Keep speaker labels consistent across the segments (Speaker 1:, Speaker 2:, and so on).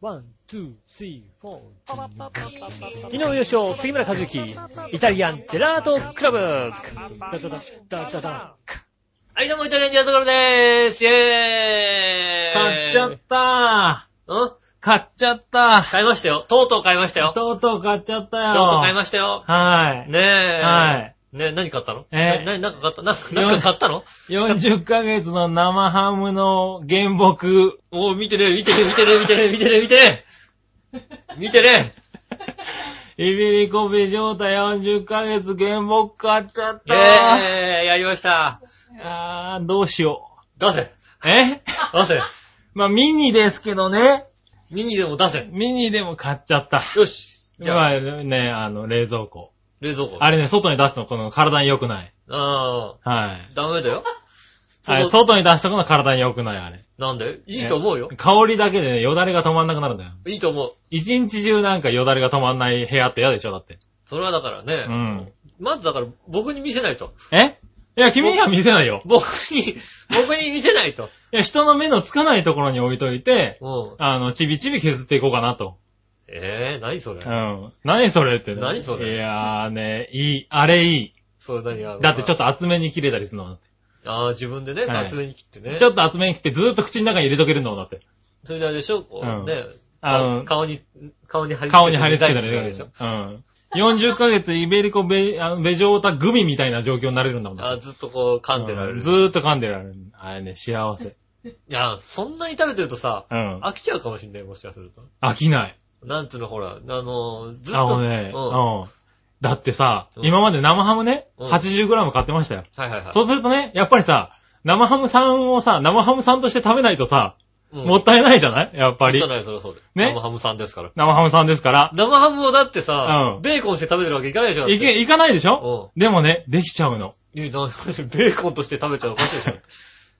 Speaker 1: ワン、ツー、スリー、フォー。
Speaker 2: 昨
Speaker 1: 井上翔、杉村和之、イタリアンジェラートクラブ。ダダダダダダ
Speaker 2: はい、どうも、イタリアンジャートクラブでーすイェーイ。
Speaker 3: 買っちゃったた
Speaker 2: うん
Speaker 3: 買っちゃった
Speaker 2: 買いましたよ。とうとう買いましたよ。とう
Speaker 3: とうとう買っちゃったよ
Speaker 2: とう買いましたよ。
Speaker 3: はい。
Speaker 2: ねえ。。
Speaker 3: はい
Speaker 2: ねえ、何買ったの
Speaker 3: え
Speaker 2: な、ななんか買ったなんかなんか買ったの
Speaker 3: 40ヶ月の生ハムの原木。
Speaker 2: おー、見てね、見てね、見てね、見てね、見てね、見て ね。見てね。
Speaker 3: イビリコビジョータ40ヶ月原木買っちゃった、
Speaker 2: ねえ、やりました。
Speaker 3: あー、どうしよ
Speaker 2: 出せ。
Speaker 3: う。え
Speaker 2: 出せ。
Speaker 3: まあ、ミニですけどね。
Speaker 2: ミニでも出せ。
Speaker 3: ミニでも買っちゃった。
Speaker 2: よし。じゃ
Speaker 3: ま
Speaker 2: あ、
Speaker 3: あね、あの、冷蔵庫。
Speaker 2: 冷蔵庫。
Speaker 3: あれね、外に出すの、この体に良くない。
Speaker 2: あ
Speaker 3: はい。
Speaker 2: ー、ダメだよ。
Speaker 3: あれ、
Speaker 2: その
Speaker 3: 外に出しとくの体に良くない、あれ。
Speaker 2: なんでいいと思うよ
Speaker 3: え。香りだけでね、よだれが止まんなくなるんだよ。
Speaker 2: いいと思う。
Speaker 3: 一日中なんかよだれが止まんない部屋って嫌でしょ、だって。
Speaker 2: それはだからね。
Speaker 3: うん。
Speaker 2: まずだから、僕に見せないと。
Speaker 3: えいや、君には見せないよ。
Speaker 2: 僕に、僕に見せないと。
Speaker 3: いや、人の目のつかないところに置いといて、
Speaker 2: うん。
Speaker 3: あの、ちびちび削っていこうかなと。
Speaker 2: ええー、何それ
Speaker 3: う。ん。何それってね。
Speaker 2: 何それ
Speaker 3: いやーね、いい。あれいい。
Speaker 2: それ何あの
Speaker 3: だってちょっと厚めに切れたりするの。
Speaker 2: ああ、自分でね、
Speaker 3: はい
Speaker 2: 夏に切ってね。
Speaker 3: ちょっと厚めに切ってずーっと口の中に入れとけるの、だって。
Speaker 2: それであれでしょ、こう、
Speaker 3: うん
Speaker 2: ね。
Speaker 3: あの
Speaker 2: 顔顔に、顔に貼り付けて
Speaker 3: 顔に貼り付けたりす
Speaker 2: デザイ
Speaker 3: る
Speaker 2: ン
Speaker 3: で
Speaker 2: し
Speaker 3: してょ
Speaker 2: る。
Speaker 3: うん。40ヶ月イベリコベ、あのベジョータグミみたいな状況になれるんだもん。
Speaker 2: あーずっとこう噛んでられ
Speaker 3: う
Speaker 2: る。
Speaker 3: ず
Speaker 2: い
Speaker 3: ーっと噛んでられる。あれね、幸せ。
Speaker 2: や、そんなに食べてるとさ、
Speaker 3: うん。
Speaker 2: 飽きちゃうかもしんない、もしかすると。
Speaker 3: 飽きない。
Speaker 2: なんつうの、ほら、あのー、ずっと。
Speaker 3: あのね、
Speaker 2: うん。
Speaker 3: うん。だってさ、
Speaker 2: うん
Speaker 3: 今まで生ハムね、
Speaker 2: うん
Speaker 3: 80g 買ってましたよ。
Speaker 2: はいはいはい。
Speaker 3: そうするとね、やっぱりさ、生ハムさんをさ、生ハムさんとして食べないとさ、
Speaker 2: うん
Speaker 3: もったいないじゃないやっぱ
Speaker 2: もっ
Speaker 3: り
Speaker 2: たい。ない、そりゃそうで。
Speaker 3: ね
Speaker 2: 生ハムさんですから。
Speaker 3: 生ハムさんですから。
Speaker 2: 生ハムをだってさ、
Speaker 3: うん
Speaker 2: ベーコンして食べてるわけいかないでしょ。だって
Speaker 3: いけ、いかないでしょでもね、できちゃうの。
Speaker 2: いや、なん でベーコンとして食べちゃうのおかしいでしょ。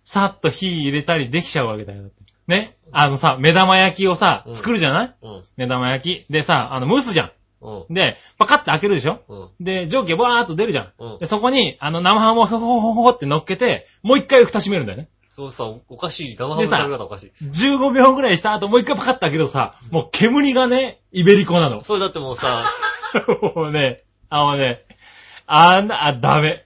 Speaker 3: さっと火入れたりできちゃうわけだよ。だってね。あのさ、目玉焼きをさ
Speaker 2: う、ん
Speaker 3: 作るじゃない
Speaker 2: うん。
Speaker 3: 目玉焼き。でさ、あの、蒸すじゃ
Speaker 2: うん。
Speaker 3: ん。で、パカッて開けるでしょ
Speaker 2: うん。
Speaker 3: で、蒸気がバーっと出るじゃ
Speaker 2: うん
Speaker 3: ん。で、そこに、あの、生ハムをほほほほって乗っけて、もう一回蓋閉めるんだよね。
Speaker 2: そうさ、おおかしい。生ハムの食べ方おかしい。
Speaker 3: 15秒ぐらいした後、もう一回パカッて開けるとさ、もう煙がね、イベリコなの。
Speaker 2: それだってもうさ、
Speaker 3: もうね、あのね、あんな、あ、ダメ。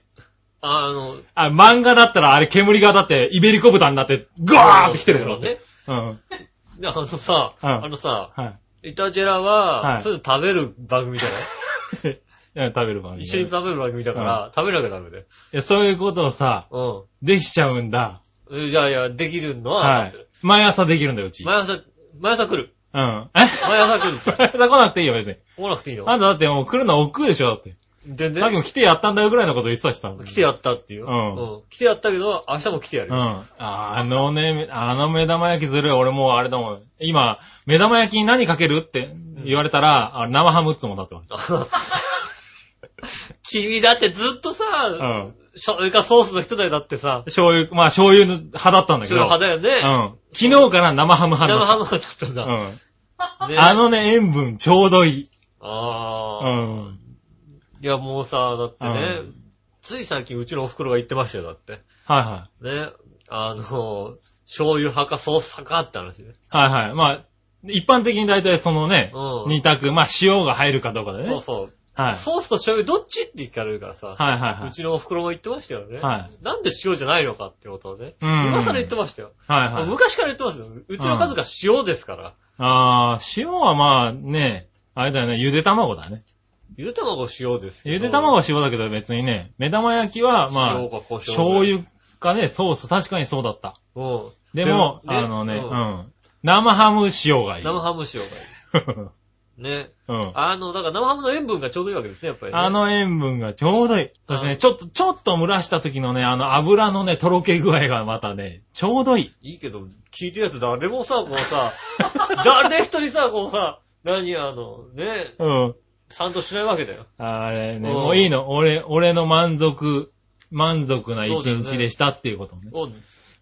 Speaker 2: あの、
Speaker 3: あ、漫画だったらあれ煙がだって、イベリコ豚になって、ガーって来てるからね。
Speaker 2: ね。
Speaker 3: うん。
Speaker 2: であのさ、
Speaker 3: うん
Speaker 2: あのさ、
Speaker 3: はい。
Speaker 2: イタジェラ
Speaker 3: は
Speaker 2: は、
Speaker 3: い
Speaker 2: そういうの食べる番組じゃない
Speaker 3: いや食べる番組。
Speaker 2: 一緒に
Speaker 3: い
Speaker 2: 食べる番組だから、食べなきゃダメだよ。
Speaker 3: や、そういうことをさ、できちゃうんだ。
Speaker 2: うん。いやいや、できるのは、
Speaker 3: はい。毎朝できるんだよ、うち。
Speaker 2: 毎朝、毎朝来る。
Speaker 3: うん。え
Speaker 2: 毎朝来るじゃ ん。
Speaker 3: 毎朝来なくていいよ、別に。
Speaker 2: 来なくていいの
Speaker 3: あんただってもう来るの億劫でしょ、だって。
Speaker 2: 全
Speaker 3: さっき
Speaker 2: 然。
Speaker 3: も来てやったんだよぐらいのこと言ってたしさ。
Speaker 2: 来てやったっていう。
Speaker 3: うん
Speaker 2: うん。来てやったけど、明日も来てや
Speaker 3: う
Speaker 2: るよ。
Speaker 3: ん。あのね、あの目玉焼きずるい。俺もうあれだもん。今、目玉焼きに何かけるって言われたら、あ生ハムっつもんだって言われた。
Speaker 2: 君だってずっとさ、
Speaker 3: うん。
Speaker 2: 醤油かソースの人だよだってさ、
Speaker 3: 醤油、まあ醤油の派だったんだけ
Speaker 2: 醤
Speaker 3: ど。
Speaker 2: 油派だよね。
Speaker 3: うん。昨日から生ハム派
Speaker 2: 生
Speaker 3: だ
Speaker 2: ハ
Speaker 3: っ
Speaker 2: ム派だった
Speaker 3: た。
Speaker 2: んだ。
Speaker 3: う
Speaker 2: ね
Speaker 3: ん。あ、のね、塩分ちょうどいい。う
Speaker 2: ああ。
Speaker 3: ん。
Speaker 2: いやもうさ、だってね
Speaker 3: う、
Speaker 2: つい最近うちのお袋が言ってましたよ、だって。
Speaker 3: はいは
Speaker 2: ね、あの、醤油派かソース派かって話
Speaker 3: い。
Speaker 2: ね。
Speaker 3: はいはい。まあ、一般的に大体そのね、
Speaker 2: うん
Speaker 3: 二択、まあ塩が入るかどうかでね。
Speaker 2: そうそう。
Speaker 3: はい。
Speaker 2: ソースと醤油どっちって聞かれるから
Speaker 3: は
Speaker 2: さ、
Speaker 3: いはいうはい。
Speaker 2: ちのお袋も言ってましたよね
Speaker 3: は。
Speaker 2: なんで塩じゃないのかってことをね。
Speaker 3: うん
Speaker 2: 今更言ってましたよ。
Speaker 3: はいはい。
Speaker 2: 昔から言ってますよ。うちの数が塩ですから。
Speaker 3: あー、塩はまあね、あれだよね、ゆで卵だね。
Speaker 2: ゆで卵塩ですけど。
Speaker 3: ゆで卵は塩だけど別にね、目玉焼きはま
Speaker 2: 塩
Speaker 3: あ、
Speaker 2: か胡椒か
Speaker 3: 醤油かね、ソース、確かにそうだった。
Speaker 2: うん。
Speaker 3: でも、
Speaker 2: でもね
Speaker 3: あのね、
Speaker 2: う
Speaker 3: うんん。生ハム塩がいい。
Speaker 2: 生ハム塩がいい。ね。
Speaker 3: うん。
Speaker 2: あの、だから生ハムの塩分がちょうどいいわけですね、やっぱり、ね。
Speaker 3: あ、の塩分がちょうどいい。そして
Speaker 2: うん
Speaker 3: ね、ちょっと、ちょっと蒸らした時のね、あの油のね、とろけ具合がまたね、ちょうどいい。
Speaker 2: いいけど、聞いてるやつ誰もさ、こうさ、 誰一人さ、こうさ、何あの、ね、
Speaker 3: うん。
Speaker 2: 賛同しないわけだよ。
Speaker 3: あれね、
Speaker 2: うん
Speaker 3: もういいの。俺、俺の満足、満足な一
Speaker 2: そうだよね
Speaker 3: 日でしたっていうことをね。
Speaker 2: もう、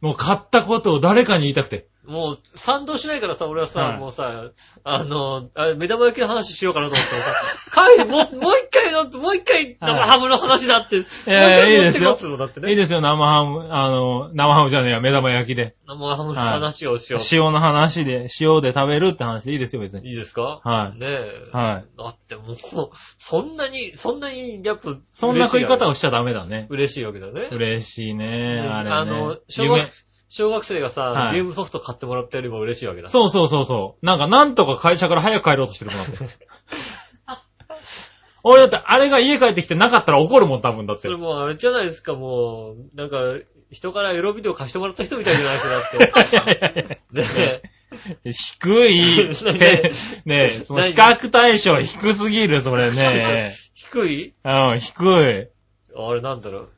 Speaker 3: もう買ったことを誰かに言いたくて。
Speaker 2: うもう、賛同しないからさ、俺はさ、
Speaker 3: はい
Speaker 2: もうさ、あの、あ目玉焼きの話しようかなと思ったらさ、 帰もう、もう一回の、もう一回、生ハムの話だって、もう一
Speaker 3: やい
Speaker 2: 回
Speaker 3: や
Speaker 2: 持ってこうっつうのだって
Speaker 3: いい
Speaker 2: ね。
Speaker 3: ですよ、生ハム、あの、生ハムじゃねえや、目玉焼きで。
Speaker 2: 生ハムの話をしよう。
Speaker 3: 塩の話で、塩で食べるって話でいいですよ、別に。
Speaker 2: いいですか
Speaker 3: はい
Speaker 2: ねえ。
Speaker 3: はい。
Speaker 2: だってもう、そんなに、そんなに、やっぱ、
Speaker 3: そんな食い方
Speaker 2: を。
Speaker 3: をしちゃダメだね。
Speaker 2: 嬉しいわけだね。
Speaker 3: 嬉しい
Speaker 2: うん
Speaker 3: ね、あれね。
Speaker 2: あの、小
Speaker 3: 夢
Speaker 2: 学、小学生がさ、
Speaker 3: はい
Speaker 2: ゲームソフト買ってもらったよりも嬉しいわけだ。
Speaker 3: そうそうそうそう。なんか、なんとか会社から早く帰ろうとしてるもんだって。 俺だって、あれが家帰ってきてなかったら怒るもん、多分だっ
Speaker 2: そ
Speaker 3: て
Speaker 2: れ。もうあれじゃないですか、もう、なんか、人からエロビデオ貸してもらった人みたいじゃないですか、だって。 ねえ
Speaker 3: 低 い、せねえ、その比較対象低すぎる、それね。
Speaker 2: 低い
Speaker 3: うん、低
Speaker 2: あれなんだろう。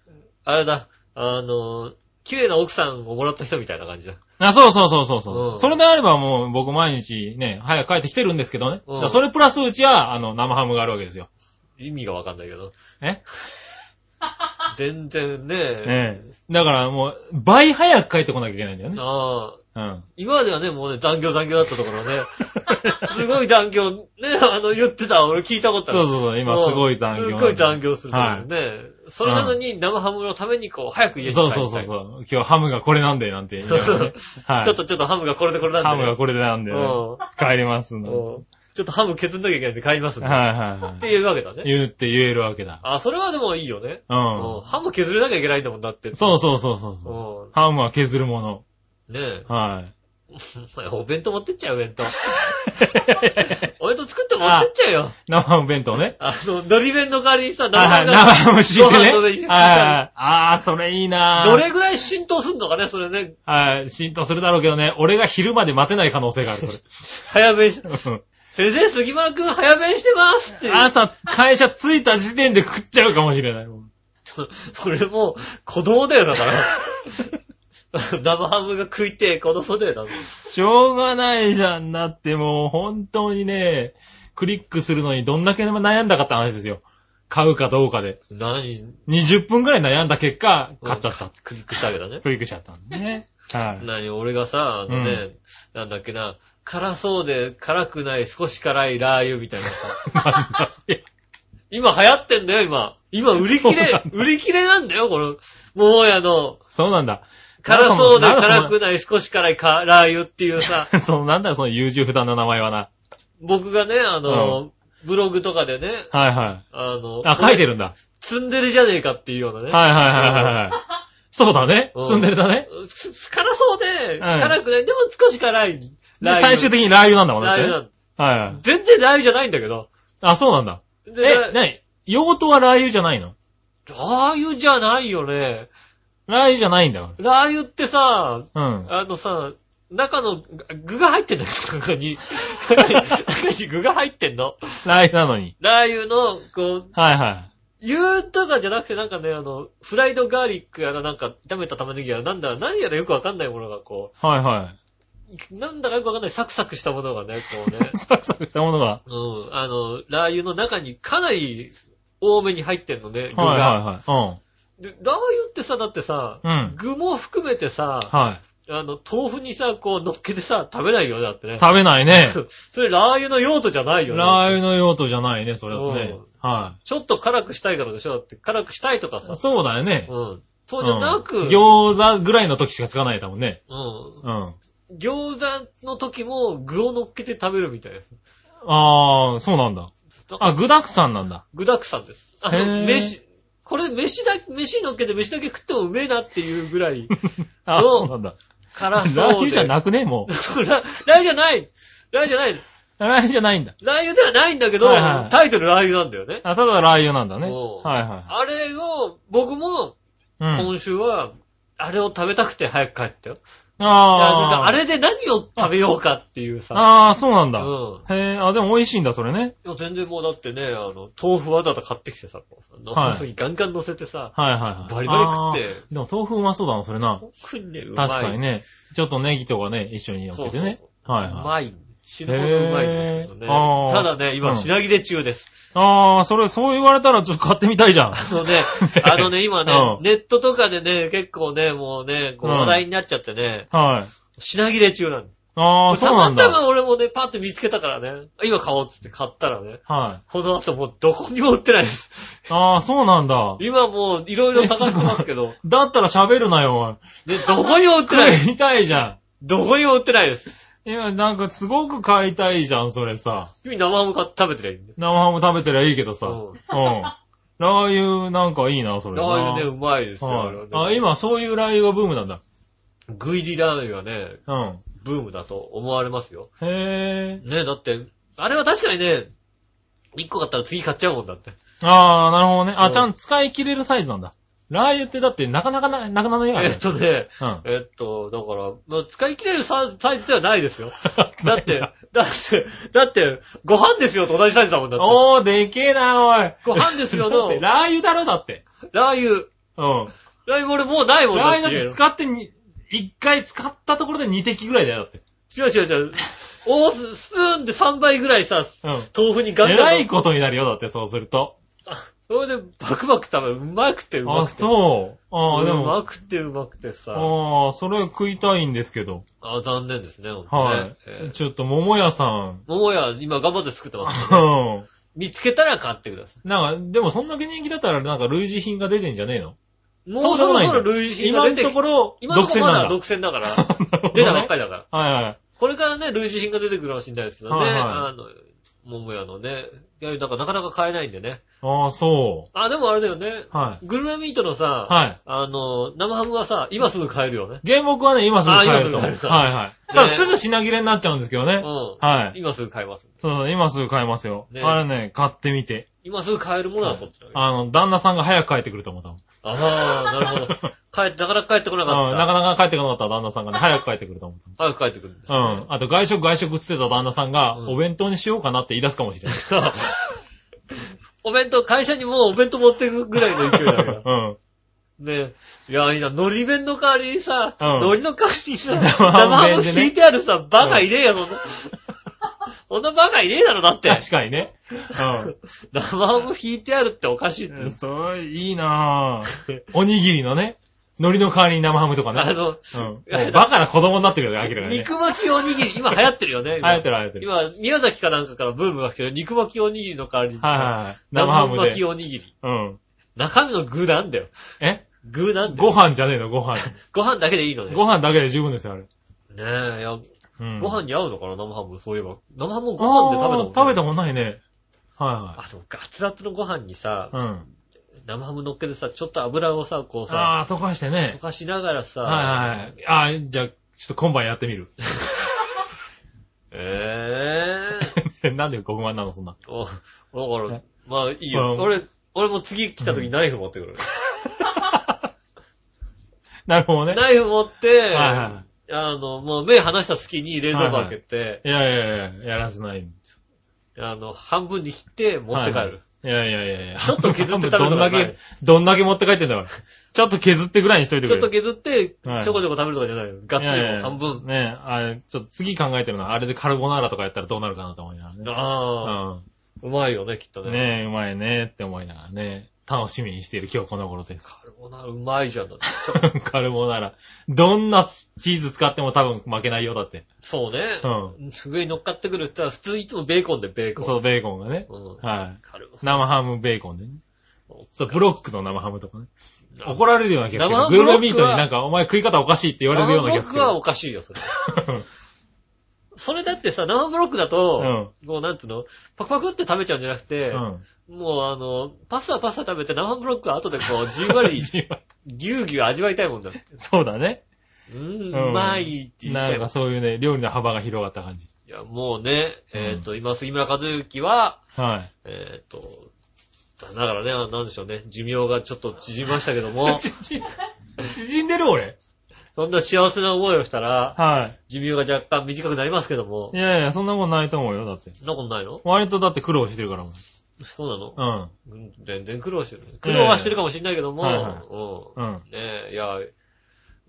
Speaker 2: あれだ、あの、綺麗な奥さんをもらった人みたいな感じだ。
Speaker 3: い。あそうそうそうそうそう、
Speaker 2: うん
Speaker 3: それであればもう僕毎日ね、早く帰ってきてるんですけどね。
Speaker 2: うん
Speaker 3: だからそれプラスうちは、あの、生ハムがあるわけですよ。
Speaker 2: 意味がわかんないけど。
Speaker 3: え
Speaker 2: 全然ねえ。
Speaker 3: ええ。だからもう、倍早く帰ってこなきゃいけないんだよね。
Speaker 2: ああ。
Speaker 3: うん。
Speaker 2: 今まではね、もうね、残業残業だったところね。 すごい残業、ね、あの、言ってた、俺聞いたことある。
Speaker 3: そうそうそう、今すごい残業
Speaker 2: す
Speaker 3: なんだ。
Speaker 2: ごい残業するところね。それなのに生ハムのためにこう、早く家に帰
Speaker 3: そ
Speaker 2: り
Speaker 3: う
Speaker 2: たい。
Speaker 3: そうそうそう。今日ハムがこれなんで、なんて言いながらねはい。
Speaker 2: ちょっとちょっとハムがこれでこれなんで。
Speaker 3: ハムがこれでなんで、
Speaker 2: うん
Speaker 3: 帰ります
Speaker 2: うん
Speaker 3: の。はい
Speaker 2: ちょっとハム削んなきゃいけないんで買いますんで。っ
Speaker 3: はいは
Speaker 2: て
Speaker 3: い。
Speaker 2: いうわけだね。
Speaker 3: 言うって言えるわけだ。
Speaker 2: あ、それはでもいいよね。
Speaker 3: う
Speaker 2: うん
Speaker 3: ん。
Speaker 2: ハム削れなきゃいけないんだもんだって。
Speaker 3: そうそうそうそう
Speaker 2: う
Speaker 3: そう。ハムは削るもの。
Speaker 2: ん。ねえ。
Speaker 3: はい。
Speaker 2: お前お弁当持ってっちゃうよ、お 弁当。お弁当作って持ってっちゃうよ。
Speaker 3: 生ハム弁当ね。
Speaker 2: あの、海苔弁の代わりにさ、
Speaker 3: はいはい。
Speaker 2: が
Speaker 3: 生ハム汁ね。
Speaker 2: ご飯の上
Speaker 3: は
Speaker 2: に
Speaker 3: いはい。あー、それいいなぁ
Speaker 2: どれぐらい浸透すんのかね、それね。
Speaker 3: はい。浸透するだろうけどね。俺が昼まで待てない可能性がある、そ
Speaker 2: 早弁し、
Speaker 3: れ うん。
Speaker 2: 先生、杉村くん早弁してますっていう。
Speaker 3: 朝、会社着いた時点で食っちゃうかもしれない。
Speaker 2: そそれもう、子供だよ、だから。 生ハムが食いてえ子供だよ、だから
Speaker 3: しょうがないじゃんなって、もう本当にね、クリックするのにどんだけ悩んだかって話ですよ。買うかどうかで。
Speaker 2: 何
Speaker 3: 20分くらい悩んだ結果、買っちゃった。
Speaker 2: クリックしたわけだね。
Speaker 3: クリックしちゃったんでね。はい。
Speaker 2: 何俺がさ、あのね、なんだっけな、辛そうで辛くない少し辛いラー油みたいなさ。今流行ってんだよ、今。今売り切
Speaker 3: そうな
Speaker 2: れ
Speaker 3: ん、
Speaker 2: 売り切れなんだよ、この、もうやの、
Speaker 3: そうなんだ。
Speaker 2: 辛そうで
Speaker 3: なんかその
Speaker 2: 辛くない少し辛いかラー油っていうさ、
Speaker 3: そのなんだよ、その優柔不断な名前はな。
Speaker 2: 僕がね、あの、ブログとかでね、
Speaker 3: はいはい。
Speaker 2: あの、
Speaker 3: あ、書いてるんだ。
Speaker 2: 積んでるじゃねえかっていうようなね。
Speaker 3: はいはいはいはいはい。そうだね。
Speaker 2: うん
Speaker 3: 積んでるだね。
Speaker 2: す辛そうで、
Speaker 3: はい
Speaker 2: 辛くない。でも少し辛い。
Speaker 3: で最終
Speaker 2: 的
Speaker 3: 的にラー油なんだもんだっ
Speaker 2: ラー
Speaker 3: て
Speaker 2: 油
Speaker 3: ね。
Speaker 2: な
Speaker 3: はい
Speaker 2: の
Speaker 3: はい。
Speaker 2: 全然ラー油じゃないんだけど。
Speaker 3: あ、そうなんだ。
Speaker 2: で
Speaker 3: え、
Speaker 2: ラ
Speaker 3: なに用途はラー油じゃないの
Speaker 2: ー油じゃないよね。
Speaker 3: ラー油じゃないんだか
Speaker 2: ラー油ってさ、
Speaker 3: ら。うん。
Speaker 2: あのさ、中の具が入ってんだよ、中に。中に具が入ってんの。
Speaker 3: ラー油なのに。
Speaker 2: ラー油の、こう、
Speaker 3: はいはい。
Speaker 2: 油とかじゃなくてなんかね、あの、フライドガーリックやらなんか炒めた玉ねぎやらなんだ、何やらよくわかんないものがこ
Speaker 3: はいは
Speaker 2: う、なんだかよくわかんないサクサクしたものがね、こうね
Speaker 3: い。。サクサクしたものが。
Speaker 2: うん、あの、ラー油の中にかなり多めに入ってんのね、具が。
Speaker 3: はいはいは
Speaker 2: でラー油ってさ、だってさ、
Speaker 3: い。うん。うん。
Speaker 2: 具も含めてさ、
Speaker 3: は
Speaker 2: あの、豆腐にさ、こう乗っけてさ、食べないよね、だってね
Speaker 3: い。。食べないね。
Speaker 2: それラー油の用途じゃ ないよね。
Speaker 3: ラー油の用途じゃないね、それはね
Speaker 2: うん。
Speaker 3: は
Speaker 2: ちょっと辛くしたいからでしょ、だって辛くしたいとかさ
Speaker 3: い。。そうだよね。
Speaker 2: うん。そうじゃなく、
Speaker 3: うん餃子ぐらいの時しかつかないだもんね。
Speaker 2: うん
Speaker 3: うん。
Speaker 2: 餃子の時も具を乗っけて食べるみたいです。
Speaker 3: あー、そうなんだ。あ、具沢山なん だ。
Speaker 2: 具沢山です。あ
Speaker 3: へ
Speaker 2: の、
Speaker 3: ー
Speaker 2: 飯、これ飯だ、飯乗っけて飯だけ食ってもうめえなっていうぐらい
Speaker 3: あ
Speaker 2: どう
Speaker 3: そうなんだ。 ラ
Speaker 2: 辛そうで。
Speaker 3: ー油じゃなくね、も
Speaker 2: そうララー油じゃないラー油じゃない
Speaker 3: ラー油じゃないんだ。
Speaker 2: ラー油ではないんだけど、
Speaker 3: はいはい
Speaker 2: タイトルラー油なんだよね。
Speaker 3: あ、ただラー油なんだね。
Speaker 2: おう
Speaker 3: はいは
Speaker 2: あれを、僕も、
Speaker 3: い。うん。
Speaker 2: 今週は、あれを食べたくて早く帰ったよ。
Speaker 3: あー。
Speaker 2: あれで何を食べようかっていうさ。
Speaker 3: あー、そうなんだ。
Speaker 2: うん
Speaker 3: へー、あ、でも美味しいんだ、それね。
Speaker 2: いや全然もうだってね、あの、豆腐わざと買ってきてさ、こうさ
Speaker 3: はい
Speaker 2: 豆腐にガンガン乗せてさ、
Speaker 3: はいはいはい。
Speaker 2: バリバリ食って
Speaker 3: あー。でも豆腐うまそうだな、それな。
Speaker 2: 特にね、うまい。
Speaker 3: 確かにね。ちょっとネギとかね、一緒に乗っけてね
Speaker 2: そう。
Speaker 3: はいうはい。
Speaker 2: まい。死ぬほどうまいんですけどね
Speaker 3: へーあ。ー
Speaker 2: ただね、
Speaker 3: う
Speaker 2: 今、
Speaker 3: ん
Speaker 2: 品切れ 中です。
Speaker 3: ああ、それ、そう言われたらちょっと買ってみたいじゃん。
Speaker 2: あのね、あのね、今ね
Speaker 3: う、ん
Speaker 2: ネットとかでね、結構ね、もうね、こう
Speaker 3: うん
Speaker 2: 話題になっちゃってね、
Speaker 3: はい。
Speaker 2: 品切れ中なんです。
Speaker 3: ああ、そうなん
Speaker 2: たまた
Speaker 3: だ。
Speaker 2: ま俺もね、パッと見つけたからね、今買おうっつって買ったらね、
Speaker 3: はい。
Speaker 2: この後もうどこにも売ってないです。
Speaker 3: ああ、そうなんだ。
Speaker 2: 今もういろいろ探してますけ ど、
Speaker 3: だったら喋るなよ、
Speaker 2: ね、どこにも売
Speaker 3: お
Speaker 2: って
Speaker 3: い。
Speaker 2: ない。
Speaker 3: 買いたいじゃ
Speaker 2: どこにも売ってないです。
Speaker 3: ん。いや、なんかすごく買いたいじゃん、それさ。
Speaker 2: 君生ハム買って食べてりゃいいんだよ。
Speaker 3: 生ハム食べてりゃいいけどさ。うん
Speaker 2: う。
Speaker 3: ラー油なんかいいな、それな。
Speaker 2: ラー油ね、うまいですよ。
Speaker 3: はい。あ、
Speaker 2: れはね、
Speaker 3: 今そういうラー油がブームなんだ。
Speaker 2: 具入りラーメンがね、
Speaker 3: うん。
Speaker 2: ブームだと思われますよ。
Speaker 3: へえ。
Speaker 2: ね、だって、あれは確かにね、1個買ったら次買っちゃうもんだ って。
Speaker 3: ああ、なるほどね。
Speaker 2: う
Speaker 3: あ、
Speaker 2: ん
Speaker 3: ちゃん使い切れるサイズなんだ。ラー油ってだってなかなかな、なくならないよ
Speaker 2: え
Speaker 3: ね
Speaker 2: っ。とね、
Speaker 3: うん。
Speaker 2: えっと、だから、まあ、使い切れるササイズではないで すよ。だって、だって、だって、ご飯ですよと同じサイズだもんだって。
Speaker 3: おー、でけえな、おい。
Speaker 2: ご飯ですよ
Speaker 3: だっ
Speaker 2: の
Speaker 3: て
Speaker 2: ラ
Speaker 3: ラー油だろ、だって。
Speaker 2: ー油。
Speaker 3: うん。
Speaker 2: ラー油俺もうないもんだ
Speaker 3: ラー
Speaker 2: って
Speaker 3: 油だって使ってに、一回使ったところで2滴ぐらいだよ、だって。
Speaker 2: 違う違う違う。大ススプーンで3倍ぐらいさ、
Speaker 3: うん。
Speaker 2: 豆腐にガ
Speaker 3: え
Speaker 2: ン
Speaker 3: ら
Speaker 2: ガ
Speaker 3: い
Speaker 2: ン。
Speaker 3: ことになるよ、だって、そうすると。
Speaker 2: それでバクバク食べる。うまくてうま
Speaker 3: あ、
Speaker 2: くて。
Speaker 3: そう。
Speaker 2: う
Speaker 3: ああ、で
Speaker 2: う
Speaker 3: も、
Speaker 2: まくてうまくてさ。
Speaker 3: ああ、それ食いたいんですけど。
Speaker 2: あ、残念ですね、ほんと
Speaker 3: は
Speaker 2: ね。え
Speaker 3: い。
Speaker 2: ー
Speaker 3: ちょっと、桃屋さん。
Speaker 2: 桃屋、今頑張って作ってますからね。
Speaker 3: うん。
Speaker 2: 見つけたら買ってくださ
Speaker 3: なんか、でもそんだけ人気だったら、なんか類似品が出てんじゃねえの
Speaker 2: い。もう
Speaker 3: そうで
Speaker 2: そ
Speaker 3: も
Speaker 2: ろ
Speaker 3: ない
Speaker 2: そ
Speaker 3: んだ
Speaker 2: ろ類似品が出て
Speaker 3: 今のところ、
Speaker 2: 今のところまだ
Speaker 3: 独
Speaker 2: 独占だ か
Speaker 3: 占
Speaker 2: ら。
Speaker 3: なんだ。
Speaker 2: 出たばっ
Speaker 3: り。
Speaker 2: かりだから。
Speaker 3: はいはい。
Speaker 2: これからね、類似品が出てくるらしいんですけどね。
Speaker 3: はいはい
Speaker 2: あの、桃屋のね。いや、なんかなかなか買えないんでね。
Speaker 3: ああ、そ
Speaker 2: あ、でもあれだよね。
Speaker 3: う。はい。
Speaker 2: グルメミートのさ、
Speaker 3: はい。
Speaker 2: あの、生ハムはさ、今すぐ買えるよね。
Speaker 3: 原木はね、今すぐ買えると思う。
Speaker 2: あ今すぐ買え
Speaker 3: は
Speaker 2: るから
Speaker 3: いはい。ただ、すぐ品切れになっちゃうんですけど
Speaker 2: う
Speaker 3: ね。
Speaker 2: ん。
Speaker 3: はい。
Speaker 2: 今すぐ買えます。
Speaker 3: そう、今すぐ買えますよ。
Speaker 2: ね
Speaker 3: あれね、買ってみて。
Speaker 2: 今すぐ買えるものはそっちだよ。あ
Speaker 3: あの、旦那さんが早く帰ってくると思ったもん。
Speaker 2: あー、なるほど。帰って、なかなか帰ってこなか
Speaker 3: う
Speaker 2: っ
Speaker 3: ん、
Speaker 2: た。
Speaker 3: なかなか帰ってこなかった旦那さんがね、早く帰ってくると思った。
Speaker 2: 早く帰ってくるんです、
Speaker 3: う
Speaker 2: ね。
Speaker 3: ん。あと、外食外食っつってた旦那さんが、
Speaker 2: うん
Speaker 3: お弁当にしようかなって言い出すかもしれない。
Speaker 2: お弁当、会社にもうお弁当持ってくぐらいの勢いだから。
Speaker 3: うん。
Speaker 2: ねえ。いや、いいな、海苔弁の代わりにさ、
Speaker 3: うん
Speaker 2: 海苔の代わり にさ、生
Speaker 3: 生
Speaker 2: ハ
Speaker 3: ハム
Speaker 2: ム
Speaker 3: 弁でね
Speaker 2: 敷いてあるさ、バカいねえよ、そんな。そんな バカいねえだろ、だって。
Speaker 3: 確かにね。
Speaker 2: 生ハム敷いてあるっておかしいっ
Speaker 3: うん。
Speaker 2: て。
Speaker 3: そう、いいな ぁ。おにぎりのね、海苔の代わりに生ハムとか
Speaker 2: あ
Speaker 3: ね。
Speaker 2: の、
Speaker 3: うん。もうバカな子供になってるよね、明らかにね。
Speaker 2: 肉巻きおにぎり、今流行ってるよ
Speaker 3: 流
Speaker 2: ね。
Speaker 3: 行ってる
Speaker 2: る。
Speaker 3: 流行ってる。
Speaker 2: 今、宮崎かなんかからブームが来てる。肉巻きおにぎりの代わりに。
Speaker 3: はいはいはい。生ハム
Speaker 2: 巻
Speaker 3: で
Speaker 2: き。おにぎり。
Speaker 3: うん。
Speaker 2: 中身の具なんだよ。
Speaker 3: え
Speaker 2: 具なんだよ。
Speaker 3: ご飯じゃねえの、ご 飯。
Speaker 2: ご飯だけでいいのね。
Speaker 3: ご飯だけで十分ですよ、あれ。
Speaker 2: ねえ、いや、
Speaker 3: うん。
Speaker 2: ご飯に合うのかな、生ハム。そういえば。生ハムご
Speaker 3: あー、
Speaker 2: 飯で食べたもん、
Speaker 3: 食べたもんないね。は
Speaker 2: あ、そう、ガツガツのご飯にさ
Speaker 3: い、はい。うん。
Speaker 2: 生ハム乗っけてさ、ちょっと油をさ、こうさ、
Speaker 3: あー、溶かしてね
Speaker 2: 溶。かしながらさ、
Speaker 3: はいはいはい。あー、じゃあ、ちょっと今晩やってみる。
Speaker 2: ええ
Speaker 3: なんでご不満なの、そん な。
Speaker 2: ー、お、だから
Speaker 3: え、
Speaker 2: まあいいよ。
Speaker 3: うん
Speaker 2: 俺、俺も次来た時ナイフ持ってくる。
Speaker 3: なるほどね。
Speaker 2: ナイフ持って、
Speaker 3: はいは
Speaker 2: あの、もう目離した隙に冷蔵庫開けて、
Speaker 3: い。いやいやいや、やらせない。
Speaker 2: あの、半分に切って持って帰る。
Speaker 3: いやいやいやいや。
Speaker 2: ちょっと削って食べるとか
Speaker 3: どんだ
Speaker 2: ない
Speaker 3: け、どんだけ持って帰ってんだから。ちょっと削ってぐらいにしといて
Speaker 2: ち
Speaker 3: く
Speaker 2: ょっ
Speaker 3: れ。
Speaker 2: と
Speaker 3: っ
Speaker 2: 削って、
Speaker 3: はい
Speaker 2: ちょこちょこ食べるとかじゃないよ。ガッツリもう半分。
Speaker 3: ねえ、あれ、ちょっと次考えてるのは、あれでカルボナーラとかやったらどうなるかなと思いながらね。
Speaker 2: ああ、
Speaker 3: う
Speaker 2: うまいよね、きっと
Speaker 3: ん。
Speaker 2: ね。
Speaker 3: ねえ、うまいねって思いながらね、楽しみにしている今日この頃です。
Speaker 2: カルボナーラうまいじゃん。だって
Speaker 3: カルボナーラ。どんなチーズ使っても多分負けないよ、だって。
Speaker 2: そうね。
Speaker 3: う
Speaker 2: 上に乗っかってくるって言ったら、普通いつもベーコンでベーコン。
Speaker 3: そう、ベーコンがね。
Speaker 2: うん。
Speaker 3: はい。
Speaker 2: カルボ
Speaker 3: 生ハムベーコンでね。そう、ブロックの生ハムとかね。
Speaker 2: ナーラ
Speaker 3: 怒られるような気がす
Speaker 2: 生ハ
Speaker 3: る。
Speaker 2: ム
Speaker 3: グ
Speaker 2: ブ
Speaker 3: ル
Speaker 2: ロックは
Speaker 3: メミートになんか、お前食い方おかしいって言われるような気がす
Speaker 2: 生
Speaker 3: る
Speaker 2: ブロックはおかしいよ、それ。
Speaker 3: けど。
Speaker 2: それだってさ、生ブロックだと、もうなんていうのパクパクって食べちゃうんじゃなくて、
Speaker 3: うん。
Speaker 2: もうあの、パスタパスタ食べて生ブロックは後でこう、じん わり、ぎゅうぎゅう味わいたいもんだ。
Speaker 3: そうだね。
Speaker 2: うー
Speaker 3: うん
Speaker 2: ん、うまいって言いた
Speaker 3: ないん
Speaker 2: もん
Speaker 3: か。そういうね、料理の幅が広がった感じ。
Speaker 2: いや、もうね、えっと、今、杉村和之は、
Speaker 3: は
Speaker 2: えっと、だからね、あなんでしょうね、寿命がちょっと縮みました けども
Speaker 3: い。、縮縮んでる俺。
Speaker 2: そんな幸せな思いをしたら、
Speaker 3: は
Speaker 2: 寿命が若干短くなりますけども
Speaker 3: い。い、やいや、そんなことないと思うよ、だって。
Speaker 2: そんなことないの
Speaker 3: 割とだって苦労してるからも
Speaker 2: そうなの、
Speaker 3: う。
Speaker 2: うん、全然苦労してる。苦労はしてるかもしれないけども、
Speaker 3: はいはい
Speaker 2: うん
Speaker 3: うん。うん。
Speaker 2: ねえ、いや、う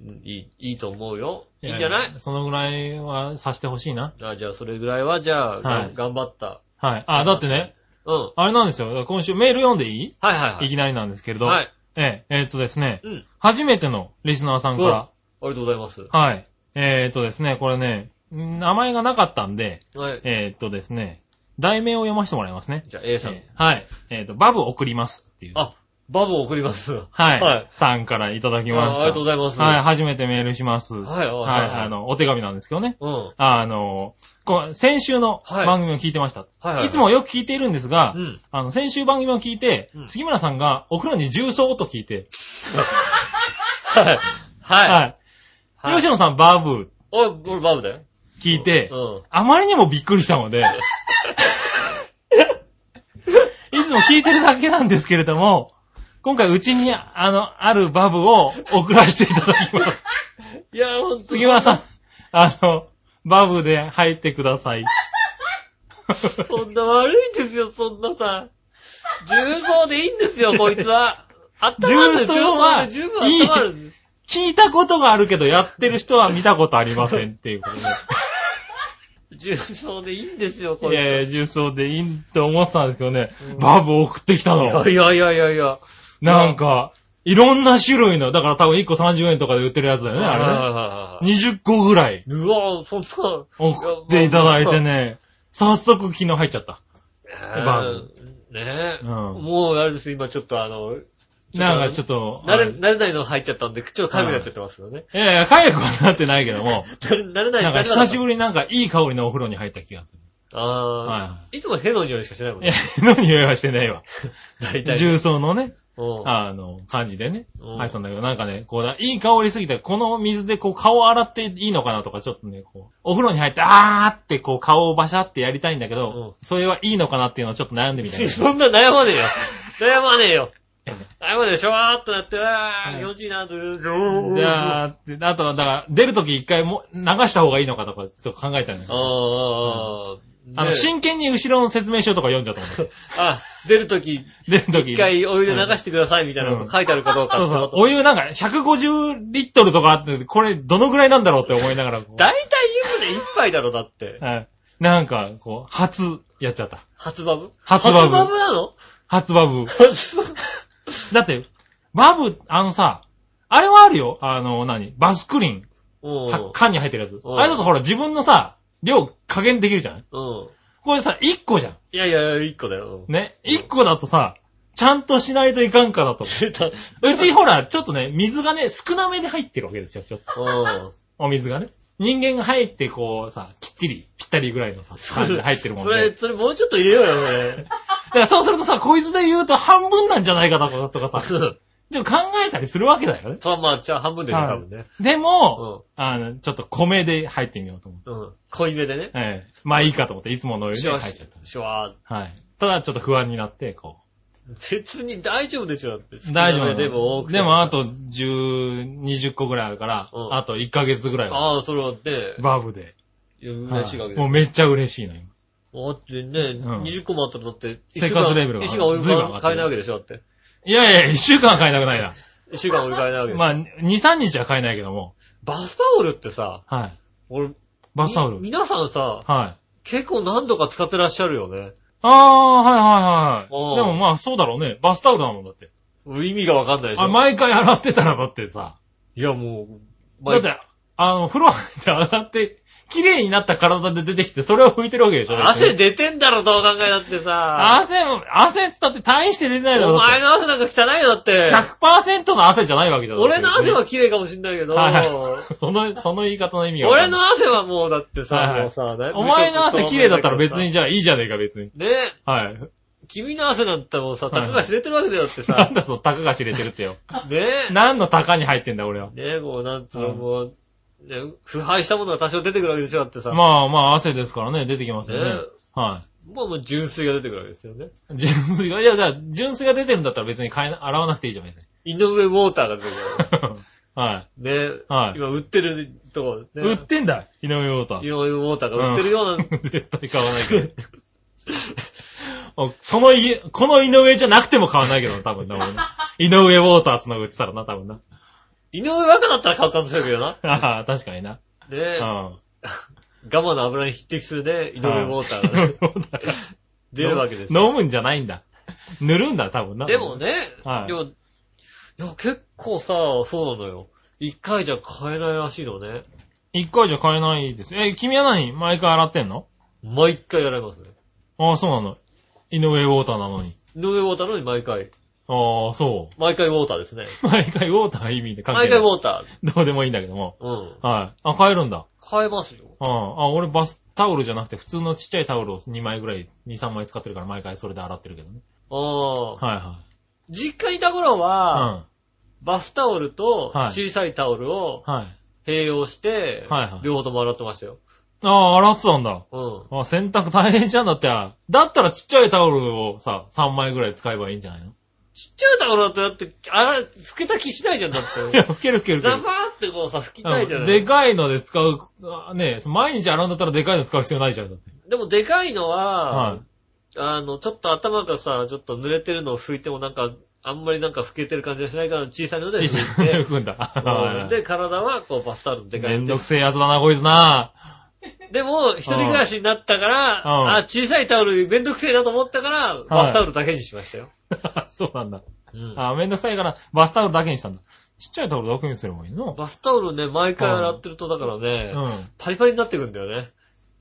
Speaker 2: んいい、いいと思うよ。いいん
Speaker 3: や
Speaker 2: じゃない
Speaker 3: やそのぐらいはさしてほしいな。
Speaker 2: あじゃあ、それぐらいは、じゃ
Speaker 3: は
Speaker 2: あ、
Speaker 3: い
Speaker 2: がん頑張った。
Speaker 3: はい。あ、だってね、
Speaker 2: うん。はい
Speaker 3: あれなんですよ。今週メール読んでい
Speaker 2: はいはい
Speaker 3: い
Speaker 2: い。
Speaker 3: きなりなんですけれど。
Speaker 2: はい。
Speaker 3: ええ、えーっとですね
Speaker 2: う。ん。
Speaker 3: 初めてのリスナーさん
Speaker 2: う
Speaker 3: か
Speaker 2: わありがとうございます。
Speaker 3: ら。はい。えー、っとですね、これね、ん名前がなかったんで、
Speaker 2: はい。
Speaker 3: えー、っとですね、題名を読ませてもらいますね。
Speaker 2: じゃあ A さん。
Speaker 3: えーはい。えーっと、バブ送りますっていう。
Speaker 2: あ、バブを送ります。はい。
Speaker 3: はい。
Speaker 2: はい
Speaker 3: さんからいただきま
Speaker 2: あ
Speaker 3: し
Speaker 2: あ
Speaker 3: た。
Speaker 2: りがとうご
Speaker 3: ざい
Speaker 2: ざいます。
Speaker 3: はい、初めてメールします。はい、
Speaker 2: はい、はい。
Speaker 3: あ、の、お手紙なんですけどね。
Speaker 2: うん。は
Speaker 3: あの、こう先週の
Speaker 2: はい
Speaker 3: 番組を聞いてました。
Speaker 2: はい
Speaker 3: い
Speaker 2: はい
Speaker 3: つもよく聞いているんですが、
Speaker 2: うん
Speaker 3: あの、先週番組を聞いて、
Speaker 2: うん
Speaker 3: 杉村さんがお風呂に重曹と聞いて、
Speaker 2: い。は
Speaker 3: はい。
Speaker 2: い。はい
Speaker 3: 吉野さんバーブ
Speaker 2: おい、俺バブだよ。
Speaker 3: 聞いて、
Speaker 2: うん。
Speaker 3: あまりにもびっくりしたの で、いつも聞いてるだけなんですけれども、今回うちにあの、あるバブを送らせていただき ます。
Speaker 2: いや、ほんと
Speaker 3: 杉村さん、あの、バブで入ってくださ い。
Speaker 2: そんな悪いんですよ、そんなさ。重曹でいいんで すよ、こいつは。あったまるんです
Speaker 3: 重曹は
Speaker 2: 重曹で十分あったまるんです。
Speaker 3: 聞いたことがあるけど、やってる人は見たことありませんっていうことで。
Speaker 2: 重曹でいいんですよ、こ
Speaker 3: い
Speaker 2: いつ。
Speaker 3: やいや、重曹でいいと思ってたんですけどね、バブ送ってきたの。
Speaker 2: いやいやいやいや。
Speaker 3: なんか、いろんな種類の、だから多分1個30円とかで売ってるやつだよね、
Speaker 2: はいはい
Speaker 3: あ
Speaker 2: はいは
Speaker 3: れね。20個ぐらい
Speaker 2: い。うわそんな。
Speaker 3: 送っていただいてね、早速昨日入っちゃった。バー
Speaker 2: えーねえ。
Speaker 3: うん
Speaker 2: もう、あれです、今ちょっとあの、
Speaker 3: なんかちょっと、
Speaker 2: 慣
Speaker 3: は
Speaker 2: れ、
Speaker 3: い
Speaker 2: 慣れないの入っちゃったんで、ちょっと痒くなっちゃってますけどね。
Speaker 3: いやいや、帰ることになってないけども、
Speaker 2: 慣れ慣れない、
Speaker 3: なんか
Speaker 2: 慣れな
Speaker 3: 久しぶりになんかいい香りのお風呂に入った気がする。
Speaker 2: り。ああ。いつもヘの匂いしかしないもん
Speaker 3: いや
Speaker 2: ね。、
Speaker 3: 何匂いはしてないわ。
Speaker 2: 大体。
Speaker 3: 重曹のね、
Speaker 2: うん
Speaker 3: あの、感じでね、
Speaker 2: うん
Speaker 3: 入ったんだけど、なんかね、こう、いい香りすぎて、この水でこう顔洗っていいのかなとか、ちょっとね、こう、お風呂に入って、あーってこう顔をバシャってやりたいんだけど、それはいいのかなっていうのをちょっと悩んでみたいな。
Speaker 2: そんな悩まねえよ。悩まねえよ。悩まねえよ。しょわーっとなって、あ
Speaker 3: は
Speaker 2: ー、
Speaker 3: い
Speaker 2: 気持ちいいな、ずー
Speaker 3: じ
Speaker 2: あ、
Speaker 3: ゃあ、ってあとは、だから、出るとき一回も流した方がいいのかとか、ちょっと考えたんだけど。
Speaker 2: あ
Speaker 3: あの、真剣に後ろの説明書とか読んじゃったもんだけど。
Speaker 2: あ、出るとき、
Speaker 3: 出るとき。
Speaker 2: 一回お湯で流してくださいみたいなこと書いてあるかどうか
Speaker 3: そ
Speaker 2: っ
Speaker 3: う
Speaker 2: て
Speaker 3: そ
Speaker 2: こ
Speaker 3: う。お
Speaker 2: と。
Speaker 3: 湯なんか150リットルとかあって、これどのぐらいなんだろうって思いながらこう。
Speaker 2: 大体湯船一杯だろ、だって。
Speaker 3: はい。なんか、こう、初、やっちゃった。
Speaker 2: 初バブ
Speaker 3: 初バブ
Speaker 2: 初バブなの
Speaker 3: 初バブ。
Speaker 2: 初バブ
Speaker 3: だって、バブ、あのさ、あれはあるよ。あの、何バスクリン。
Speaker 2: うん
Speaker 3: は缶に入ってるやつ。
Speaker 2: うん
Speaker 3: あれだとほら、自分のさ、量加減できるじゃん。
Speaker 2: うん。
Speaker 3: これさ、1個じゃん。
Speaker 2: いやいや、一個だよ。うん
Speaker 3: ね。1個だとさ、ちゃんとしないといかんかなと。うちほら、ちょっとね、水がね、少なめで入ってるわけですよ、ちょっと。
Speaker 2: うん。
Speaker 3: お水がね。人間が入って、こうさ、きっちり、ぴったりぐらいのさ、感じで入ってるもん
Speaker 2: そ
Speaker 3: ね。
Speaker 2: れ、それもうちょっと入れようよ、ね。
Speaker 3: だからそうするとさ、こいつで言うと半分なんじゃないかとかと かさ、ちょっと考えたりするわけだよね。
Speaker 2: それはまあ、じゃあ半分でね、
Speaker 3: はい
Speaker 2: 多分ね。
Speaker 3: でも、あの、ちょっと米で入ってみようと思って。
Speaker 2: うん。濃いめでね。
Speaker 3: ええ。まあいいかと思って、いつものように入っちゃっ
Speaker 2: シュワー
Speaker 3: た。はい。ただちょっと不安になって、こ
Speaker 2: 別に大丈夫でしょ、だって。
Speaker 3: う。大丈夫。
Speaker 2: でも多くて。
Speaker 3: でもあ、と10、20個ぐらいあるから
Speaker 2: う、ん
Speaker 3: あと1ヶ月ぐらいは、
Speaker 2: ああ、それはね、
Speaker 3: バブで。
Speaker 2: 嬉しい
Speaker 3: は
Speaker 2: わけで
Speaker 3: もうめっちゃ嬉しいの、今。
Speaker 2: だってね、
Speaker 3: ん
Speaker 2: 20個もあったらだって、
Speaker 3: 生活レベルが
Speaker 2: 1週間お湯
Speaker 3: 随分上がってる
Speaker 2: 買えないわけでしょ、だって。
Speaker 3: いやいや、1週間は買えなくないな。
Speaker 2: 1週間お湯買えないわけでしょ。
Speaker 3: まあ、2、3日は買えないけども。
Speaker 2: バスタオルってさ、
Speaker 3: はい。
Speaker 2: 俺、
Speaker 3: バスタオル。
Speaker 2: み皆さんさ、
Speaker 3: はい。
Speaker 2: 結構何度か使ってらっしゃるよね。
Speaker 3: ああ、はいはい
Speaker 2: お
Speaker 3: は
Speaker 2: う
Speaker 3: い。でもまあそうだろうね。バスタオルだもんだって。
Speaker 2: 意味がわかんないでし
Speaker 3: あ、
Speaker 2: ょ。
Speaker 3: 毎回洗ってたらだってさ。
Speaker 2: いや、もう、
Speaker 3: だって、あの、風呂入って洗って、綺麗になった体で出てきて、それを拭いてるわけでしょ
Speaker 2: 汗出てんだろ、どう考えだってさ。
Speaker 3: 汗も、汗っつったって大して出てないだろ。
Speaker 2: お前
Speaker 3: だ
Speaker 2: の汗なんか汚いよ、だっ て。
Speaker 3: って100%の汗じゃないわけじゃん。
Speaker 2: 俺の汗
Speaker 3: だっ
Speaker 2: は綺麗かもしんないけど、
Speaker 3: はいて、 その、その言い方の意味がわか
Speaker 2: 俺
Speaker 3: んない。
Speaker 2: の汗はもうだって
Speaker 3: はい
Speaker 2: さ、
Speaker 3: はい
Speaker 2: もうさ、だいぶ
Speaker 3: お前の汗綺麗だったら別に
Speaker 2: ね
Speaker 3: じゃあいいじゃねえか別に。
Speaker 2: え、
Speaker 3: はい。
Speaker 2: 君の汗なんてもうさ、
Speaker 3: はい
Speaker 2: たかが知れてるわけだよだって
Speaker 3: な
Speaker 2: さ
Speaker 3: ん、だそのタカが知れてるってよ。
Speaker 2: ねえ、ね
Speaker 3: 何のタカに入ってんだ俺は。
Speaker 2: え、もうなんつうの、
Speaker 3: うん
Speaker 2: もう、ね腐敗したものが多少出てくるわけでしょだってさ、も
Speaker 3: まあまあ汗ですからね、出てきますよね
Speaker 2: ね。
Speaker 3: は
Speaker 2: うもう純粋が出てくるわけですよね。
Speaker 3: い。純粋が、いや、じゃあ純粋が出てるんだったら別に買えな洗わなくていいじゃん別 に。
Speaker 2: 井上ウォーターが出てく
Speaker 3: はい。
Speaker 2: る。ね え、
Speaker 3: はい
Speaker 2: 今売ってるとこ、ね、
Speaker 3: 売ってんだ、井上ウォータ
Speaker 2: 井
Speaker 3: ー。
Speaker 2: 上ウォーターが売ってるような、
Speaker 3: 絶対買わないけど。おその家、この井上じゃなくても買わないけどな、多分な。俺な井上ウォーターつなぐってたらな、多分な。
Speaker 2: 井上若だったら買う可能性あるけどな。
Speaker 3: ああ、確かにな。
Speaker 2: ね
Speaker 3: う
Speaker 2: え
Speaker 3: ん。、は
Speaker 2: ガマの油に匹敵するね、
Speaker 3: い
Speaker 2: 井上ウォーター が
Speaker 3: 井上ウォ
Speaker 2: ね
Speaker 3: ーター
Speaker 2: 出るわけです よ。
Speaker 3: 飲むんじゃないんだ。塗るんだ、多分な。
Speaker 2: でも。ね、
Speaker 3: はい
Speaker 2: でも、いや、結構さ、そうなのよ。一回じゃ買えないらしいのね。
Speaker 3: 一回じゃ買えないです。え、君は何毎回洗ってんの
Speaker 2: 毎回洗いますね。
Speaker 3: ああ、そうなの。井上ウォーターなのに。
Speaker 2: 井上ウォーターのに毎回。
Speaker 3: ああ、そ
Speaker 2: 毎回ウォーターですね。
Speaker 3: う。 毎回ウォーターは意味で関係
Speaker 2: 毎
Speaker 3: な
Speaker 2: 回
Speaker 3: い
Speaker 2: ウ。ォータ
Speaker 3: どうでもいいんだけども。
Speaker 2: ー。うん。
Speaker 3: はい。あ、買えるんだ。
Speaker 2: 買えますよ。
Speaker 3: うん。あ、俺バスタオルじゃなくて普通のちっちゃいタオルを2枚ぐらい、2、3枚使ってるから毎回それで洗ってるけどね。
Speaker 2: ああ。
Speaker 3: はいは
Speaker 2: 実家にいた頃は、
Speaker 3: い。
Speaker 2: バスタオルと
Speaker 3: はい
Speaker 2: 小さいタオルを
Speaker 3: うん。はい。
Speaker 2: 併用して、
Speaker 3: はいはい
Speaker 2: 両方とも洗ってましたよ。
Speaker 3: ああ、洗ってたんだ。
Speaker 2: うん。
Speaker 3: あ洗濯大変じゃんだって。だったらちっちゃいタオルをさ、3枚ぐらい使えばいいんじゃない の
Speaker 2: ちっちゃいタオルだとだって、あれ、拭けた気しないじゃん、だっ
Speaker 3: い や、
Speaker 2: て。
Speaker 3: 拭ける拭ける
Speaker 2: ザ
Speaker 3: 拭
Speaker 2: バーってこうさ、拭き
Speaker 3: ける
Speaker 2: たいじゃ
Speaker 3: う
Speaker 2: なんい。
Speaker 3: でかいので使う、あねえ毎日洗うんだったらでかいの使う必要ないじゃん。だって
Speaker 2: でもでかいの
Speaker 3: は
Speaker 2: は、
Speaker 3: い
Speaker 2: あの、ちょっと頭がさ、ちょっと濡れてるのを拭いてもなんか、あんまりなんか拭けてる感じがしないから小さいので拭
Speaker 3: 小さいの
Speaker 2: い
Speaker 3: で
Speaker 2: て、
Speaker 3: 拭くんだ。
Speaker 2: うんで、体はこうバスタオルのでか
Speaker 3: め
Speaker 2: い
Speaker 3: ん
Speaker 2: の
Speaker 3: ど
Speaker 2: で
Speaker 3: く。せえやつだな、こいつな。
Speaker 2: でも、一人暮らしになったから、
Speaker 3: うん
Speaker 2: あ、小さいタオルめんどくせえなと思ったから、バスタオルだけにしましたよ。
Speaker 3: そうなんだ。
Speaker 2: うん
Speaker 3: あ、めんどくさいから、バスタオルだけにしたんだ。ちっちゃいタオルだけにすればいいの
Speaker 2: バスタオルね、毎回洗ってるとだから
Speaker 3: う
Speaker 2: ね、
Speaker 3: ん。
Speaker 2: パリパリになってくんだよね。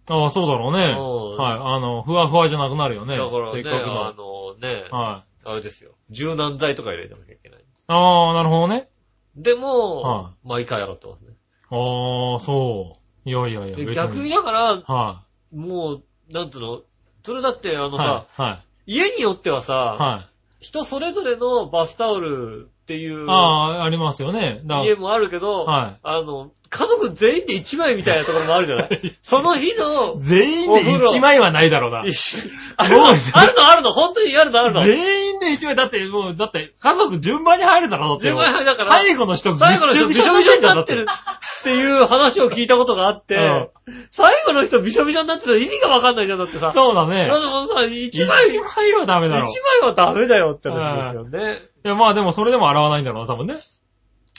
Speaker 3: ああ、そうだろうね。
Speaker 2: うん
Speaker 3: はい。あの、ふわふわじゃなくなるよね。
Speaker 2: だから
Speaker 3: せ
Speaker 2: ね、
Speaker 3: っかくの。
Speaker 2: あ
Speaker 3: はい。
Speaker 2: のね、
Speaker 3: あ
Speaker 2: あれですよ。柔軟剤とか入れてなきゃいけない。
Speaker 3: あ、なるほどね。
Speaker 2: でも
Speaker 3: は、
Speaker 2: 毎回洗ってますね。
Speaker 3: ああ、そう。いやいやいや。別
Speaker 2: で逆に。だから、
Speaker 3: は
Speaker 2: もう、なんつうの、それだってあ
Speaker 3: い。
Speaker 2: のさ
Speaker 3: は、い。はい。
Speaker 2: 家によってはさ、
Speaker 3: はい。
Speaker 2: 人それぞれのバスタオルっていう
Speaker 3: ああ、ありますよね。だ
Speaker 2: 家もあるけど、
Speaker 3: は
Speaker 2: あの、家族全員で1枚みたいなところもあるじゃない その日の、
Speaker 3: 全員
Speaker 2: お
Speaker 3: で
Speaker 2: 風呂
Speaker 3: 1枚はないだろうな。
Speaker 2: あるの、あるの、あるの、本当にあるの、あるの。
Speaker 3: 全員で1枚。だって、もう、だって、家族順番に入るだろ、どっちも
Speaker 2: 順番に入るだから
Speaker 3: 最後の人、
Speaker 2: 最後の人び
Speaker 3: び
Speaker 2: し
Speaker 3: し
Speaker 2: ょ
Speaker 3: ょ
Speaker 2: び
Speaker 3: びし
Speaker 2: しょ
Speaker 3: ょ
Speaker 2: に
Speaker 3: に
Speaker 2: な
Speaker 3: な
Speaker 2: っ
Speaker 3: ってて
Speaker 2: る
Speaker 3: る。
Speaker 2: っていう話を聞いたことがあって、
Speaker 3: うん
Speaker 2: 最後の人びしょびしょになってるの意味がわかんないじゃんだってさ。
Speaker 3: そうだね。
Speaker 2: なんでもさ、1
Speaker 3: 1
Speaker 2: 枚、
Speaker 3: 枚はダメ
Speaker 2: 1
Speaker 3: だ
Speaker 2: 枚
Speaker 3: ろ。い
Speaker 2: はダメだよって話ですよね。
Speaker 3: や、まあでもそれでも洗わないんだろうな、多分ね。
Speaker 2: だか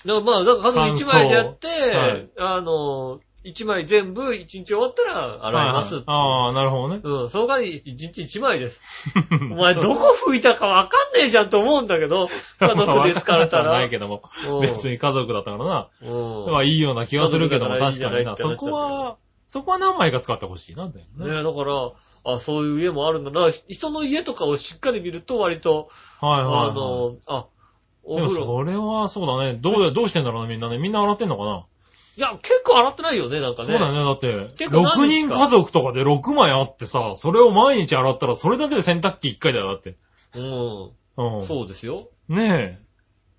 Speaker 2: らまあ、だから家族1枚でやって、
Speaker 3: はい
Speaker 2: あの、1枚全部1日終わったら洗います。
Speaker 3: はああ、なるほどね。
Speaker 2: うん、その代わり1日1枚です。 お前どこ拭いたかわかんねえじゃんと思うんだけど、家族で疲れた
Speaker 3: まあわかんなくはな
Speaker 2: ら
Speaker 3: い。けども。
Speaker 2: うん
Speaker 3: 別に家族だったからな。
Speaker 2: うん
Speaker 3: まあいいような気がするけども、
Speaker 2: 家族
Speaker 3: 確
Speaker 2: だ
Speaker 3: か
Speaker 2: からい
Speaker 3: に
Speaker 2: いんじゃない
Speaker 3: な。
Speaker 2: って話
Speaker 3: そ
Speaker 2: だけど
Speaker 3: こは、そこは何枚か使ってほしいな、だよ
Speaker 2: ね
Speaker 3: ね。
Speaker 2: え、だから、あ、そういう家もあるんだな。人の家とかをしっかり見ると割と、
Speaker 3: はいはいはい。
Speaker 2: あの、あ、お
Speaker 3: でも
Speaker 2: 風呂。
Speaker 3: それはそうだね。ど うや、どうしてんだろうな、みんなね。みんな洗ってんのかな。
Speaker 2: いや、結構洗ってないよね、なんかね。
Speaker 3: そうだよね。だって、
Speaker 2: 結構何
Speaker 3: 6
Speaker 2: 日
Speaker 3: 人
Speaker 2: か
Speaker 3: 家族とかで6枚あってさ、それを毎日洗ったら、それだけで洗濯機1回だよ、だって。う。
Speaker 2: うんん。そうですよ。
Speaker 3: う。ね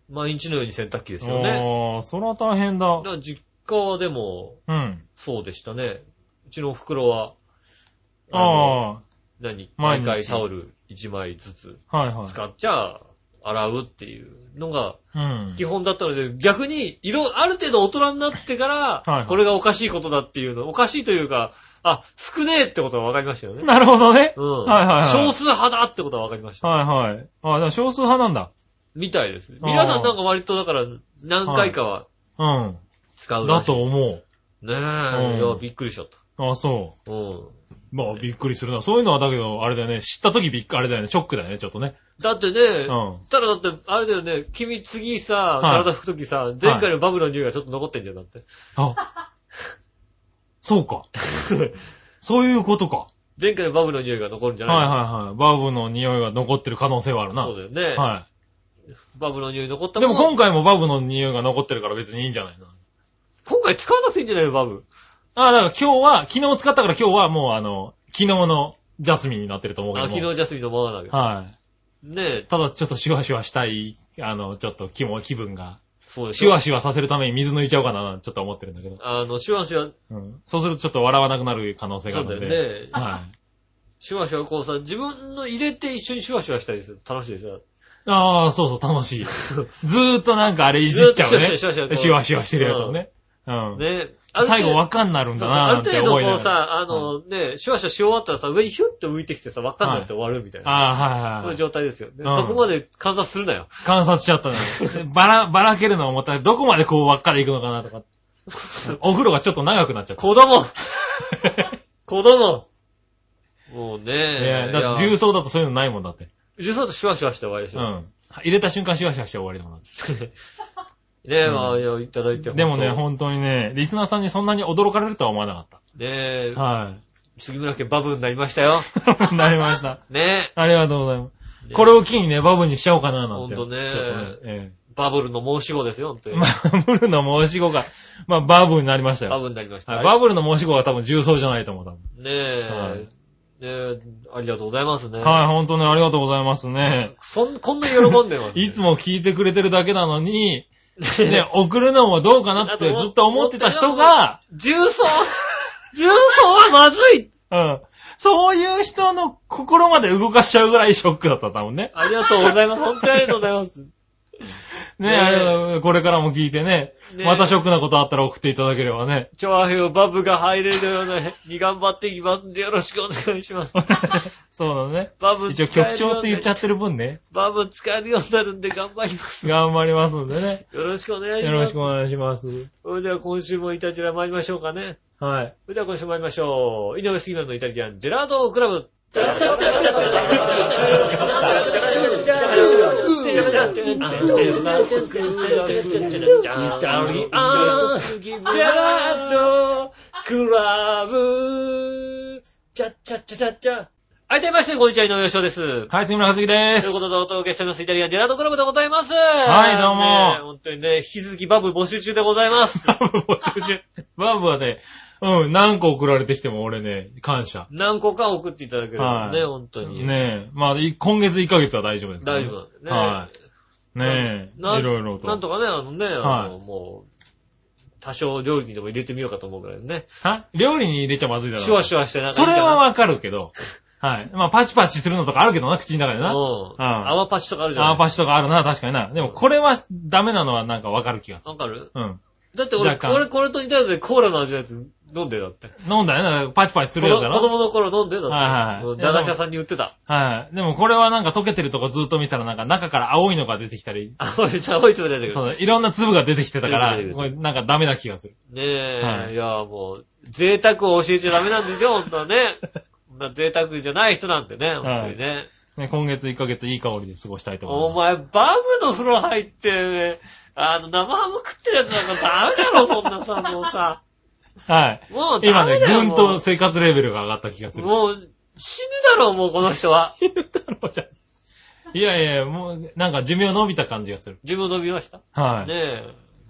Speaker 2: 毎日のように洗濯機
Speaker 3: え。
Speaker 2: ですよね。
Speaker 3: ああ、それは大変だ
Speaker 2: だか。ら実家はでも、
Speaker 3: うん。
Speaker 2: そうでしたね。うちのお袋は、の
Speaker 3: あ
Speaker 2: 何
Speaker 3: 毎
Speaker 2: 毎
Speaker 3: 日
Speaker 2: 回タオル1枚ずつ
Speaker 3: あ、はいはい。
Speaker 2: 使っちゃ、洗うっていうのが
Speaker 3: うん
Speaker 2: 基。本だったので、逆に、色、ある程度大人になってか
Speaker 3: いは
Speaker 2: ら、
Speaker 3: い
Speaker 2: これがおかしいことだっていうの、おかしいというか、あ、少ねえってことが分かりましたよね。
Speaker 3: なるほどね。
Speaker 2: うん。
Speaker 3: はいはいはい
Speaker 2: 少数派だってことが分かりました。
Speaker 3: はいはい。ああ、だから少数派なんだ。
Speaker 2: みたいですね。
Speaker 3: あー
Speaker 2: 皆さんなんか割とだから、何回かは
Speaker 3: う。
Speaker 2: 使うんら
Speaker 3: だ
Speaker 2: しい。
Speaker 3: と思う。
Speaker 2: ね
Speaker 3: う
Speaker 2: え、
Speaker 3: ん
Speaker 2: いや、びっくりしちゃっ
Speaker 3: ああ、そ
Speaker 2: た。うん。
Speaker 3: う。まあ、びっくりするな。そういうのはだけど、あれだよね。知った時びっくあれだよね。ショックだよね、ちょっとね。
Speaker 2: だって
Speaker 3: う
Speaker 2: ね
Speaker 3: ん。、あ
Speaker 2: ただだって、あれだよね、君次さ、
Speaker 3: はい
Speaker 2: 体拭くときさ、前回のバブの匂いがちょっと残ってんじゃん、だって。
Speaker 3: そう か。そういうことか。
Speaker 2: 前回のバブの匂いが残るんじゃ
Speaker 3: はい
Speaker 2: ない
Speaker 3: はいはい。バブの匂いが残ってる可能性はあるな。
Speaker 2: そうだよね。
Speaker 3: は
Speaker 2: バブの匂い残った
Speaker 3: い。でも今
Speaker 2: 回、
Speaker 3: 回もバブの匂いが残ってるから別にいいんじゃないの
Speaker 2: 今回使わなくていいんじゃないの、バブ。
Speaker 3: ああ、だから今日は、昨日使ったから今日はもうあの、昨日のジャスミンになってると思うけど
Speaker 2: あ、
Speaker 3: も。
Speaker 2: 昨日ジャスミンのままだけど。
Speaker 3: はい。
Speaker 2: ねえ、
Speaker 3: ただちょっとシュワシュワしたい、あの、ちょっと気も、気分が、
Speaker 2: そうです
Speaker 3: シュワシュワさせるために水抜いちゃおうかな、ちょっと思ってるんだけど。
Speaker 2: あの、シュワシュワ、
Speaker 3: うん。そうするとちょっと笑わなくなる可能性があ
Speaker 2: そうだ
Speaker 3: る
Speaker 2: よ
Speaker 3: ので。
Speaker 2: ね。
Speaker 3: はい。
Speaker 2: シュワシュワこうさ、自分の入れて一緒にシュワシュワしたりすると楽しいでしょ。
Speaker 3: ああ、そうそう、楽し い。ずーっとなんかあれいじっちゃうね。
Speaker 2: ずーっとシュワ
Speaker 3: シュワシ
Speaker 2: シュワシュワシュワ
Speaker 3: ュワしてるやつをね。うん。
Speaker 2: ねえ。
Speaker 3: 最後輪っ
Speaker 2: か
Speaker 3: かになるんだなーって
Speaker 2: あ
Speaker 3: 思
Speaker 2: る
Speaker 3: い
Speaker 2: 程
Speaker 3: な
Speaker 2: 度こ
Speaker 3: が
Speaker 2: う
Speaker 3: ら。
Speaker 2: さ、あのね、シュワシュワし終わったらさ、上にヒュッて浮いてきてさ、輪っかになって終わるみたいな。
Speaker 3: ああ、
Speaker 2: そ
Speaker 3: は
Speaker 2: う
Speaker 3: い
Speaker 2: い
Speaker 3: は
Speaker 2: う
Speaker 3: い。
Speaker 2: 状態ですよね。
Speaker 3: うん
Speaker 2: そこまで観察するなよ。
Speaker 3: 観察しちゃったね。ばら、ばらけるのを思ったら、どこまでこう輪っかで行くのかなと か。お風呂がちょっと長くなっちゃった。
Speaker 2: 子供子供もう
Speaker 3: いや
Speaker 2: ねえ。
Speaker 3: だって重曹だとそういうのないもんだって。
Speaker 2: 重曹とシュワシュワして終わりでし
Speaker 3: う
Speaker 2: ょ。
Speaker 3: ん。入れた瞬間シュワシュワして終わりだもんだって。
Speaker 2: ねえ、まあ、いやいただいて。
Speaker 3: でもね、
Speaker 2: 本
Speaker 3: 本当にね、リスナーさんにそんなに驚かれるとは思わなかっ
Speaker 2: 当ねえ
Speaker 3: た。、は
Speaker 2: 杉村家バブになりましたよ。
Speaker 3: い。なりました。
Speaker 2: ね
Speaker 3: ありがとうございま
Speaker 2: え。
Speaker 3: す。これを機にね、バブにしちゃおうかななんて。
Speaker 2: ほんとね
Speaker 3: ちょっとねえ
Speaker 2: バブルの申し子ですよ、本当
Speaker 3: え
Speaker 2: に。
Speaker 3: まあ、ブルの申し子が、まあ、バブになりました
Speaker 2: バ
Speaker 3: よ。
Speaker 2: ブになりました。
Speaker 3: はい
Speaker 2: ね
Speaker 3: バブルの申し子が多分重曹じゃないと思う、多分。はい
Speaker 2: え、ねえ、ありがとうございますね。
Speaker 3: はい、ほんとね、ありがとうございますね。
Speaker 2: そん、こんなに喜んでますね。
Speaker 3: いつも聞いてくれてるだけなのに、
Speaker 2: ね
Speaker 3: ね、送るのもどうかなってずっと思ってた人が、
Speaker 2: 重曹重曹はまずい
Speaker 3: うん。そういう人の心まで動かしちゃうぐらいショックだった、多分ね。
Speaker 2: ありがとうございます。本当にありがとうございます。
Speaker 3: ね、
Speaker 2: ねえ
Speaker 3: ありがとうございますこれからも聞いてね。
Speaker 2: ね
Speaker 3: またショックなことあったら送っていただければ ね。
Speaker 2: チョアヘヨバブが入れるような に頑張っていきますんでよろしくお願いします。
Speaker 3: そうだね。
Speaker 2: バブ
Speaker 3: 一応
Speaker 2: 使
Speaker 3: 局
Speaker 2: えるよう
Speaker 3: 長
Speaker 2: に
Speaker 3: って言っちゃってる分ね。
Speaker 2: バブ使えるようになるんで頑張ります。よ
Speaker 3: 頑張りますんでね。
Speaker 2: ろしくお願いします。
Speaker 3: よろしくお願いします。
Speaker 2: それでは今週もイタジラ参りましょうかね。
Speaker 3: はい。
Speaker 2: それでは今週参りましょう。井上杉村のイタリアンジェラードクラブ。イタリアンジェラードクラブ。チャッチャッチャチャッチャ。はい、どうもみなさんこんにちは、井上洋翔です。
Speaker 3: はい、杉村和樹で
Speaker 2: と
Speaker 3: す
Speaker 2: いうこ。とで、お届けしております、イタリアンジェラードクラブでございます。
Speaker 3: はいどうも
Speaker 2: ね本当にね、引き続きバブ募集中でございます。
Speaker 3: バブ募集中。 バブはね、うん、何個送られてきても俺ね、感謝。
Speaker 2: 何個か送っていただければ
Speaker 3: は
Speaker 2: ね、
Speaker 3: い
Speaker 2: 本当に。
Speaker 3: ねえ。まあ、い今月1ヶ月は大丈夫です、
Speaker 2: 大丈夫なんでね
Speaker 3: はい。ねえ。い
Speaker 2: な
Speaker 3: ろいろと。
Speaker 2: なんとかね、あのね、あ
Speaker 3: は
Speaker 2: の、もう、多少料理にでも入れてみようかと思うぐらいね。
Speaker 3: は料理に入れちゃまずいだろ。
Speaker 2: シュワシュワしてなんか
Speaker 3: そ
Speaker 2: いいかな
Speaker 3: れはわかるけ ど。はい。まあ、パチパチするのとかあるけどな、口の中でな。
Speaker 2: うん。
Speaker 3: うん
Speaker 2: 泡パチとかあるじゃん。
Speaker 3: あーパチとかあるな、確かにな。でも、これはダメなのはなんかわかる気がする。
Speaker 2: わかる
Speaker 3: うん。
Speaker 2: だって俺、
Speaker 3: 若干
Speaker 2: 俺これと似たやつでコーラの味のやつ飲んでよだって。
Speaker 3: 飲んだよな、パチパチす
Speaker 2: 子
Speaker 3: るよだ
Speaker 2: 供子
Speaker 3: ろ。
Speaker 2: 供の頃飲んでよだって。
Speaker 3: はいはい
Speaker 2: もう駄菓子屋さんに売ってた。
Speaker 3: はい。でも、これはなんか溶けてるとこずっと見たら、なんか中から青いのが出てきたり、
Speaker 2: あ、俺、青いつも出てく
Speaker 3: そ
Speaker 2: る。
Speaker 3: のいろんな粒が出てきてたから
Speaker 2: 出てくる、
Speaker 3: これなんかダメな気がする。
Speaker 2: ねえ、、
Speaker 3: はいい
Speaker 2: や、もう、贅沢を教えちゃダメなんですよ、本当はね。 こんな贅沢じゃない人なんでね、本当にね。
Speaker 3: ね、今月1ヶ月いい香りで過ごしたいと思
Speaker 2: お
Speaker 3: います。
Speaker 2: 前、バブの風呂入って、ね、あの、生ハム食ってるやつなんかダメだ ろ、そんなさ、もうさ。
Speaker 3: はい。
Speaker 2: もうダ
Speaker 3: 今
Speaker 2: メ
Speaker 3: ね、
Speaker 2: だよ。
Speaker 3: ぐんと生活レベルが上がった気がする。
Speaker 2: もう、もう死ぬだろ、もうこの人は。
Speaker 3: いやいや、もう、なんか寿命伸びた感じがする。
Speaker 2: 自分伸びました。
Speaker 3: はい。
Speaker 2: ねえ。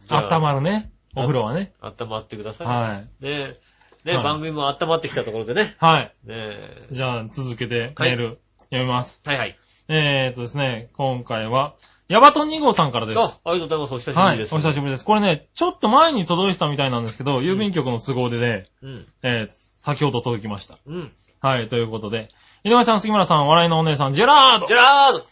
Speaker 2: じゃあ
Speaker 3: 温まるね。お風呂はね。
Speaker 2: 温まってください。
Speaker 3: はい。
Speaker 2: ねえ。ねえ、
Speaker 3: はい
Speaker 2: 番組も温まってきたところでね。
Speaker 3: はい。
Speaker 2: ねえ。
Speaker 3: じゃあ、続けて
Speaker 2: は
Speaker 3: メ
Speaker 2: い
Speaker 3: ール読みます。
Speaker 2: はいはい。
Speaker 3: えーとですね、今回は、ヤバトン2号さんからで
Speaker 2: あ、
Speaker 3: す。
Speaker 2: ありがとうございます。お久しぶ
Speaker 3: は
Speaker 2: り
Speaker 3: い、お
Speaker 2: です。
Speaker 3: 久しぶりです。これね、ちょっと前に届いてたみたいなんですけど、郵便局の都合でね、
Speaker 2: うん。
Speaker 3: えー先ほど届きました。
Speaker 2: うん。
Speaker 3: はい、ということで、井上さん、杉村さん、笑いのお姉さん、ジェラー
Speaker 2: ジ
Speaker 3: ド
Speaker 2: ェラード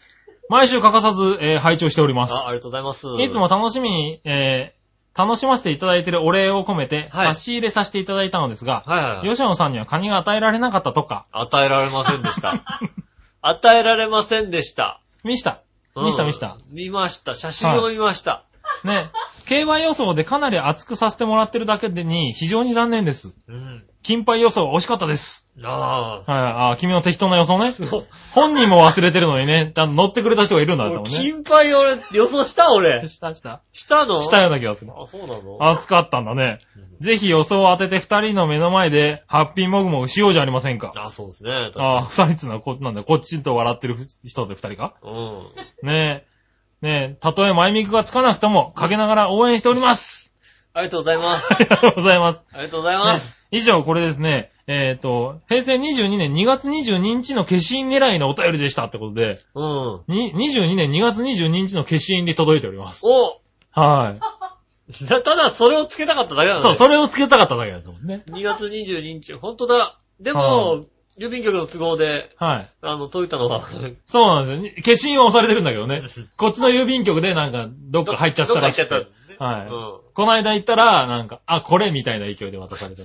Speaker 3: 毎週欠かさず、えー拝聴しております
Speaker 2: あ、。ありがとうございます。
Speaker 3: いつも。楽しみに、えー楽しませていただいているお礼を込めて、
Speaker 2: はい
Speaker 3: 差し入れさせていただいたのですが、
Speaker 2: はいはいはい。
Speaker 3: 吉野さんにはカニが与えられなかったとか、
Speaker 2: 与えられませんでした。 与えられませんでした。
Speaker 3: 見した。
Speaker 2: うん
Speaker 3: 見した見した。
Speaker 2: 見ました。写真を見ました。
Speaker 3: ね、競馬予想でかなり熱くさせてもらってるだけでに、非常に残念です。
Speaker 2: うん。
Speaker 3: 金牌予想惜しかったです。
Speaker 2: あ
Speaker 3: はい、あー君の適当な予想ね。
Speaker 2: あ。
Speaker 3: 本人も忘れてるのにね、ちゃんと乗ってくれた人がいるんだと
Speaker 2: 俺
Speaker 3: 思うね。
Speaker 2: 金牌俺、予想した俺。
Speaker 3: したした。
Speaker 2: したの
Speaker 3: したような気がする。
Speaker 2: あ、そうなの
Speaker 3: 熱かったんだね。ぜひ予想を当てて二人の目の前で、ハッピーモグモグしようじゃありませんか。
Speaker 2: あ、そうですね。確
Speaker 3: ああ、
Speaker 2: か
Speaker 3: 二人っつうのはこ、なんだ、こっちと笑ってる人で二人か
Speaker 2: に。うん。
Speaker 3: ねえ。ねえ、たとえマイミクがつかなくとも、かけながら応援しております。
Speaker 2: ありがとうございま す
Speaker 3: あ。りがとうございます。
Speaker 2: ありがとうございま
Speaker 3: ね
Speaker 2: す。、
Speaker 3: 以上、これですね。えっ、と、平成22年2月22日の消印狙いのお便りでしたってことで、
Speaker 2: うん。お
Speaker 3: に22年2月22日の消印で届いております。は。
Speaker 2: たただ、それをつけたかっただけないの
Speaker 3: そう、
Speaker 2: ね。
Speaker 3: それをつけたかっただけだと思うね。
Speaker 2: 2月22日。ほんとだ。で
Speaker 3: は
Speaker 2: も、郵便局の都合で、
Speaker 3: はい。
Speaker 2: あの、解いたのは、
Speaker 3: そうなんですよに。消印は押されてるんだけどね。こっちの郵便局でなんか、どっか入っちゃった
Speaker 2: どっか
Speaker 3: ら
Speaker 2: 行っちゃ
Speaker 3: しく
Speaker 2: った
Speaker 3: て
Speaker 2: んだね。
Speaker 3: はい。
Speaker 2: うん。
Speaker 3: この間行ったら、なんか、あ、これみたいな勢いで渡された。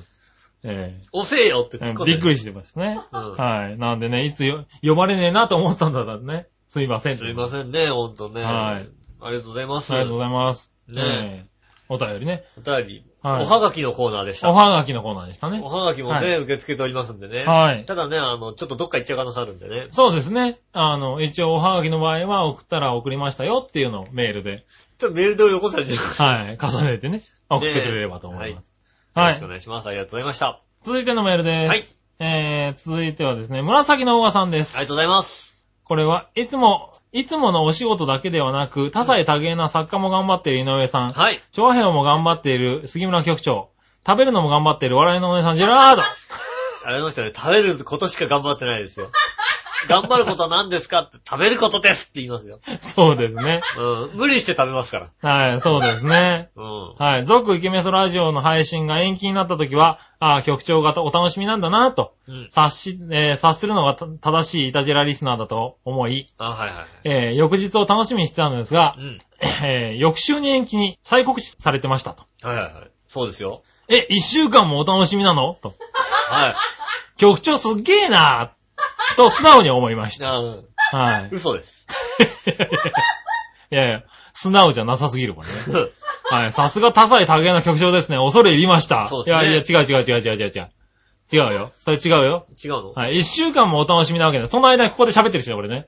Speaker 3: え
Speaker 2: 押せよって
Speaker 3: え
Speaker 2: 突っ込んで。
Speaker 3: びっく
Speaker 2: り。
Speaker 3: りしてますね。
Speaker 2: うん。
Speaker 3: はい。なんでね、いつよ呼ばれねえなと思ってたんだからね。すいません。
Speaker 2: すいませんね、ほんとね。
Speaker 3: はい。
Speaker 2: ありがとうございます。
Speaker 3: ありがとうございます。
Speaker 2: ね
Speaker 3: ええお便りね。
Speaker 2: お便り。
Speaker 3: はい
Speaker 2: おはがきのコーナーでした。
Speaker 3: おはがきのコーナーでしたね
Speaker 2: お。はがきも
Speaker 3: は
Speaker 2: ね、受け付けておりますんでね。
Speaker 3: はい。
Speaker 2: ただね、あの、ちょっとどっか行っちゃう可能性あるんでね。
Speaker 3: そうですね。あの、一応おはがきの場合は送ったら送りましたよっていうのをメールで、
Speaker 2: ちょっとメールでよこせるんじゃ
Speaker 3: はい、重ねてね、送ってくれればと思います。
Speaker 2: ない
Speaker 3: は
Speaker 2: よろし
Speaker 3: い
Speaker 2: くお。願いします。ありがとうございました。は
Speaker 3: 続いてのメールです。
Speaker 2: い。
Speaker 3: えー、続いてはですね、紫のおばさんで
Speaker 2: ありが
Speaker 3: す。
Speaker 2: とうございます。
Speaker 3: これはいつも、いつものお仕事だけではなく、多彩多芸な作家も頑張っている井上さん、
Speaker 2: はい。
Speaker 3: 長編も頑張っている杉村局長、食べるのも頑張っている笑いのお姉さん、ジェラード。
Speaker 2: あれの人ね、食べることしか頑張ってないですよ。頑張ることは何ですかって、食べることですって言いますよ。
Speaker 3: そうですね。
Speaker 2: うん。無理して食べますから。
Speaker 3: はい、そうですね。
Speaker 2: うん。
Speaker 3: はい。続イケメソラジオの配信が延期になった時は、ああ、局長がお楽しみなんだなと、
Speaker 2: うん。
Speaker 3: 察し、えー察するのがた正しいイタジェラリスナーだと思い、
Speaker 2: あ、はいはいはい。
Speaker 3: えー翌日を楽しみにしてたのですが
Speaker 2: う、ん。
Speaker 3: えー翌週に延期に再告知されてましたと。
Speaker 2: はいはいはい。そうですよ。
Speaker 3: え、一週間もお楽しみなのと。
Speaker 2: はい。
Speaker 3: 局長すっげえなと素直に思いまし
Speaker 2: じゃあ、うん。
Speaker 3: た。はい。
Speaker 2: 嘘です。
Speaker 3: いやいや、素直じゃなさすぎるわね。はい。さすが多彩多芸な局長ですね。恐れ入りました。
Speaker 2: そうですね
Speaker 3: いやいや、違う違う違う違う違う違う。違うよ。それ違うよ。
Speaker 2: 違うの
Speaker 3: はい。一週間もお楽しみなわけだ。その間にここで喋ってるしね、俺ね。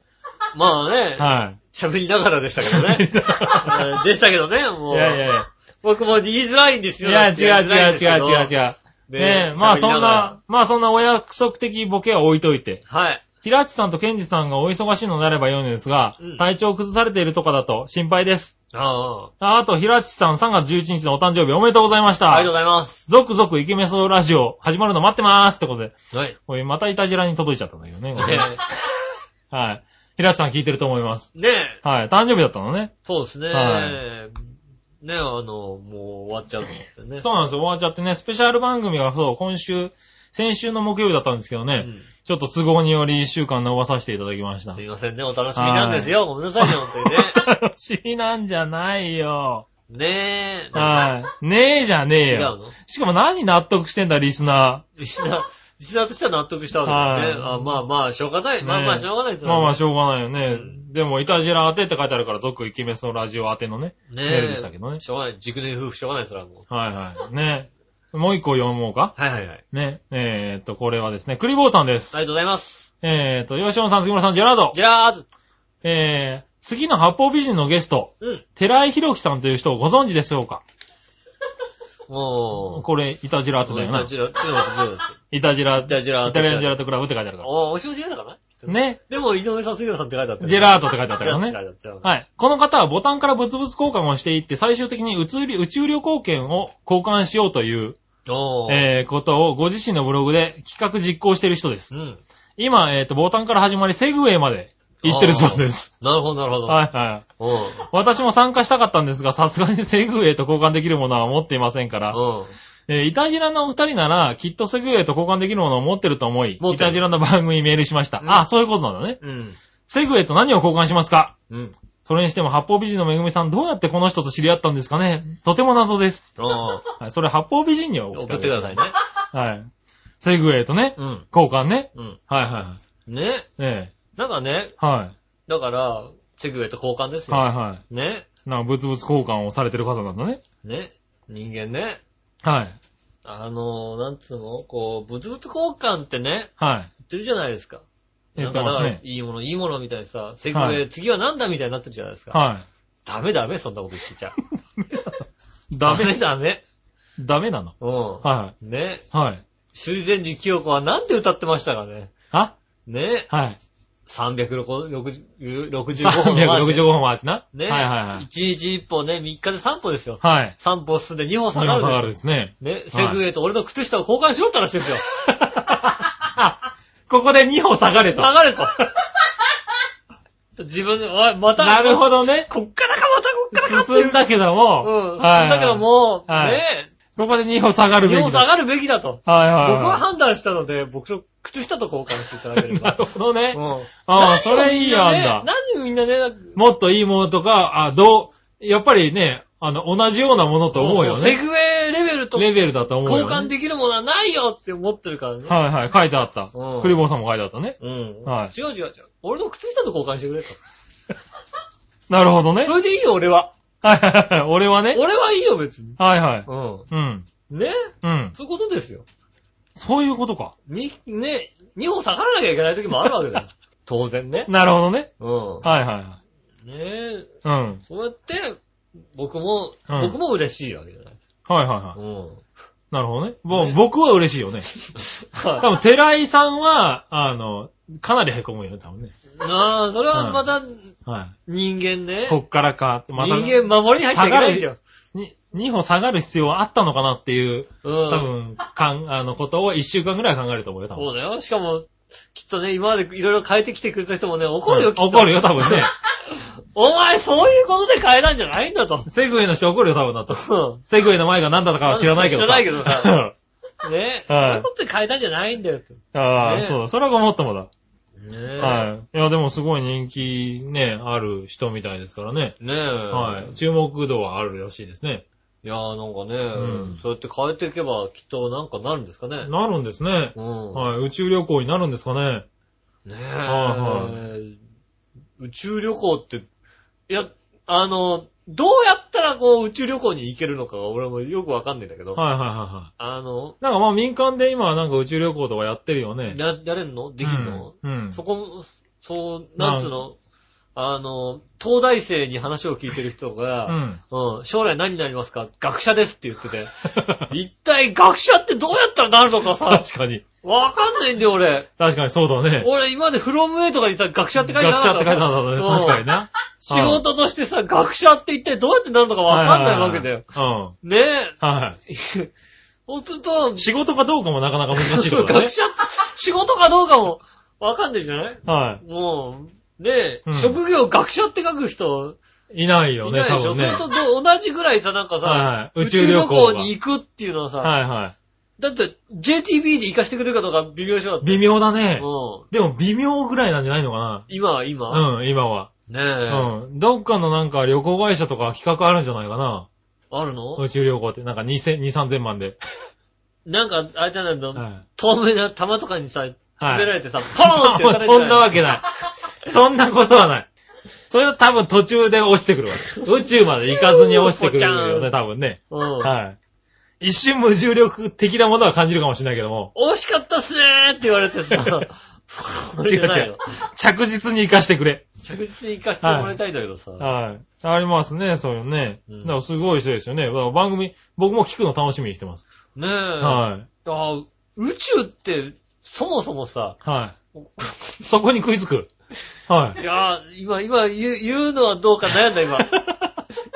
Speaker 2: まあね、
Speaker 3: は
Speaker 2: 喋りながらでしたけどね。うんでしたけどね、
Speaker 3: い。
Speaker 2: も。
Speaker 3: いうやいやいや。
Speaker 2: 僕も言いづらいんですよ。
Speaker 3: いや、違う違う違う違う違
Speaker 2: う。
Speaker 3: う。ねえ、まあそん。な、まあそんなお約束的ボケは置いといて。
Speaker 2: はい。
Speaker 3: 平地さんと健二さんがお忙しいのであれば良いのですが、
Speaker 2: うん
Speaker 3: 体調を崩されているとかだと心配です。
Speaker 2: あ
Speaker 3: ああと、平地さん3月11日のお誕生日おめでとうございまし
Speaker 2: あ。
Speaker 3: た。
Speaker 2: ありがとうございます。
Speaker 3: ゾクゾクイケメソラジオ始まるの待ってまーすってことで、
Speaker 2: はい。
Speaker 3: これまたイタジラに届いちゃったんだけ どね。これね
Speaker 2: ね
Speaker 3: はい。平地さん聞いてると思います。
Speaker 2: ねえ。
Speaker 3: はい。誕生日だったのね。
Speaker 2: そうですね。
Speaker 3: は
Speaker 2: ねあの、もう終わっちゃうと思ってね。
Speaker 3: そうなんですよ。終わっちゃってね、スペシャル番組がそう、今週、先週の木曜日だったんですけどね、
Speaker 2: うん
Speaker 3: ちょっと都合により1週間伸ばさせていただきました
Speaker 2: す。いませんね、お楽しみなんですよ。ごめんなさいね、本当にね。
Speaker 3: 楽しみなんじゃないよ。
Speaker 2: ねえ。
Speaker 3: はい。ねえじゃねえ
Speaker 2: 違う
Speaker 3: よ。
Speaker 2: の
Speaker 3: しかも何納得してんだ、リスナ
Speaker 2: リスナー、リスナーとしては納得したわけだよね。
Speaker 3: はい
Speaker 2: あまあまあ、しょうがない。
Speaker 3: ね
Speaker 2: まあまあ、しょうがないで
Speaker 3: ー。
Speaker 2: すよ
Speaker 3: まあまあ、
Speaker 2: ね
Speaker 3: しょうがないよね。
Speaker 2: うん
Speaker 3: でも、イタジラ当てって書いてあるから、続イケメスのラジオ当てのね、メールでしたけどね
Speaker 2: え。しょうがない。熟年夫婦しょうがないですらもう。
Speaker 3: はいはい。ね。もう一個読もうか。
Speaker 2: はいはいはい。あり
Speaker 3: ね。えーっと、これはですね、クリボーさんです。
Speaker 2: がとうございます。
Speaker 3: えーっと、ヨシオンさん、杉村さん、ジェラード。
Speaker 2: じゃあ、
Speaker 3: えー、次の八方美人のゲスト、
Speaker 2: うん。
Speaker 3: 寺井宏樹さんという人をご存知でしょうか
Speaker 2: もう、
Speaker 3: これ、イタジラ当てだよ
Speaker 2: イ
Speaker 3: な
Speaker 2: タ。ジラ、ちょっと待って、ちょっと待 って
Speaker 3: イタジラ、
Speaker 2: イタジラ
Speaker 3: イタリアンジェラートクラブって書いてあるか
Speaker 2: おー、お仕事嫌だから
Speaker 3: ら。。ね。
Speaker 2: でも、井上さん、杉浦さんって書いてあったよ。
Speaker 3: ジェラートって書いてあったからね
Speaker 2: ジェラートって書いてあった
Speaker 3: はい。この方はボタンから物々交換をしていって、最終的に宇宙宇宙旅行券を交換しようという、
Speaker 2: おー。
Speaker 3: えー、ことをご自身のブログで企画実行している人です。
Speaker 2: うん。
Speaker 3: 今、えっ、と、ボタンから始まり、セグウェイまで行ってるそうです。
Speaker 2: なるほど、なるほど。
Speaker 3: はいはい。
Speaker 2: うん。うん。
Speaker 3: 私も参加したかったんですが、さすがにセグウェイと交換できるものは持っていませんから、えー、イタジラのお二人なら、きっとセグウェイと交換できるものを持ってると思い、
Speaker 2: 持っ
Speaker 3: イ
Speaker 2: てる
Speaker 3: タジラの番組にメールしました。
Speaker 2: うん
Speaker 3: あ、そういうことなんだね。
Speaker 2: うん。
Speaker 3: セグウェイと何を交換しますか
Speaker 2: うん。
Speaker 3: それにしても、八方美人のめぐみさん、どうやってこの人と知り合ったんですかねとても謎です。
Speaker 2: おー。
Speaker 3: はい、それ、八方美人には
Speaker 2: 送ってくださいね。
Speaker 3: い。はい。セグウェイとね、
Speaker 2: うん。
Speaker 3: 交換ね。
Speaker 2: うん。
Speaker 3: はいはいはい。
Speaker 2: ね。
Speaker 3: え
Speaker 2: なんかね
Speaker 3: え、は
Speaker 2: だから、セグウェイと交換で
Speaker 3: い。
Speaker 2: すよ。
Speaker 3: はいはい。
Speaker 2: い。ね。
Speaker 3: なんか、ブツブツ交換をされてる方なんだね。
Speaker 2: ね。人間ね。
Speaker 3: はい。
Speaker 2: あのー、なんつうのこう、物々交換ってね、
Speaker 3: はい。
Speaker 2: 言ってるじゃないですか。
Speaker 3: 言
Speaker 2: な
Speaker 3: っ
Speaker 2: ん
Speaker 3: て
Speaker 2: かだ
Speaker 3: ます
Speaker 2: から、い
Speaker 3: ね。
Speaker 2: いもの、いいものみたいにさ、セグウ
Speaker 3: は
Speaker 2: ェイ、
Speaker 3: い
Speaker 2: 次はなんだみたいになってるじゃないですか。
Speaker 3: は
Speaker 2: ダメダメ、そんなこと言ってちゃ。
Speaker 3: い。
Speaker 2: ダ
Speaker 3: ダメ、
Speaker 2: メダメ。
Speaker 3: ダメなの。
Speaker 2: うん。
Speaker 3: は
Speaker 2: ね。
Speaker 3: い。はい。
Speaker 2: 水前寺清子はなんで歌ってましたかね。
Speaker 3: あ
Speaker 2: ね。
Speaker 3: はい。
Speaker 2: 365歩のマーチ。
Speaker 3: 365本回しな。
Speaker 2: ね。
Speaker 3: はいはいはい。
Speaker 2: 1日1歩ね、3日で3歩ですよ。
Speaker 3: はい。
Speaker 2: 3歩進んで2歩下
Speaker 3: 下
Speaker 2: が
Speaker 3: が
Speaker 2: る
Speaker 3: る
Speaker 2: んです
Speaker 3: 下
Speaker 2: よ
Speaker 3: がるですね。
Speaker 2: ね、セグウェイと俺の靴下を交換しろって話ですよ。
Speaker 3: あここで2歩下がれと。
Speaker 2: 下がれと。自分で、おい、また、
Speaker 3: なるほど
Speaker 2: ど。
Speaker 3: ね。
Speaker 2: こっからか、またこっからかっていう。
Speaker 3: 進んだけども、
Speaker 2: うん。
Speaker 3: はい
Speaker 2: だけどもう、
Speaker 3: はい
Speaker 2: ね、
Speaker 3: ここで2歩下がるべ
Speaker 2: 日
Speaker 3: き
Speaker 2: 本
Speaker 3: だ。
Speaker 2: 下がるべきだと。
Speaker 3: はいはい
Speaker 2: 僕
Speaker 3: はい。
Speaker 2: は判断したので、僕の靴下と交換していただけれ
Speaker 3: な
Speaker 2: ば。
Speaker 3: るほどね。
Speaker 2: うん。
Speaker 3: ああ、それいい案だ。
Speaker 2: 何でみんなね、何でみんなね
Speaker 3: もっといいものとか、あどう、やっぱりね、あの、同じようなものと思うよ
Speaker 2: そそセ
Speaker 3: ね。
Speaker 2: グウェイレベルと
Speaker 3: レ
Speaker 2: 交
Speaker 3: ベルだと思うよね。
Speaker 2: 換できるものはないよって思ってるからね。
Speaker 3: はいはい、書いてあった
Speaker 2: うん。
Speaker 3: クリボーさんも書いてあったね。
Speaker 2: うん。
Speaker 3: はい
Speaker 2: 違う違う違う。俺の靴下と交換してくれと。
Speaker 3: なるほどね。
Speaker 2: それでいいよ、俺は。
Speaker 3: はいはいはい。俺はね。
Speaker 2: 俺はいいよ、別に。
Speaker 3: はいはい。
Speaker 2: うん。
Speaker 3: うん。
Speaker 2: ね
Speaker 3: うん。
Speaker 2: そういうことですよ。
Speaker 3: そういうことか。
Speaker 2: み、ね、二歩下がらなきゃいけない時もあるわけ だよ。当然ね。
Speaker 3: なるほどね。
Speaker 2: う
Speaker 3: はいはいはい。
Speaker 2: ん。ねえ、
Speaker 3: うん。
Speaker 2: そうやって、僕も、
Speaker 3: うん
Speaker 2: 僕も嬉しいわけじゃないです
Speaker 3: はいはいは
Speaker 2: うん。
Speaker 3: い。なるほどね。も
Speaker 2: ね
Speaker 3: う僕は嬉しいよね。多
Speaker 2: は
Speaker 3: 分、寺井さんは、あの、かなり凹むよね、多分ね。
Speaker 2: い。なあ、それはまた
Speaker 3: は
Speaker 2: 人間ね
Speaker 3: い。。こっからか、また、
Speaker 2: 人間守りに入っちゃいけないんだよ。
Speaker 3: に、2歩下がる必要はあったのかなっていう、
Speaker 2: う
Speaker 3: 多
Speaker 2: ん。
Speaker 3: 分、かん、あの、ことを1週間ぐらい考えると思うよ、多分。
Speaker 2: そうだよ。しかも、きっとね、今までいろいろ変えてきてくれた人もね、怒るよ、
Speaker 3: うん
Speaker 2: きっと。
Speaker 3: 怒るよ、多分ね。
Speaker 2: お前、そういうことで変えたんじゃないんだと。
Speaker 3: セグウェイの人怒るよ、多分だと。
Speaker 2: うん。
Speaker 3: セグウェイの前が何だったかは知らないけどさ。
Speaker 2: 知らないけどさねえ、
Speaker 3: はい
Speaker 2: そういうことで変えたんじゃないんだよと。ね
Speaker 3: ああ、
Speaker 2: ね
Speaker 3: そうだ。それはごもっともだ。
Speaker 2: え。
Speaker 3: はい。いや、でもすごい人気ね、ある人みたいですからね。
Speaker 2: ねえ。
Speaker 3: はい。注目度はあるらしいですね。
Speaker 2: いやーなんかね、
Speaker 3: うん
Speaker 2: そうやって変えていけばきっとなんかなるんですかね。
Speaker 3: なるんですね。
Speaker 2: うん。
Speaker 3: はい。宇宙旅行になるんですかね。
Speaker 2: ねえ、
Speaker 3: は
Speaker 2: 宇宙旅行って、いや、あの、どうやったらこう宇宙旅行に行けるのかが俺もよくわかんないんだけど、
Speaker 3: はいはいはいは
Speaker 2: あの、
Speaker 3: い。なんかまあ民間で今はなんか宇宙旅行とかやってるよね。
Speaker 2: や、やれんのできんの、
Speaker 3: うんうん。
Speaker 2: そこ、そう、なんつうの、あの、東大生に話を聞いてる人が、
Speaker 3: うん。
Speaker 2: うん、将来何になりますか学者ですって言ってて。一体学者ってどうやったらなるの かさ、
Speaker 3: 確かに。
Speaker 2: わかんないんだよ俺。
Speaker 3: 確かにそうだね。
Speaker 2: 俺今までフロムウェイとかにさ、学者って書いてな
Speaker 3: 学
Speaker 2: か
Speaker 3: 者っ
Speaker 2: った
Speaker 3: て書いてあるんだね。確かに
Speaker 2: ね。
Speaker 3: な。
Speaker 2: 仕事としてさ、学者って一体どうやってなるのかわかんないわけだよ。
Speaker 3: よ。
Speaker 2: ね
Speaker 3: うん。は
Speaker 2: え。そうすると、
Speaker 3: い。仕事かどうかもなかなか難しいところだね
Speaker 2: 学。者って仕事かどうかもわかんないじゃない
Speaker 3: は
Speaker 2: もう、ねえ、
Speaker 3: うん
Speaker 2: 職業学者って書く人、
Speaker 3: い。いないよ
Speaker 2: い
Speaker 3: ね、
Speaker 2: ない
Speaker 3: 多
Speaker 2: でしょ、
Speaker 3: 分ね。
Speaker 2: それとど同じぐらいさ、なんかさ、
Speaker 3: はいはい
Speaker 2: 宇宙旅行に行くっていうのはさ、
Speaker 3: はいは
Speaker 2: だって JTB で行かせてくれるかどうか微妙でしょだっ
Speaker 3: い。
Speaker 2: て
Speaker 3: 微妙だね。
Speaker 2: うん。
Speaker 3: でも微妙ぐらいなんじゃないのか
Speaker 2: 今は今、
Speaker 3: な。うん、今は。
Speaker 2: ねえ、
Speaker 3: うん。どっかのなんか旅行会社とか企画あるんじゃないかな。
Speaker 2: あるの、
Speaker 3: 宇宙旅行って。なんか2000、2、3000万で。
Speaker 2: なんか、あれじゃないの、
Speaker 3: は
Speaker 2: 透明な玉とかにさ、滑られてさ、ポーンっ
Speaker 3: い。
Speaker 2: て
Speaker 3: も
Speaker 2: 打
Speaker 3: う
Speaker 2: たれて
Speaker 3: そんなわ
Speaker 2: け。
Speaker 3: けない。そんなことはない。それは多分途中で落ちてくるわ。 宇宙まで行かずに落ちてくるよね、多分ね。
Speaker 2: うん。
Speaker 3: はい。一瞬無重力的なものは感じるかもしれないけども、
Speaker 2: 惜しかったっすねーって言わ れてさ、
Speaker 3: 違う違う。着実に活かしてくれ。
Speaker 2: 着実に行かせてもらいたいんだけどさ。
Speaker 3: はい。ありますね、そういうね。
Speaker 2: うん
Speaker 3: だからすごい人ですよね。だから番組、僕も聞くの楽しみにしてます。
Speaker 2: ねえ、
Speaker 3: はい。
Speaker 2: あ宇宙って、そもそもさ、
Speaker 3: はい。そこに食いつく。はいい。
Speaker 2: やー、今、今言う、言うのはどうか悩 んだ、今。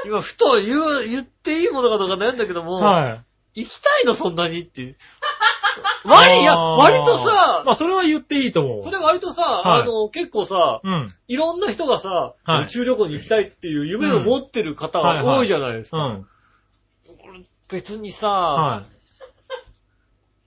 Speaker 2: 今、ふと言う、言っていいものかどうか悩んだけども、
Speaker 3: はい。
Speaker 2: 行きたいの、そんなにって。割、いや、
Speaker 3: あー
Speaker 2: 割とさ、
Speaker 3: まあ、それは言っていいと思う。
Speaker 2: それ割とさ、
Speaker 3: はい
Speaker 2: あの、結構さ、
Speaker 3: うん。うん。
Speaker 2: いろんな人がさ、
Speaker 3: はい
Speaker 2: 宇宙旅行に行きたいっていう夢を持ってる方
Speaker 3: う
Speaker 2: が
Speaker 3: んはいはい
Speaker 2: 多いじゃないですか。
Speaker 3: はい。
Speaker 2: 別にさ、
Speaker 3: は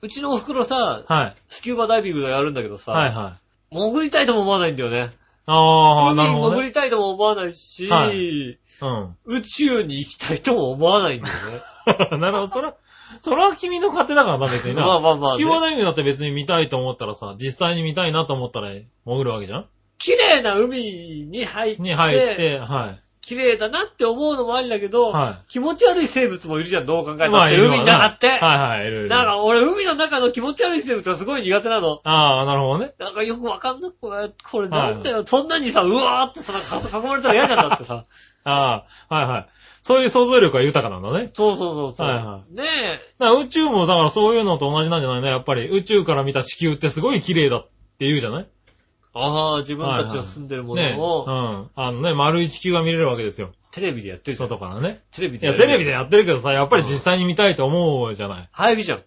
Speaker 2: うちのお袋さ
Speaker 3: い。、はい。
Speaker 2: スキューバダイビングやるんだけどさ、
Speaker 3: はい。
Speaker 2: 潜りたいとも思わないんだよね。
Speaker 3: ああ、
Speaker 2: 海
Speaker 3: なる
Speaker 2: に
Speaker 3: ほど
Speaker 2: 潜
Speaker 3: ね。
Speaker 2: りたいとも思わないし、
Speaker 3: はう
Speaker 2: 宇宙に行きたいとも思わないんだよ ね。
Speaker 3: ん。なるほど。それは、それは君の勝手だからな、別にな。
Speaker 2: まあまあまあね
Speaker 3: 月場ダイビングだって別に見たいと思ったらさ、実際に見たいなと思ったら潜るわけじゃん
Speaker 2: 綺麗な海に入って、
Speaker 3: に入って、は
Speaker 2: 綺麗だなって思うのもありだけ
Speaker 3: い。
Speaker 2: ど、
Speaker 3: は
Speaker 2: 気持ち悪い生物もいるじゃん、どう考え
Speaker 3: い。
Speaker 2: たって。海
Speaker 3: わな
Speaker 2: の中って。
Speaker 3: はいはい、いるいる。
Speaker 2: なんか俺、海の中の気持ち悪い生物がすごい苦手なの。
Speaker 3: ああ、なるほどね。
Speaker 2: なんかよくわかんなくこれ、これなんだよ。そんなにさ、うわーってさ、なんか囲まれたら嫌じゃん だってさ。
Speaker 3: ああ、はいはい。そういう想像力が豊かなんだね。
Speaker 2: そうそうそうそう。
Speaker 3: はいは
Speaker 2: ね
Speaker 3: だから宇宙もだからそういうのと同じなんじゃないのやっぱり宇宙から見た地球ってすごい綺麗だって言うじゃない
Speaker 2: え。ああ、自分たちの住んでるも
Speaker 3: ね。う
Speaker 2: のを、
Speaker 3: ん。あのね、丸い地球が見れるわけですよ。
Speaker 2: テレビでやってるじゃん。
Speaker 3: 外からね。
Speaker 2: テレビ
Speaker 3: い
Speaker 2: で
Speaker 3: や、テレビで
Speaker 2: よ。
Speaker 3: やってるけどさ、やっぱり実際に見たいと思うじゃない。
Speaker 2: ハイビジョン。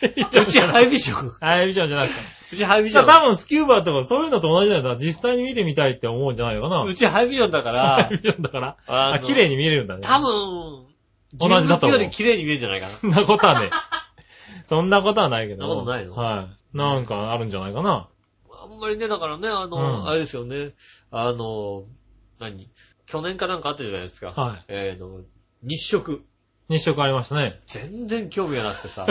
Speaker 2: うち ハ
Speaker 3: はい。
Speaker 2: イビジョン。
Speaker 3: ああ、ビジョンじゃなくて。
Speaker 2: うちハイビジ
Speaker 3: じゃ
Speaker 2: ョ
Speaker 3: あ
Speaker 2: ン。
Speaker 3: 多分スキューバーとかそういうのと同じなんだ。実際に見てみたいって思うんじゃないのかな。
Speaker 2: うちハイビジョンだか
Speaker 3: ハ
Speaker 2: ら
Speaker 3: イ、ビジョンだから。
Speaker 2: あ
Speaker 3: あ、
Speaker 2: の
Speaker 3: 綺麗に見れるんだね。
Speaker 2: 多分、
Speaker 3: 同じだと思う
Speaker 2: 現物より綺麗に見えるんじゃないかな。
Speaker 3: そんなことは ね。そんなことはないけど。
Speaker 2: そんなことないの
Speaker 3: はい。なんかあるんじゃないかな。
Speaker 2: あんまりね、だからね、あの、
Speaker 3: うん
Speaker 2: あれですよね、あの、何去年かなんかあったじゃないですか。
Speaker 3: はい
Speaker 2: えーの、日食。
Speaker 3: 日食ありました ね。
Speaker 2: 全然興味がなく てさ。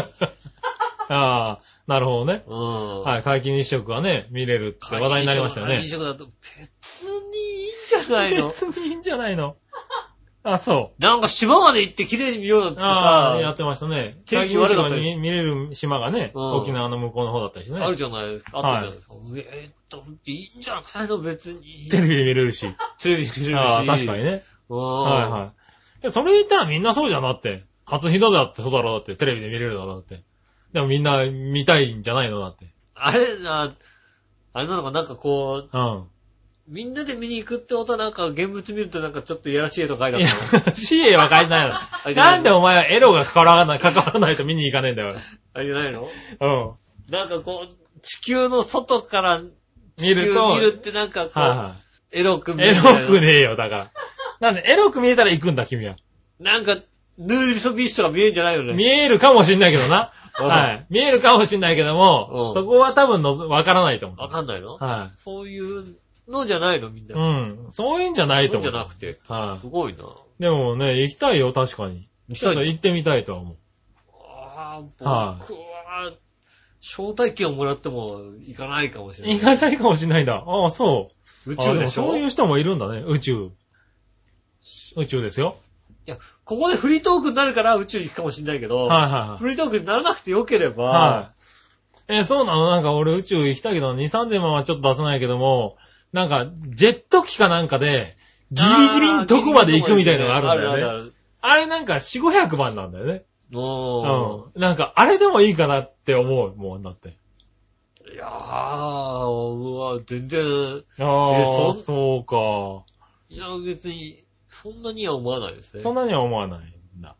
Speaker 3: ああ、なるほどね。
Speaker 2: うん。
Speaker 3: はい、皆既日食がね、見れるって話題になりましたよ
Speaker 2: 皆
Speaker 3: ね
Speaker 2: 既日。食だと、別にいいんじゃないの
Speaker 3: 別にいいんじゃないのあ、そ
Speaker 2: なんか島まで行って綺麗に見ようだって
Speaker 3: う。ああ、や
Speaker 2: さ、
Speaker 3: ってましたね。
Speaker 2: 天
Speaker 3: 天
Speaker 2: 気
Speaker 3: 気
Speaker 2: 悪
Speaker 3: 悪
Speaker 2: かっ
Speaker 3: か
Speaker 2: たです
Speaker 3: 見れる島がね、
Speaker 2: うん
Speaker 3: 沖縄の向こうの方だったりしね
Speaker 2: あ。るじゃないですか。あったじゃないですか。えーっと、いいんじゃないの別に。
Speaker 3: テレビで見れるし。
Speaker 2: テレビ見れる し。
Speaker 3: ああ、確かにね。
Speaker 2: うん。
Speaker 3: はいはいで。それ言ったらみんなそうじゃなって。初日の出だってそうだろうだって、テレビで見れるだろうだって。でもみんな見たいんじゃないのだって。
Speaker 2: あれ、ああれなのか、なんかこう、
Speaker 3: うん。
Speaker 2: みんなで見に行くってことはなんか現物見るとなんかちょっといやらしい絵とか書いてあ
Speaker 3: いや
Speaker 2: るの。、
Speaker 3: 死へは書いて ない
Speaker 2: い
Speaker 3: の。なんでお前はエロが関わらない、関わらないと見に行かねえんだよ。
Speaker 2: あれじゃないの
Speaker 3: うん。
Speaker 2: なんかこう、地球の外から
Speaker 3: 見ると、
Speaker 2: 地球見るってなんかこう、
Speaker 3: は
Speaker 2: エロく
Speaker 3: い
Speaker 2: 見
Speaker 3: はい。
Speaker 2: え
Speaker 3: エ
Speaker 2: る。
Speaker 3: ロくねえよ、だから。なんで、エロく見えたら行くんだ、君は。
Speaker 2: なんか、ヌーリソビッシュとか見えるんじゃないよね。
Speaker 3: 見えるかもしんないけどな。
Speaker 2: うん
Speaker 3: はい。見えるかもしんないけど
Speaker 2: うん
Speaker 3: も、そこは多分のぞわからないと思
Speaker 2: わかんないの、
Speaker 3: う。は
Speaker 2: そういうのじゃないのみん
Speaker 3: い。
Speaker 2: な。
Speaker 3: う
Speaker 2: そ
Speaker 3: ん。そういうんじゃな
Speaker 2: う
Speaker 3: い
Speaker 2: い
Speaker 3: と
Speaker 2: うんじ
Speaker 3: 思
Speaker 2: ゃ
Speaker 3: う。
Speaker 2: なくて。
Speaker 3: はい
Speaker 2: す。ごいな。
Speaker 3: でもね、行きたいよ、確かに。ちょっと行ってみたいとは思う。
Speaker 2: ああ、僕
Speaker 3: はい
Speaker 2: は、招待券をもらっても行かないかもしれ
Speaker 3: 行
Speaker 2: ない。
Speaker 3: かないかもしれないんだ。ああ、そ
Speaker 2: 宇
Speaker 3: う。
Speaker 2: 宙でし
Speaker 3: あも
Speaker 2: ょ
Speaker 3: そういう人もいるんだね、宇宙。宇宙ですよ。
Speaker 2: いや、ここでフリートークになるから宇宙行くかもしれないけど、
Speaker 3: はいはいはい。
Speaker 2: フリートークにならなくてよければ、
Speaker 3: はい。えーそうなのなんか俺宇宙行きたいけど、2、3千万はちょっと出せないけども、なんか、ジェット機かなんかで、ギリギリのとこまで行くみたいなのがあるんだよね。あ
Speaker 2: ね。
Speaker 3: れなんか4、500万なんだよね。
Speaker 2: も
Speaker 3: うん。なんか、あれでもいいかなって思う、もう、だって。
Speaker 2: う、いやー、うわ、全然、
Speaker 3: あ
Speaker 2: そ
Speaker 3: あ、
Speaker 2: ん
Speaker 3: そうか。
Speaker 2: いや、別に、そんなには思わないですね。
Speaker 3: そんなには思わないんだ。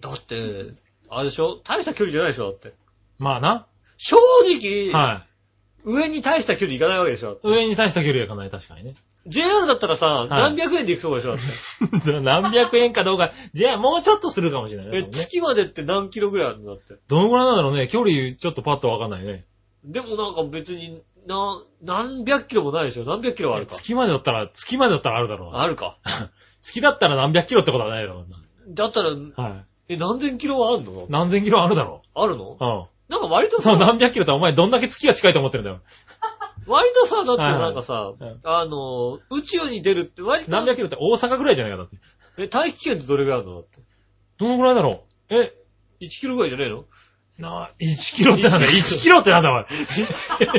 Speaker 2: だって、あれでしょ大した距離じゃないでしょだって。
Speaker 3: まあな。
Speaker 2: 正直、
Speaker 3: はい。
Speaker 2: 上に大した距離行かないわけでしょだって
Speaker 3: 上に大した距離は行かない、確かに ね。
Speaker 2: JR だったらさ、何百円で行くとこでしょだって。
Speaker 3: 何百円かどうか、じゃあもうちょっとするかもしれない
Speaker 2: え、
Speaker 3: ね。多分ね
Speaker 2: 月までって何キロぐらいあるんだって。
Speaker 3: どのぐらいなんだろうね。距離ちょっとパッとわかんないね。
Speaker 2: でもなんか別に、な、何百キロもないでしょ何百キロはあるか。
Speaker 3: 月までだったら、月までだったらあるだろうな。
Speaker 2: あるか。
Speaker 3: 月だったら何百キロってことはないだろう
Speaker 2: だったら、
Speaker 3: な。はい。
Speaker 2: え、何千キロはあるの
Speaker 3: 何千キロあるだろ
Speaker 2: あるの
Speaker 3: う。うん。
Speaker 2: なんか割と
Speaker 3: そ
Speaker 2: さ
Speaker 3: の、何百キロってお前どんだけ月が近いと思って るんだよ。
Speaker 2: 割とさ、だってなんかさ
Speaker 3: いはいうん、
Speaker 2: あの、宇宙に出るって割と
Speaker 3: 何、百キロって大阪ぐらいじゃないか、だって。
Speaker 2: え、大気圏ってどれぐらいあるのだって。
Speaker 3: どのぐらいだろう。え、
Speaker 2: 1キロぐらいじゃねえの
Speaker 3: な、1キロってなんだ、1キロってなんだ、お前。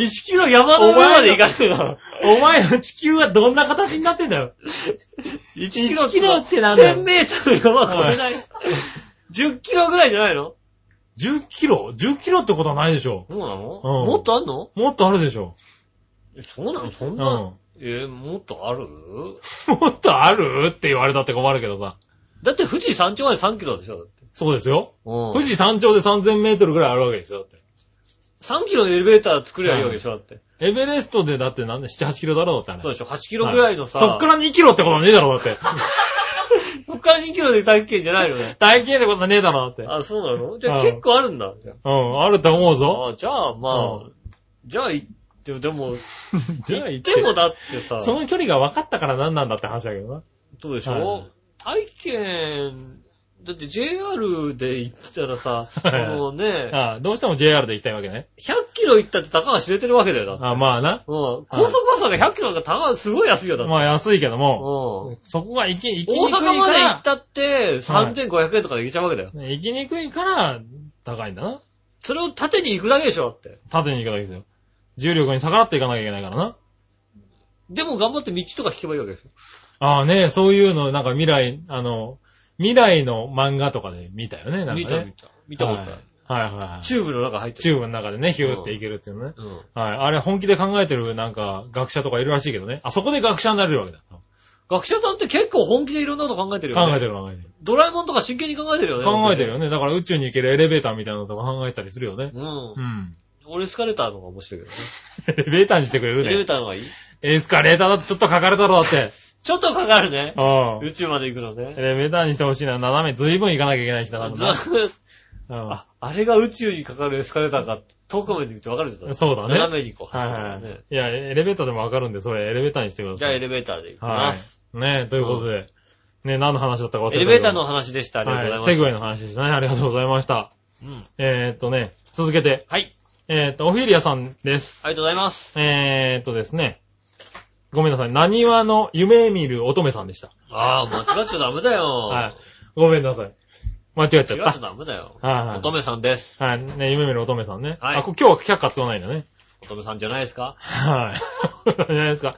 Speaker 2: 1キロ山の上まで行かねえな。
Speaker 3: お前の地球はどんな形になってんだよ。
Speaker 2: 1
Speaker 3: 1キロってなんだよ
Speaker 2: 1000メートルの山越え ない。10キロぐらいじゃないの
Speaker 3: 10キロ ?10 キロってことはないでしょ。
Speaker 2: そうなの
Speaker 3: うん
Speaker 2: もっとあんの
Speaker 3: もっとあるでしょ。
Speaker 2: えそうなのそ
Speaker 3: うんん。
Speaker 2: な。
Speaker 3: も
Speaker 2: えー、もっとある
Speaker 3: っとあるって言われたって困るけどさ。
Speaker 2: だって富士山頂まで3キロでしょだって。
Speaker 3: そうですよ。
Speaker 2: う
Speaker 3: 富士山頂で3000メートルぐらいあるわけですよ、だって。
Speaker 2: 3キロのエレベーター作りゃいいわけでしょだって。
Speaker 3: エベレストでだってなんで7、8キロだろうだってあれ
Speaker 2: そうでしょ ?8 キロぐらいのさ、
Speaker 3: はそっから2キロってことはねえだろうだ って。
Speaker 2: そっから2キロで大気圏じゃないのね。
Speaker 3: 大型ってことはねえだろうだって。
Speaker 2: あ、そうなのじゃあ
Speaker 3: うん
Speaker 2: 結構あるんだ。じゃ
Speaker 3: うん、あると思うぞ。
Speaker 2: あ、あじゃあまあ
Speaker 3: う、
Speaker 2: じゃあ行っても、でも、
Speaker 3: じゃあ
Speaker 2: 行
Speaker 3: 行
Speaker 2: っ
Speaker 3: って
Speaker 2: てもだってさ、
Speaker 3: その距離が分かったから何なんだって話だけどな。
Speaker 2: そうでしょ、
Speaker 3: はい
Speaker 2: 体験、だって JR で行ってたらさ、
Speaker 3: はい
Speaker 2: もうね、
Speaker 3: ああどうしても JR で行きたいわけね。
Speaker 2: 100キロ行ったって高が知れてるわけだよな。
Speaker 3: ああまあな。
Speaker 2: うん。高速バスが100キロなんか高がすごい安いよだって。
Speaker 3: まあ安いけども、
Speaker 2: うん。
Speaker 3: そこが行き、行き
Speaker 2: 大
Speaker 3: にくい
Speaker 2: 阪ま
Speaker 3: か
Speaker 2: で行っ
Speaker 3: ら、
Speaker 2: たって3500円とかで行けちゃうわけだよ。
Speaker 3: ね行きにくいから高いんだな。
Speaker 2: それを縦に行くだけでしょだって。
Speaker 3: 縦に行くだけですよ。重力に逆らっていかなきゃいけないからな。
Speaker 2: でも頑張って道とか聞けばいいわけでしょ。
Speaker 3: ああね、そういうの、なんか未来、あの、未来の漫画とかで見たよね、なんかね。
Speaker 2: 見た見た。見たことある。
Speaker 3: はいはいはいはい。
Speaker 2: チューブの中入って
Speaker 3: チ
Speaker 2: る。
Speaker 3: ューブの中でね、ヒューっていけるっていうのね。
Speaker 2: うん。
Speaker 3: はい。あれ本気で考えてるなんか学者とかいるらしいけどね。あそこで学者になれるわけだ。
Speaker 2: 学者さんって結構本気でいろんなこと考えてるよね。
Speaker 3: 考えてる考えてる。
Speaker 2: ドラえもんとか真剣に考えてるよね。
Speaker 3: 考えてるよね。だから宇宙に行けるエレベーターみたいなのとか考えたりするよね。
Speaker 2: うん
Speaker 3: う。 ん。
Speaker 2: 俺エスカレーターの方が面白いけど
Speaker 3: エ
Speaker 2: ね。
Speaker 3: レベーターにしてくれ
Speaker 2: エレベ
Speaker 3: る
Speaker 2: ー
Speaker 3: ね。
Speaker 2: ターの方がいい
Speaker 3: エスカレーターだとちょっとかかるだろうだって。
Speaker 2: ちょっとかかるね。
Speaker 3: うん。
Speaker 2: 宇宙まで行くの
Speaker 3: エ
Speaker 2: ね。
Speaker 3: レベーターにしてほしいな。斜めずいぶん行かなきゃいけないしな、多分なうん
Speaker 2: あ、あれが宇宙にかかるエスカレーターか、遠くまで見てわかるじゃん。
Speaker 3: そうだね
Speaker 2: 斜めにこう走
Speaker 3: はい
Speaker 2: ってるから
Speaker 3: は
Speaker 2: ね。
Speaker 3: い。いや、エレベーターでもわかるんで、それエレベーターにしてくだ
Speaker 2: じゃあ
Speaker 3: さ
Speaker 2: エ
Speaker 3: い。
Speaker 2: レベーターで行きま
Speaker 3: は
Speaker 2: す。
Speaker 3: い。ねということで。ね何の話だったか忘れた
Speaker 2: エ
Speaker 3: けど。
Speaker 2: レベーターの話でした。ありがとうございま
Speaker 3: は
Speaker 2: す。
Speaker 3: い、セグウェイの話でしたね。ありがとうございました。
Speaker 2: うん
Speaker 3: えー、っとね、続けて。
Speaker 2: はい。
Speaker 3: えー、っと、オフィリアさんです。
Speaker 2: ありがとうございます。
Speaker 3: えー、っとですね。ごめんなさい。何話の夢見る乙女さんでした。
Speaker 2: ああ、間違っちゃダメだよ。
Speaker 3: はい。ごめんなさい。間違っち
Speaker 2: 違
Speaker 3: ゃ
Speaker 2: っ
Speaker 3: っ
Speaker 2: ちゃダメだよ。
Speaker 3: た。はいはい
Speaker 2: 乙女さんです。
Speaker 3: はい。ね、夢見る乙女さんね。
Speaker 2: はい
Speaker 3: あ、こ今日は却下使わないんだね。
Speaker 2: 乙女さんじゃないですか
Speaker 3: はい。 じゃないですか。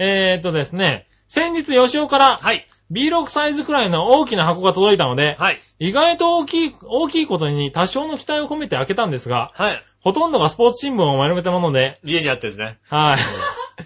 Speaker 3: えーっとですね。先日、吉尾から
Speaker 2: はい。
Speaker 3: B6 サイズくらいの大きな箱が届いたので、
Speaker 2: はい。
Speaker 3: 意外と大きい、大きいことに多少の期待を込めて開けたんですが、
Speaker 2: はい。
Speaker 3: ほとんどがスポーツ新聞を丸めたもので、
Speaker 2: 家にあってですね。
Speaker 3: はい。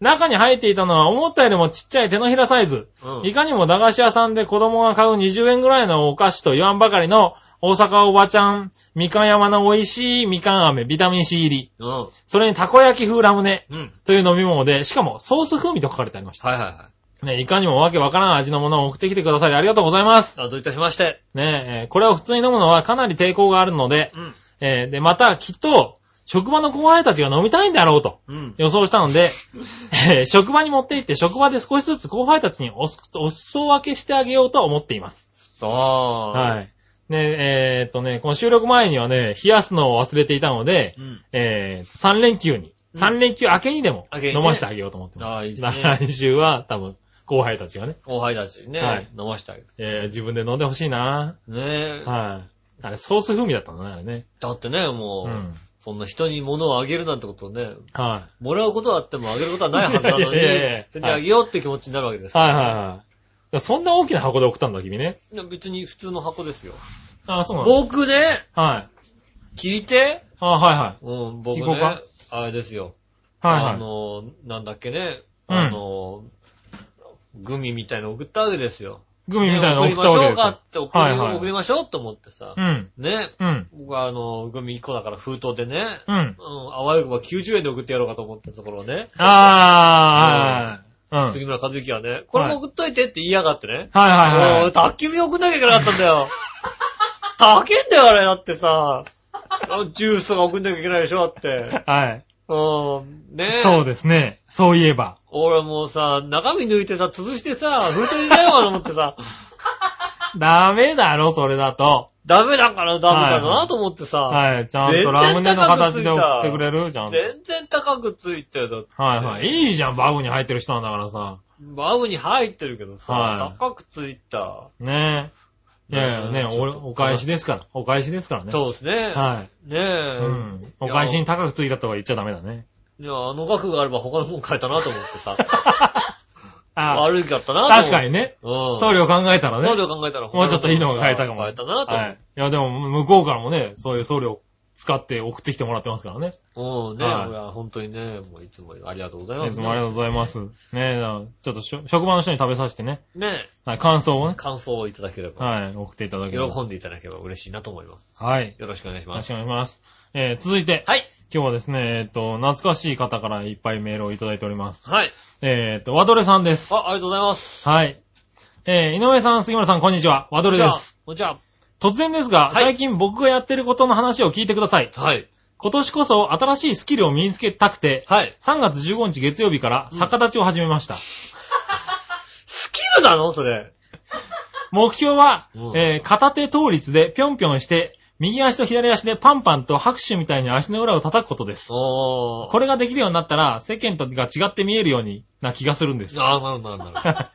Speaker 3: 中に入っていたのは思ったよりもちっちゃい手のひらサイズ。
Speaker 2: うん。
Speaker 3: いかにも駄菓子屋さんで子供が買う20円ぐらいのお菓子と言わんばかりの大阪おばちゃん、みかん山の美味しいみかん飴、ビタミン C 入り。
Speaker 2: うん。
Speaker 3: それにたこ焼き風ラムネ
Speaker 2: うん。
Speaker 3: という飲み物で、しかもソース風味と書かれてありまし
Speaker 2: はいはいはい。
Speaker 3: た。ね、いかにもわけわからん味のものを送ってきてくださりありがとうございます。
Speaker 2: あ、どういたしまして。
Speaker 3: ねえー、これを普通に飲むのはかなり抵抗があるので、
Speaker 2: うん。
Speaker 3: えーで、またきっと、職場の後輩たちが飲みたいんだろうと
Speaker 2: うん。
Speaker 3: 予想したので、 えー職場に持って行って職場で少しずつ後輩たちにおすお裾分けしてあげようと思っています。
Speaker 2: ああ。。
Speaker 3: はいい。ね、えーっとね、この収録前にはね、冷やすのを忘れていたので、
Speaker 2: うん。
Speaker 3: えー、3連休に、
Speaker 2: うん
Speaker 3: 3連休明けにでも
Speaker 2: 明けにね
Speaker 3: 飲ませてあげようと思ってます。
Speaker 2: ああ、いいです
Speaker 3: だから
Speaker 2: ね。
Speaker 3: 来週は多分、後輩たちがね、
Speaker 2: 後輩たちね、
Speaker 3: はい
Speaker 2: 飲ましてあげる。
Speaker 3: えー自分で飲んでほしいな
Speaker 2: ねえ。
Speaker 3: はい。あれ、ソース風味だったんだね、あれね。
Speaker 2: だってね、もう、
Speaker 3: うん。
Speaker 2: そんな人に物をあげるなんてことをね、
Speaker 3: は
Speaker 2: もらうことはあってもあげることはないはずなの
Speaker 3: い
Speaker 2: に
Speaker 3: やいやいや、
Speaker 2: 手にあげようって気持ちになるわけで
Speaker 3: い。
Speaker 2: すか
Speaker 3: はい
Speaker 2: ら
Speaker 3: はいはい。そんな大きな箱で送ったんだ、君ね。
Speaker 2: いや別に普通の箱ですよ。
Speaker 3: ああ、そうなんだ。
Speaker 2: 僕ね、
Speaker 3: はい。
Speaker 2: 聞いて、
Speaker 3: ああ、はいはい。
Speaker 2: うん、僕
Speaker 3: 聞こう
Speaker 2: ね
Speaker 3: か、
Speaker 2: あれですよ。
Speaker 3: はいはい。
Speaker 2: あの、なんだっけね、
Speaker 3: うん
Speaker 2: あの、グミみたいの送ったわけですよ。
Speaker 3: グミみたいなの送
Speaker 2: ね
Speaker 3: っ
Speaker 2: 送
Speaker 3: たわけ
Speaker 2: り
Speaker 3: で
Speaker 2: ましょう
Speaker 3: す
Speaker 2: か
Speaker 3: よ
Speaker 2: っ。て送
Speaker 3: はいは
Speaker 2: り
Speaker 3: い
Speaker 2: 送りましょうと思ってさ
Speaker 3: う。ん。
Speaker 2: ね。
Speaker 3: うん。
Speaker 2: 僕はあの、グミ1個だから封筒でね、
Speaker 3: うん。
Speaker 2: うん、あわよくば90円で送ってやろうかと思ったところをね、
Speaker 3: ああ、はい。うん。
Speaker 2: 杉村和之はね、これも送っといてって言いやがってね。
Speaker 3: はいはいはい
Speaker 2: おい、。宅急便送んなきゃいけなかったんだ よ。高けんだよ、あれ、だってさ。あジュースとか送んなきゃいけないでしょ、だって。
Speaker 3: はい。
Speaker 2: うん、ねえ。
Speaker 3: そうですね。そういえば。
Speaker 2: 俺もうさ、中身抜いてさ、潰してさ、封筒に入れようかと思ってさ、
Speaker 3: ダメだろ、それだと。
Speaker 2: ダメだからダメだ
Speaker 3: はいは
Speaker 2: ないと思ってさ、
Speaker 3: はい。ちゃんとラムネの形で送ってくれるじゃん。
Speaker 2: 全然高くついてよ、だって。
Speaker 3: はいはい。いいじゃん、バグに入ってる人なんだからさ。
Speaker 2: バウに入ってるけどさ、
Speaker 3: はい
Speaker 2: 高くついた。
Speaker 3: ねえ。いやいやね、
Speaker 2: うん
Speaker 3: おお返しですから。お返しですからね。
Speaker 2: そうですね。
Speaker 3: は
Speaker 2: ねえ、
Speaker 3: い。うん。お返しに高くついたとか言っちゃダメだね。
Speaker 2: いや、あの額があれば他のもん買えたなと 思ってさ、
Speaker 3: ああ、
Speaker 2: 悪かったなと思って。
Speaker 3: 確かにね。
Speaker 2: うん。
Speaker 3: 送料考えたら
Speaker 2: 送
Speaker 3: ね。
Speaker 2: 料考えたら、
Speaker 3: もうちょっといいのが買えたかも。
Speaker 2: 買えたなと
Speaker 3: はい。いや、でも、向こうからもね、そういう送料使って送ってきてもらってますからね。
Speaker 2: 思う。うんね、
Speaker 3: はい
Speaker 2: 俺は本当にね、もういつもありがとうございます。
Speaker 3: いつもありがとうございます。ねえ、だからちょっとしょ職場の人に食べさせてね、
Speaker 2: ね、
Speaker 3: はい、感想をね、
Speaker 2: 感想をいただければ、
Speaker 3: はい、送っていただければ。
Speaker 2: 喜んでいただければ嬉しいなと思います。
Speaker 3: はい。よ
Speaker 2: よろしくお願いし
Speaker 3: ろ
Speaker 2: ま
Speaker 3: しく
Speaker 2: す。
Speaker 3: お願いします。えー、続いて、
Speaker 2: はい。
Speaker 3: 今日はですね、えっ、と、懐かしい方からいっぱいメールをいただいております。
Speaker 2: はい。
Speaker 3: えっ、と、ワドレさんです。
Speaker 2: あ、ありがとうございます。
Speaker 3: はい。えー、井上さん、杉村さん、こんにちは。ワドレです。
Speaker 2: こんにちは。
Speaker 3: 突然ですが、
Speaker 2: はい
Speaker 3: 最近僕がやってることの話を聞いてください。
Speaker 2: はい。
Speaker 3: 今年こそ新しいスキルを身につけたくて、
Speaker 2: はい。
Speaker 3: 3月15日月曜日から逆立ちを始めました。
Speaker 2: スキルなのそれ。
Speaker 3: 目標は、
Speaker 2: うん
Speaker 3: えー片手倒立でぴょんぴょんして、右足と左足でパンパンと拍手みたいに足の裏を叩くことです。
Speaker 2: おー。
Speaker 3: これができるようになったら、世間とが違って見えるようにな気がするんです。
Speaker 2: あー、なるほど、なるほど。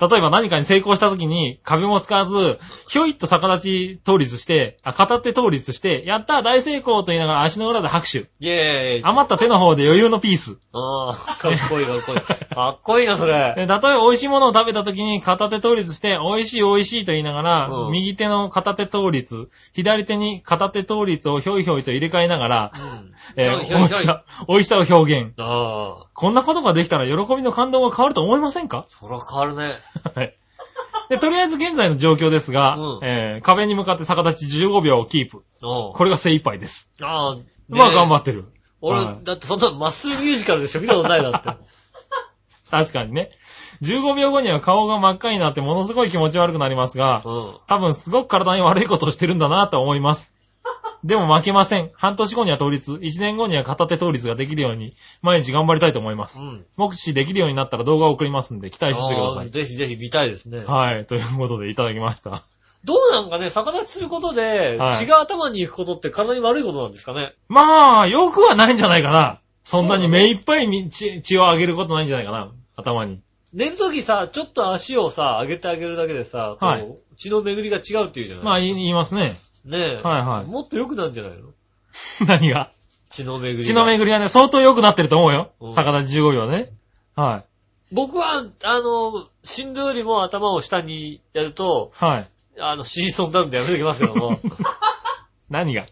Speaker 3: 例えば何かに成功した時に壁も使わず、ひょいっと逆立ち倒立して、あ、片手倒立して、やったー大成功と言いながら足の裏で拍手。
Speaker 2: イェーイ。
Speaker 3: 余った手の方で余裕のピース。
Speaker 2: あー、かっこいい、かっ こいい。かっこいいな、それ。
Speaker 3: で例えば美味しいものを食べた時に片手倒立して、美味しい美味しいと言いながら、
Speaker 2: うん
Speaker 3: 右手の片手倒立、左手に片手倒立をひょいひょいと入れ替えながら
Speaker 2: う、ん。
Speaker 3: えー
Speaker 2: ひ
Speaker 3: 美
Speaker 2: ょいひょい
Speaker 3: 味
Speaker 2: ひょ
Speaker 3: し
Speaker 2: い。あ
Speaker 3: さ、美味しさを表現。
Speaker 2: あ、
Speaker 3: こんなことができたら喜びの感動が変わると思いませんか
Speaker 2: そら変わるね。
Speaker 3: はい。で、とりあえず現在の状況ですが、
Speaker 2: うん
Speaker 3: えー壁に向かって逆立ち15秒をキープ。
Speaker 2: おう
Speaker 3: これが精一杯です。
Speaker 2: ああ、ね
Speaker 3: まあ頑張ってる。は
Speaker 2: 俺、
Speaker 3: い
Speaker 2: だってそんなマッスルミュージカルでしょ見たことないだって。
Speaker 3: 確かにね。15秒後には顔が真っ赤になってものすごい気持ち悪くなりますが、
Speaker 2: うん。
Speaker 3: 多分すごく体に悪いことをしてるんだなと思います。でも負けません。半年後には倒立、1年後には片手倒立ができるように、毎日頑張りたいと思います。
Speaker 2: うん。
Speaker 3: 目視できるようになったら動画を送りますんで、期待しててくだ
Speaker 2: あ
Speaker 3: さ
Speaker 2: あ
Speaker 3: い。
Speaker 2: ぜひぜひ見たいですね。
Speaker 3: はい、ということでいただきました。
Speaker 2: どうなんかね、逆立ちすることで、
Speaker 3: はい
Speaker 2: 血が頭に行くことって体に悪いことなんですかね。
Speaker 3: まあ、良くはないんじゃないかな。そんなに目いっぱいに血血を上げることないんじゃないかな。頭に。
Speaker 2: 寝るときさ、ちょっと足をさ、上げてあげるだけでさ、こう
Speaker 3: はい
Speaker 2: 血の巡りが違うっていうじゃない
Speaker 3: まあ、言いますね。
Speaker 2: ねえ。
Speaker 3: はいはい
Speaker 2: もっと良くなるんじゃないの
Speaker 3: 何が
Speaker 2: 血の巡りが。
Speaker 3: 血の巡りはね、相当良くなってると思うよ
Speaker 2: うん。
Speaker 3: 逆立ち15秒ね。はい。
Speaker 2: 僕は、あの、心臓よりも頭を下にやると、
Speaker 3: はい。
Speaker 2: あの、死にそうになるんでやめときますけ ども。
Speaker 3: 何がい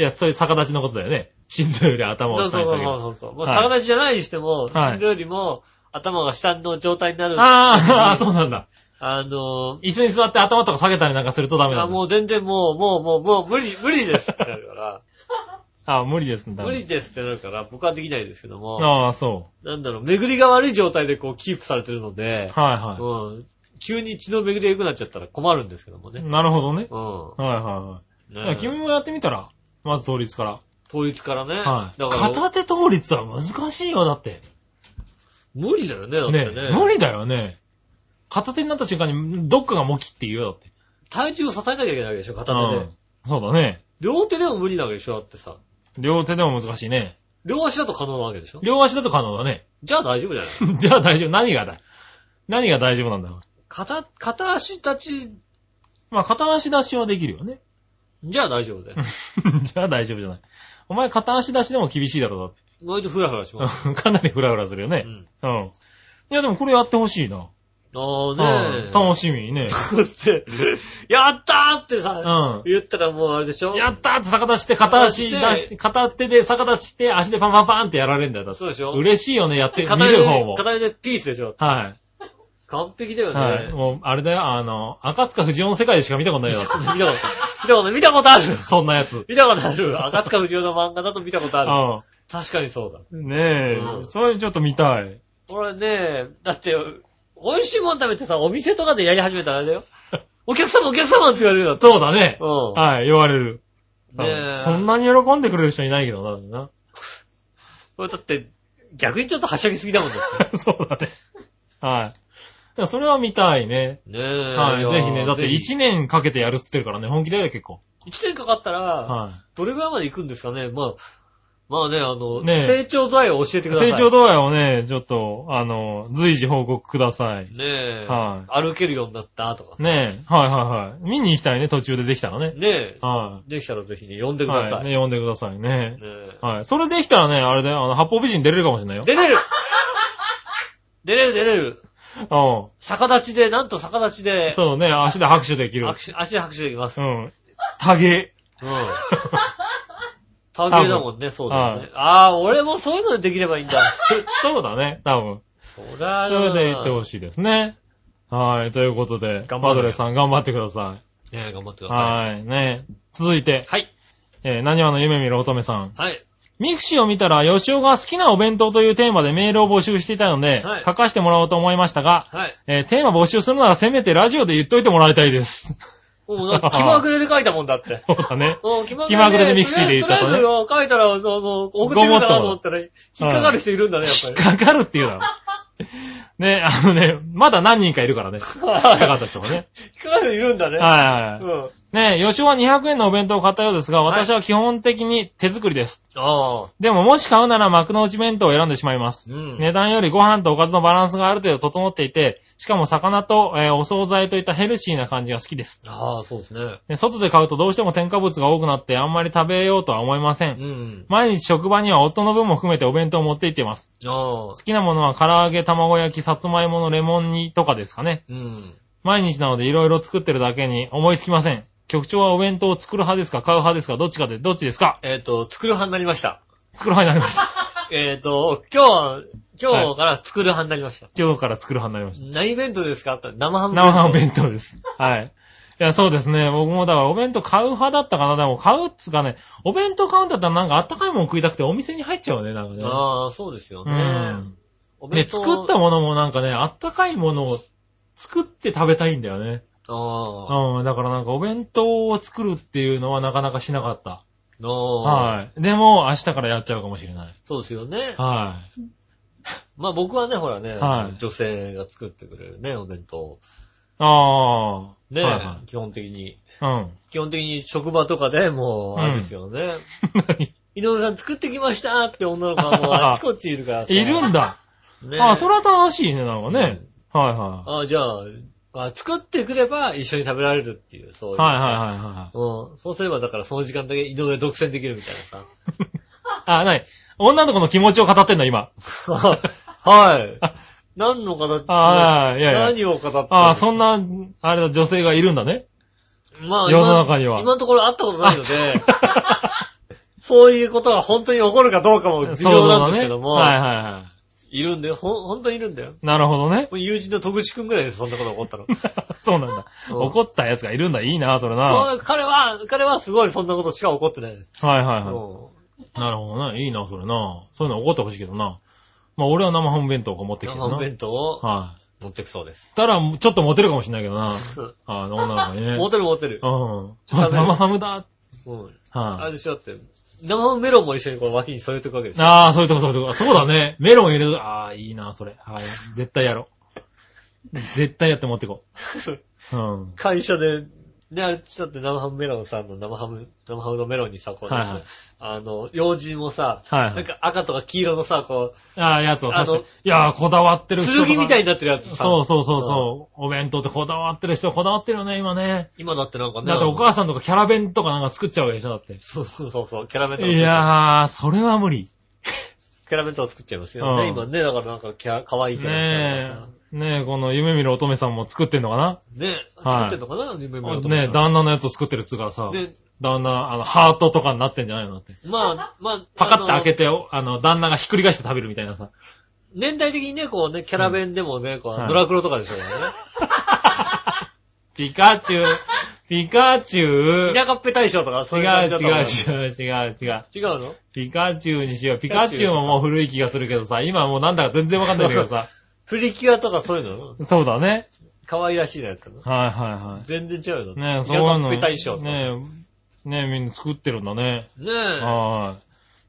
Speaker 3: や、そういう逆立ちのことだよね。心臓より頭を
Speaker 2: そう
Speaker 3: 下
Speaker 2: そう
Speaker 3: に下げ
Speaker 2: そう
Speaker 3: る。
Speaker 2: そうそう。もう
Speaker 3: はい
Speaker 2: 逆立ちじゃないにしても、
Speaker 3: はい
Speaker 2: 心臓よりも頭が下の状態になる。
Speaker 3: あーあー、そうなんだ。
Speaker 2: あの、
Speaker 3: 椅子に座って頭とか下げたりなんかするとダメな
Speaker 2: あ
Speaker 3: んだ。
Speaker 2: もう全然もう、もう、もう、もう無理、無理ですってなる か
Speaker 3: あー無理ですね。
Speaker 2: ら、
Speaker 3: 多
Speaker 2: 無
Speaker 3: 分
Speaker 2: 理ですってなるから、僕はできないですけども、
Speaker 3: ああ、そ
Speaker 2: なんだろう、巡りが悪い状態でこうキープされてるの
Speaker 3: う。
Speaker 2: で、
Speaker 3: は
Speaker 2: うん、急に血の巡りが良くなっちゃったら困るんですけども
Speaker 3: いはい。
Speaker 2: ね。
Speaker 3: なるほどね。
Speaker 2: うん。
Speaker 3: はいは
Speaker 2: ね
Speaker 3: いはい。君もやってみたらまず倒立から。
Speaker 2: 統一からね。
Speaker 3: はい。
Speaker 2: だから、
Speaker 3: 片手倒立は難しいよ、だって。
Speaker 2: 無理だよね、だって
Speaker 3: ね
Speaker 2: ね。
Speaker 3: 無理だよね。片手になった瞬間にどっかがモキって言うよ、だって。
Speaker 2: 体重を支えなきゃいけないわけでしょ、片手
Speaker 3: う
Speaker 2: で
Speaker 3: ん。そうだね。
Speaker 2: 両手でも無理なわけでしょ、だってさ。
Speaker 3: 両手でも難しいね。
Speaker 2: 両足だと可能なわけでしょ
Speaker 3: 両足だと可能だね。
Speaker 2: じゃあ大丈夫じゃない
Speaker 3: じゃあ大丈夫。何がだ何が大丈夫なんだろう。
Speaker 2: 片、片足立ち、
Speaker 3: まあ、片足出しはできるよね。
Speaker 2: じゃあ大丈夫だよ。
Speaker 3: じゃあ大丈夫じゃない。お前片足出しでも厳しいだろ、
Speaker 2: 割とフラフラし
Speaker 3: だ
Speaker 2: ま
Speaker 3: って。
Speaker 2: す。
Speaker 3: かなりフラフラするよ
Speaker 2: う
Speaker 3: ね。
Speaker 2: ん。
Speaker 3: うん。いや、でもこれやってほしいな。
Speaker 2: ああね
Speaker 3: うん楽しみにね。
Speaker 2: そ して、やったーってさ、
Speaker 3: う
Speaker 2: 言ったらもうあれでしょ
Speaker 3: やったーって逆立ちして、片足出
Speaker 2: 逆立ちし
Speaker 3: して、片手で逆立ちして、足でパンパンパンってやられるんだよ、だって
Speaker 2: そうでしょ
Speaker 3: 嬉しいよね、やって、見
Speaker 2: 片手
Speaker 3: る方
Speaker 2: で
Speaker 3: も、。
Speaker 2: 片手でピースでしょ
Speaker 3: は
Speaker 2: 完璧だ
Speaker 3: い。
Speaker 2: よ
Speaker 3: はい。
Speaker 2: ね。
Speaker 3: もう、あれだよ、あの、赤塚不二夫の世界でしか見たことないよ、だ って
Speaker 2: 見たこと、見たこと、見たことある
Speaker 3: そんなやつ。
Speaker 2: 見たことある赤塚不二夫の漫画だと見たことある。
Speaker 3: う
Speaker 2: 確かにそうだ。
Speaker 3: ん。ね
Speaker 2: う
Speaker 3: え、
Speaker 2: ん
Speaker 3: それちょっと見たい。
Speaker 2: 俺ね、だって、美味しいもん食べてさ、お店とかでやり始めたらあれ だよ。お客様お客様って言われるよ。
Speaker 3: そうだね。
Speaker 2: う
Speaker 3: はい、言われる。
Speaker 2: ん。ねえ。
Speaker 3: そんなに喜んでくれる人いないけどな、
Speaker 2: これだって、逆にちょっとはしゃぎすぎだもんね。
Speaker 3: な。 そうだね。はい。いやそれは見たいね。
Speaker 2: ね え。
Speaker 3: はい
Speaker 2: や
Speaker 3: い、ぜひね。だって
Speaker 2: ぜひ
Speaker 3: 1年かけてやるっつってるからね、本気だよ、結構。
Speaker 2: 一年かかったら、
Speaker 3: はい。
Speaker 2: どれぐらいまで行くんですかね。まあ、まあね、あの、
Speaker 3: ねえ
Speaker 2: 成長度合いを教えてください。
Speaker 3: 成長度合いをね、ちょっと、あの、随時報告ください。
Speaker 2: ねえ。
Speaker 3: は
Speaker 2: 歩けるようになったとか。
Speaker 3: ねえ、はいはいはい。見に行きたいね、途中でできたらね。
Speaker 2: ねえ。
Speaker 3: は
Speaker 2: できたらぜひね、呼んで
Speaker 3: い。
Speaker 2: くだ
Speaker 3: は
Speaker 2: さ
Speaker 3: い。
Speaker 2: い。
Speaker 3: ね、
Speaker 2: ね
Speaker 3: 読んでくださいね。
Speaker 2: え。
Speaker 3: はい。それできたらね、あれだよ、あの、八方美人出れるかもしれないよ。
Speaker 2: 出れる出れる出れる。
Speaker 3: う
Speaker 2: 逆立ちで、なんと逆立ちで
Speaker 3: ん。、そうね、足で拍手できる。
Speaker 2: 握手足で拍手できます
Speaker 3: う。ん。タ ゲ。
Speaker 2: うん。探偵だもんね、そうだよね。ああ、俺もそういうのでできればいいんだ。
Speaker 3: そうだね、多分。
Speaker 2: そりゃあ
Speaker 3: それで言ってほ
Speaker 2: し
Speaker 3: しいですね。はい、ということで、
Speaker 2: 頑張
Speaker 3: パ
Speaker 2: れ
Speaker 3: ドレさん頑張ってくださ
Speaker 2: い。ねえ、頑張って
Speaker 3: い。
Speaker 2: くださ
Speaker 3: はい、ね。続いて
Speaker 2: い。、はい。
Speaker 3: えー、何話の夢見る乙女さん。
Speaker 2: はい。
Speaker 3: ミクシーを見たら、吉尾が好きなお弁当というテーマでメールを募集していたので、
Speaker 2: はい
Speaker 3: 書かせてもらおうと思いましたが、
Speaker 2: はい。
Speaker 3: えーテーマ募集するならせめてラジオで言っといてもらいたい です。
Speaker 2: もうだって気まぐれで書いたもんだっ て。
Speaker 3: そうだね。
Speaker 2: うん気ま
Speaker 3: 気まぐれでミクシーで言っちゃったね
Speaker 2: とりあえずよ書いたら、あの、送ってみるかなと思ったら、引っかかる人いるんだね、やっぱり。
Speaker 3: かかるっていうだ ろ。ね、あのね、まだ何人かいるからね。
Speaker 2: はい
Speaker 3: かかった人も ね。
Speaker 2: 引っかかる人いるんだね。
Speaker 3: はいはいは
Speaker 2: う
Speaker 3: い。
Speaker 2: ん。
Speaker 3: ね、吉尾は200円のお弁当を買ったようですが、
Speaker 2: はい
Speaker 3: 私は基本的に手作りです。
Speaker 2: ああ。
Speaker 3: でももし買うなら幕の内弁当を選んでしまいます。
Speaker 2: うん。
Speaker 3: 値段よりご飯とおかずのバランスがある程度整っていて、しかも魚と、えーお惣菜といったヘルシーな感じが好きです。
Speaker 2: ああ、そうですね。
Speaker 3: で外で買うとどうしても添加物が多くなってあんまり食べようとは思いません。
Speaker 2: うん。
Speaker 3: 毎日職場には夫の分も含めてお弁当を持って行っています。
Speaker 2: ああ
Speaker 3: 好。きなものは唐揚げ、卵焼き、さつまいものレモン煮とかですかね。
Speaker 2: うん。
Speaker 3: 毎日なので色々作ってるだけに思いつきません。局長はお弁当を作る派ですか買う派ですかどっちかで、どっちですか
Speaker 2: えっと、作る派になりました。
Speaker 3: 作る派になりました。
Speaker 2: えっと、今日は、今日から作る派になりました。
Speaker 3: 今日から作る派になりまし
Speaker 2: 何弁当ですかって生ハ
Speaker 3: た。
Speaker 2: ム
Speaker 3: 生ハム弁当です。はい。いや、そうですね。僕もだからお弁当買う派だったかな。でも買うっつうかね、お弁当買うんだったらなんかあったかいもん食いたくてお店に入っちゃうね、なんかね。
Speaker 2: ああ、そうですよ
Speaker 3: う
Speaker 2: ね
Speaker 3: ん。。
Speaker 2: お
Speaker 3: ね、
Speaker 2: 弁当
Speaker 3: 作ったものもなんかね、あったかいものを作って食べたいんだよね。
Speaker 2: ああ。
Speaker 3: うん、だからなんかお弁当を作るっていうのはなかなかしなかった。
Speaker 2: ああ
Speaker 3: はい。でも、明日からやっちゃうかもしれ ない。
Speaker 2: そうですよね。
Speaker 3: は
Speaker 2: まあ僕はね、ほらね、
Speaker 3: はい
Speaker 2: 女性が作ってくれるね、お弁当。
Speaker 3: い。ああ。
Speaker 2: ね、
Speaker 3: は
Speaker 2: 基本的に。
Speaker 3: いはい、
Speaker 2: 基本的に職場とかでもう、あれですよね。
Speaker 3: うん。何
Speaker 2: 井上さん作ってきましたって女の子がもうあっちこっちいるから さ。
Speaker 3: いるんだ。
Speaker 2: ね
Speaker 3: あ、それは楽しいね、なんかね。はいは
Speaker 2: あじゃあ、あ作ってくれば一緒に食べられるっていう、そうい
Speaker 3: い。
Speaker 2: う。
Speaker 3: はいはいはいはい。
Speaker 2: うん。そうすればだからその時間だけ井上独占できるみたいな
Speaker 3: あ、なに女の子の気持ちを語ってんの、今。
Speaker 2: さ。 はい。何の方って、
Speaker 3: ああ、いやいや。
Speaker 2: 何を語ってる
Speaker 3: ああ、そんな、あれだ、女性がいるんだね。
Speaker 2: まあ、
Speaker 3: 世の中には
Speaker 2: 今今のところ会ったことない ので、そういうことが本当に起こるかどうかも微妙なんですけども、
Speaker 3: 想像だねはいはいはい
Speaker 2: るんだよ。ほん、本当にいるんだよ。
Speaker 3: い。なるほどね。
Speaker 2: もう友人の戸口くんぐらいです、そんなことが起こったの。
Speaker 3: そうなんだ。
Speaker 2: うん
Speaker 3: 怒った奴がいるんだ。いいな、それな。は
Speaker 2: そう、彼は、彼はすごいそんなことしか起こってないです。
Speaker 3: いはいは
Speaker 2: も
Speaker 3: い。なるほどね。いいな、それな。そういうの怒ってほしいけどな。まあ俺は生ハム弁当を持っ
Speaker 2: う、
Speaker 3: てきて
Speaker 2: 生
Speaker 3: る
Speaker 2: ハ
Speaker 3: な。
Speaker 2: ム
Speaker 3: はい。
Speaker 2: 弁当を持ってくそうです。
Speaker 3: たら、ちょっとモテるかもしれないけどな。
Speaker 2: うん
Speaker 3: あの、女の子に ね。う
Speaker 2: 持てる持てる。
Speaker 3: ん。生ハムだ。
Speaker 2: うん。あ
Speaker 3: は
Speaker 2: れ
Speaker 3: い。
Speaker 2: でしょだって、生ハムメロンも一緒にこう脇に添えておくわけでしょ。
Speaker 3: ああ、そういうとこそういうとこ。そうだね。メロン入れる。ああ、いいな、それ。はい。絶対やろう。絶対やって持ってこ う。うん。
Speaker 2: 会社で、ね、あれ、ちょっと生ハムメロンさんの生ハム、生ハムのメロンにさ、こう、
Speaker 3: はいはい
Speaker 2: あの、用心もさ、
Speaker 3: はいはい
Speaker 2: なんか赤とか黄色のさ、こ
Speaker 3: ああ、やつを刺
Speaker 2: あ
Speaker 3: し
Speaker 2: の
Speaker 3: て。いやー、こだわって
Speaker 2: う、
Speaker 3: る人とか。
Speaker 2: 剣みたいになってるやつさ。
Speaker 3: そうそうそうそう。お弁当ってこだわってる人、こだわってるよね、今ね。
Speaker 2: 今だってなんかね。
Speaker 3: だってお母さんとかキャラ弁とかなんか作っちゃうわけでしょ、だって。
Speaker 2: そうそうそうそう、キャラメル
Speaker 3: いやー、それは無理。
Speaker 2: キャラメルを作っちゃいますよね。
Speaker 3: うん
Speaker 2: 今ね、だからなんかキャラ、かわいいキャラメ
Speaker 3: ねえ。ねえ、この夢見る乙女さんも作ってんのかな
Speaker 2: ル。ね
Speaker 3: はい
Speaker 2: 作ってんのかな、夢見ると
Speaker 3: ねえ、旦那のやつを作ってるっつうからさ。
Speaker 2: で、
Speaker 3: 旦那、あの、ハートとかになってんじゃないのだって。
Speaker 2: まあ、まあ、
Speaker 3: パカッて開け
Speaker 2: て。
Speaker 3: て、おあの、旦那がひっくり返して食べるみたいなさ。
Speaker 2: 年代的にね、こうね、キャラ弁でもね、こう、
Speaker 3: はい
Speaker 2: ドラクロとかでしょうからね。
Speaker 3: ピカチュウ、ピカチ ュウ。違う
Speaker 2: 田舎っぺ大将とか、そういう感じ
Speaker 3: 違
Speaker 2: だ
Speaker 3: う
Speaker 2: と思よ
Speaker 3: 違う違う違う。
Speaker 2: 違うの
Speaker 3: ピカチュウにしよう。ピ
Speaker 2: カ
Speaker 3: カ
Speaker 2: チ
Speaker 3: チ
Speaker 2: ュウ
Speaker 3: ュウももう古い気がするけどさ、今もうなんだか全然わかんないんだけどさ。
Speaker 2: プリキュアとかそういうの
Speaker 3: そうだね。
Speaker 2: 可愛らしいやつなの
Speaker 3: はいは
Speaker 2: 全然違うよ
Speaker 3: いはい。ねえ、そうい
Speaker 2: 田
Speaker 3: う
Speaker 2: 舎っ
Speaker 3: の。
Speaker 2: ぺ大将とか。ね
Speaker 3: ねえ、ねえ、みんな作ってるんだね。
Speaker 2: え。
Speaker 3: はい。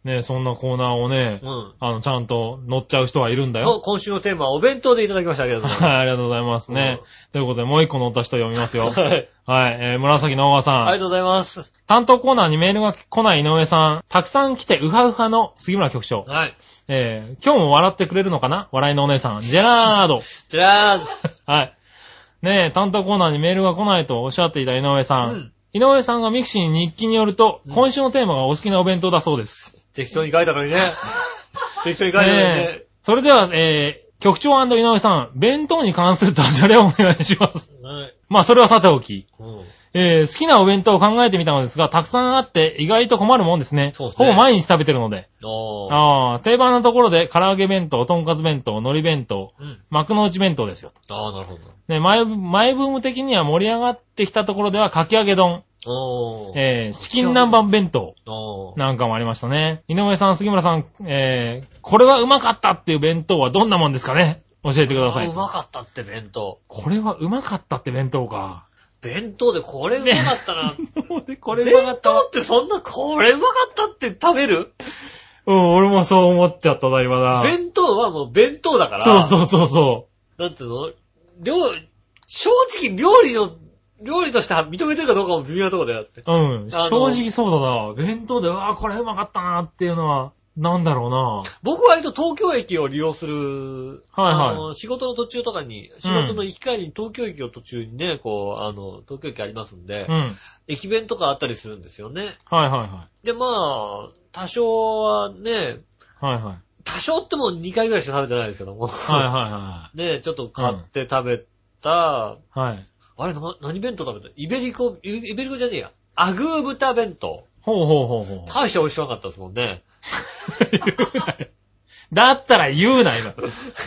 Speaker 3: ねえ、そんなコーナーをね
Speaker 2: う、ん。
Speaker 3: あの、ちゃんと乗っちゃう人はいるんだ
Speaker 2: そ
Speaker 3: よ。
Speaker 2: う、今週のテーマはお弁当でいただきましたけども。
Speaker 3: はい、ありがとうございますね。ということで、もう一個乗った人読みます よ。はい、
Speaker 2: はい。
Speaker 3: えー、紫の小川さん。
Speaker 2: ありがとうございます。
Speaker 3: 担当コーナーにメールが来ない井上さん。たくさん来て、ウハウハの杉村局長。
Speaker 2: はい。
Speaker 3: えー、今日も笑ってくれるのかな笑いのお姉さん。ジェラード。
Speaker 2: じゃあ、
Speaker 3: はい。ねえ、担当コーナーにメールが来ないとおっしゃっていた井上さん。
Speaker 2: うん
Speaker 3: 井上さんがミクシーに日記によると、
Speaker 2: うん
Speaker 3: 今週のテーマがお好きなお弁当だそうです。
Speaker 2: 適当に書いたのにね。
Speaker 3: ね
Speaker 2: 適当に書いたのにね
Speaker 3: え。それでは、えー、局長井上さん、弁当に関するダジャレをお願いします。
Speaker 2: はい。
Speaker 3: まあ、それはさておき。
Speaker 2: うん。
Speaker 3: えー、好きなお弁当を考えてみたのですが、たくさんあって意外と困るもんですね。
Speaker 2: そうですね
Speaker 3: ほぼ毎日食べてるので。
Speaker 2: おー。
Speaker 3: ああ、定番なところで、唐揚げ弁当、とんかつ弁当、海苔弁当、
Speaker 2: うん。
Speaker 3: 幕の内弁当ですよ。
Speaker 2: ああ、なるほ
Speaker 3: ね、前、前ブーム的には盛り上がってきたところでは、かき揚げ丼、
Speaker 2: ど。おー。
Speaker 3: えー、チキン南蛮弁当
Speaker 2: おー。
Speaker 3: なんかもありましたね。井上さん、杉村さん、えー、これはうまかったっていう弁当はどんなもんですかね教えてくださ
Speaker 2: あ
Speaker 3: い
Speaker 2: ーう。まかったって弁当。
Speaker 3: これはうまかったって弁当 か。
Speaker 2: 弁当でこれうまかったな。
Speaker 3: で、
Speaker 2: こ
Speaker 3: こ
Speaker 2: れ弁当ってそんな、これうまかったって食べる
Speaker 3: うん、俺もそう思っちゃったな、今な。
Speaker 2: 弁当はもう弁当だから。。
Speaker 3: そうそうそうそう
Speaker 2: なんていうの料、正直料理の、料理として認めてるかどうかも微妙なところでだって。
Speaker 3: う。うん、
Speaker 2: あの
Speaker 3: 正直そうだな。弁当で、うわーこれうまかったなーっていうのは、なんだろうな。
Speaker 2: 僕は割と東京駅を利用する、
Speaker 3: はいはい
Speaker 2: あの、仕事の途中とかに、仕事の行き帰りに東京駅を途中にね、こう、あの、東京駅ありますんで、
Speaker 3: うん。はい
Speaker 2: 駅弁とかあったりするんですよね。
Speaker 3: はいは
Speaker 2: で、まあ、多少はね、
Speaker 3: い。はいはい。
Speaker 2: 多少っても2回ぐらいしか食べてないですけども、
Speaker 3: はいは
Speaker 2: ね、ちょっと買って食べた、
Speaker 3: いはい。はい。
Speaker 2: あれな、何弁当食べたイベリコ、イベイベリコじゃねえや。アグー豚弁当。
Speaker 3: ほうほうほうほう。
Speaker 2: 大して美味しくなかったですもんね。
Speaker 3: 言うなよだったら言うな、今。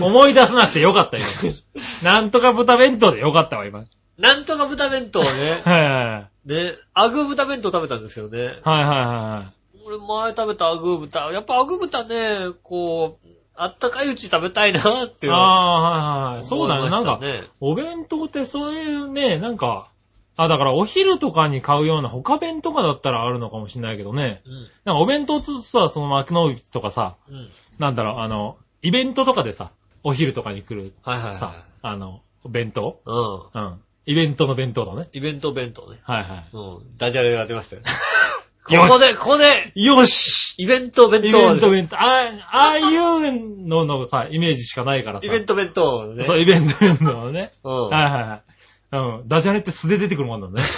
Speaker 3: 思い出さなくてよかった、今。 なんとか豚弁当でよかったわ、今。はい
Speaker 2: なんとか豚 弁当ね。
Speaker 3: はいはい。
Speaker 2: ね、アグー豚弁当食べたんですけどね。
Speaker 3: はいはいは
Speaker 2: 俺前食べたアグー豚。やっぱアグー豚ね、こう、あったかいうち食べたいなって
Speaker 3: い
Speaker 2: い
Speaker 3: はい。
Speaker 2: うのは
Speaker 3: ああー、はいはい。そうだ
Speaker 2: 思
Speaker 3: ね。
Speaker 2: い
Speaker 3: な
Speaker 2: ま
Speaker 3: んか、
Speaker 2: したね。
Speaker 3: お弁当ってそういうね、なんか、あ、だからお昼とかに買うような他弁とかだったらあるのかもしれないけどね。なんかお弁当つつさ、その幕の内とかさ、
Speaker 2: うん。うん。
Speaker 3: なんだろう、あの、イベントとかでさ、お昼とかに来る
Speaker 2: はいはい
Speaker 3: さ
Speaker 2: は、
Speaker 3: あの、弁当
Speaker 2: い。うん。
Speaker 3: うん。イベントの弁当だね。
Speaker 2: イベント弁当ね。
Speaker 3: はいはい。
Speaker 2: うん。ダジャレが出ましたよね。ここで、ここで、
Speaker 3: よし
Speaker 2: イベント弁
Speaker 3: イベ
Speaker 2: 当
Speaker 3: ント、イベント。ああ、ああいうののさ、イメージしかないからさ。
Speaker 2: イベント弁当ね。
Speaker 3: そう、イベント、イベントのね。
Speaker 2: う
Speaker 3: はいはいはい。うん。ダジャレって素で出てくるもんなんだね。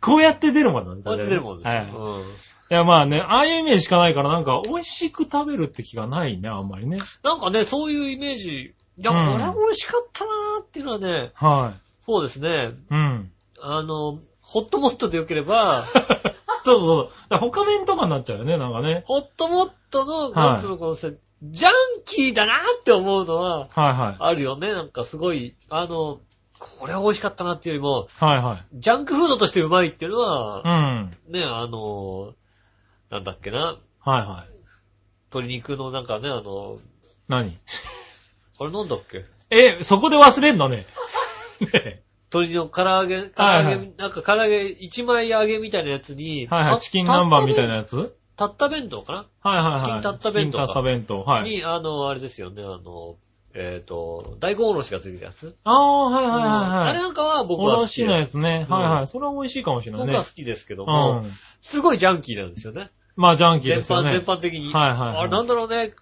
Speaker 3: こうやって出るもんなんだ
Speaker 2: ん。こうやって出るもんです
Speaker 3: は
Speaker 2: よ。
Speaker 3: い。いや、まあね、ああいうイメージしかないから、なんか、美味しく食べるって気がないね、あんまりね。
Speaker 2: うんなんかね、そういうイメージ、いや、
Speaker 3: うん
Speaker 2: これは美味しかったなーっていうのはね、
Speaker 3: は
Speaker 2: そうですね。
Speaker 3: い。うん。
Speaker 2: あの、ホットモットでよけれ ば、
Speaker 3: そうそうそう。だから他弁とかになっちゃうよね、なんかね。
Speaker 2: ホットモットの、
Speaker 3: い
Speaker 2: なんつうの、このせ、ジャンキーだなーって思うのは、
Speaker 3: はいはい。
Speaker 2: あるよね。なんかすごい、あの、これは美味しかったなっていうよりも、
Speaker 3: はいはい。
Speaker 2: ジャンクフードとしてうまいっていうのは
Speaker 3: う、ん。
Speaker 2: ね、あの、なんだっけな、
Speaker 3: はいはい。
Speaker 2: 鶏肉のなんかね、あの、
Speaker 3: 何
Speaker 2: あれなんだっけ
Speaker 3: え、そこで忘れんの ね。ね
Speaker 2: 鶏の唐揚げ、唐揚げ、
Speaker 3: はいはい
Speaker 2: なんか唐揚げ、一枚揚げみたいなやつに、
Speaker 3: はいはい。チキン南蛮みたいなやつはい
Speaker 2: たった弁当か
Speaker 3: はいはい。
Speaker 2: チキンタッタ弁
Speaker 3: チキ
Speaker 2: 当か
Speaker 3: ンタッタ弁当。
Speaker 2: な、
Speaker 3: はい。
Speaker 2: に、あの、あれですよね、あの、えっ、と、大根おろしがついてるやつ、
Speaker 3: ああ、はいはいはいはい。
Speaker 2: あれなんかは僕
Speaker 3: お
Speaker 2: は好
Speaker 3: ろ
Speaker 2: き
Speaker 3: しの
Speaker 2: で
Speaker 3: や
Speaker 2: す。
Speaker 3: つね。
Speaker 2: うん
Speaker 3: はいはい。それは美味しいかもしれない
Speaker 2: 僕
Speaker 3: ね
Speaker 2: は好。きですけども、
Speaker 3: うん。
Speaker 2: すごいジャンキーなんですよね。
Speaker 3: まあ、ジャンキー
Speaker 2: 全
Speaker 3: ですよ
Speaker 2: 般、全
Speaker 3: ね。
Speaker 2: 般的に。
Speaker 3: はいはいはい
Speaker 2: あれなんだろうね、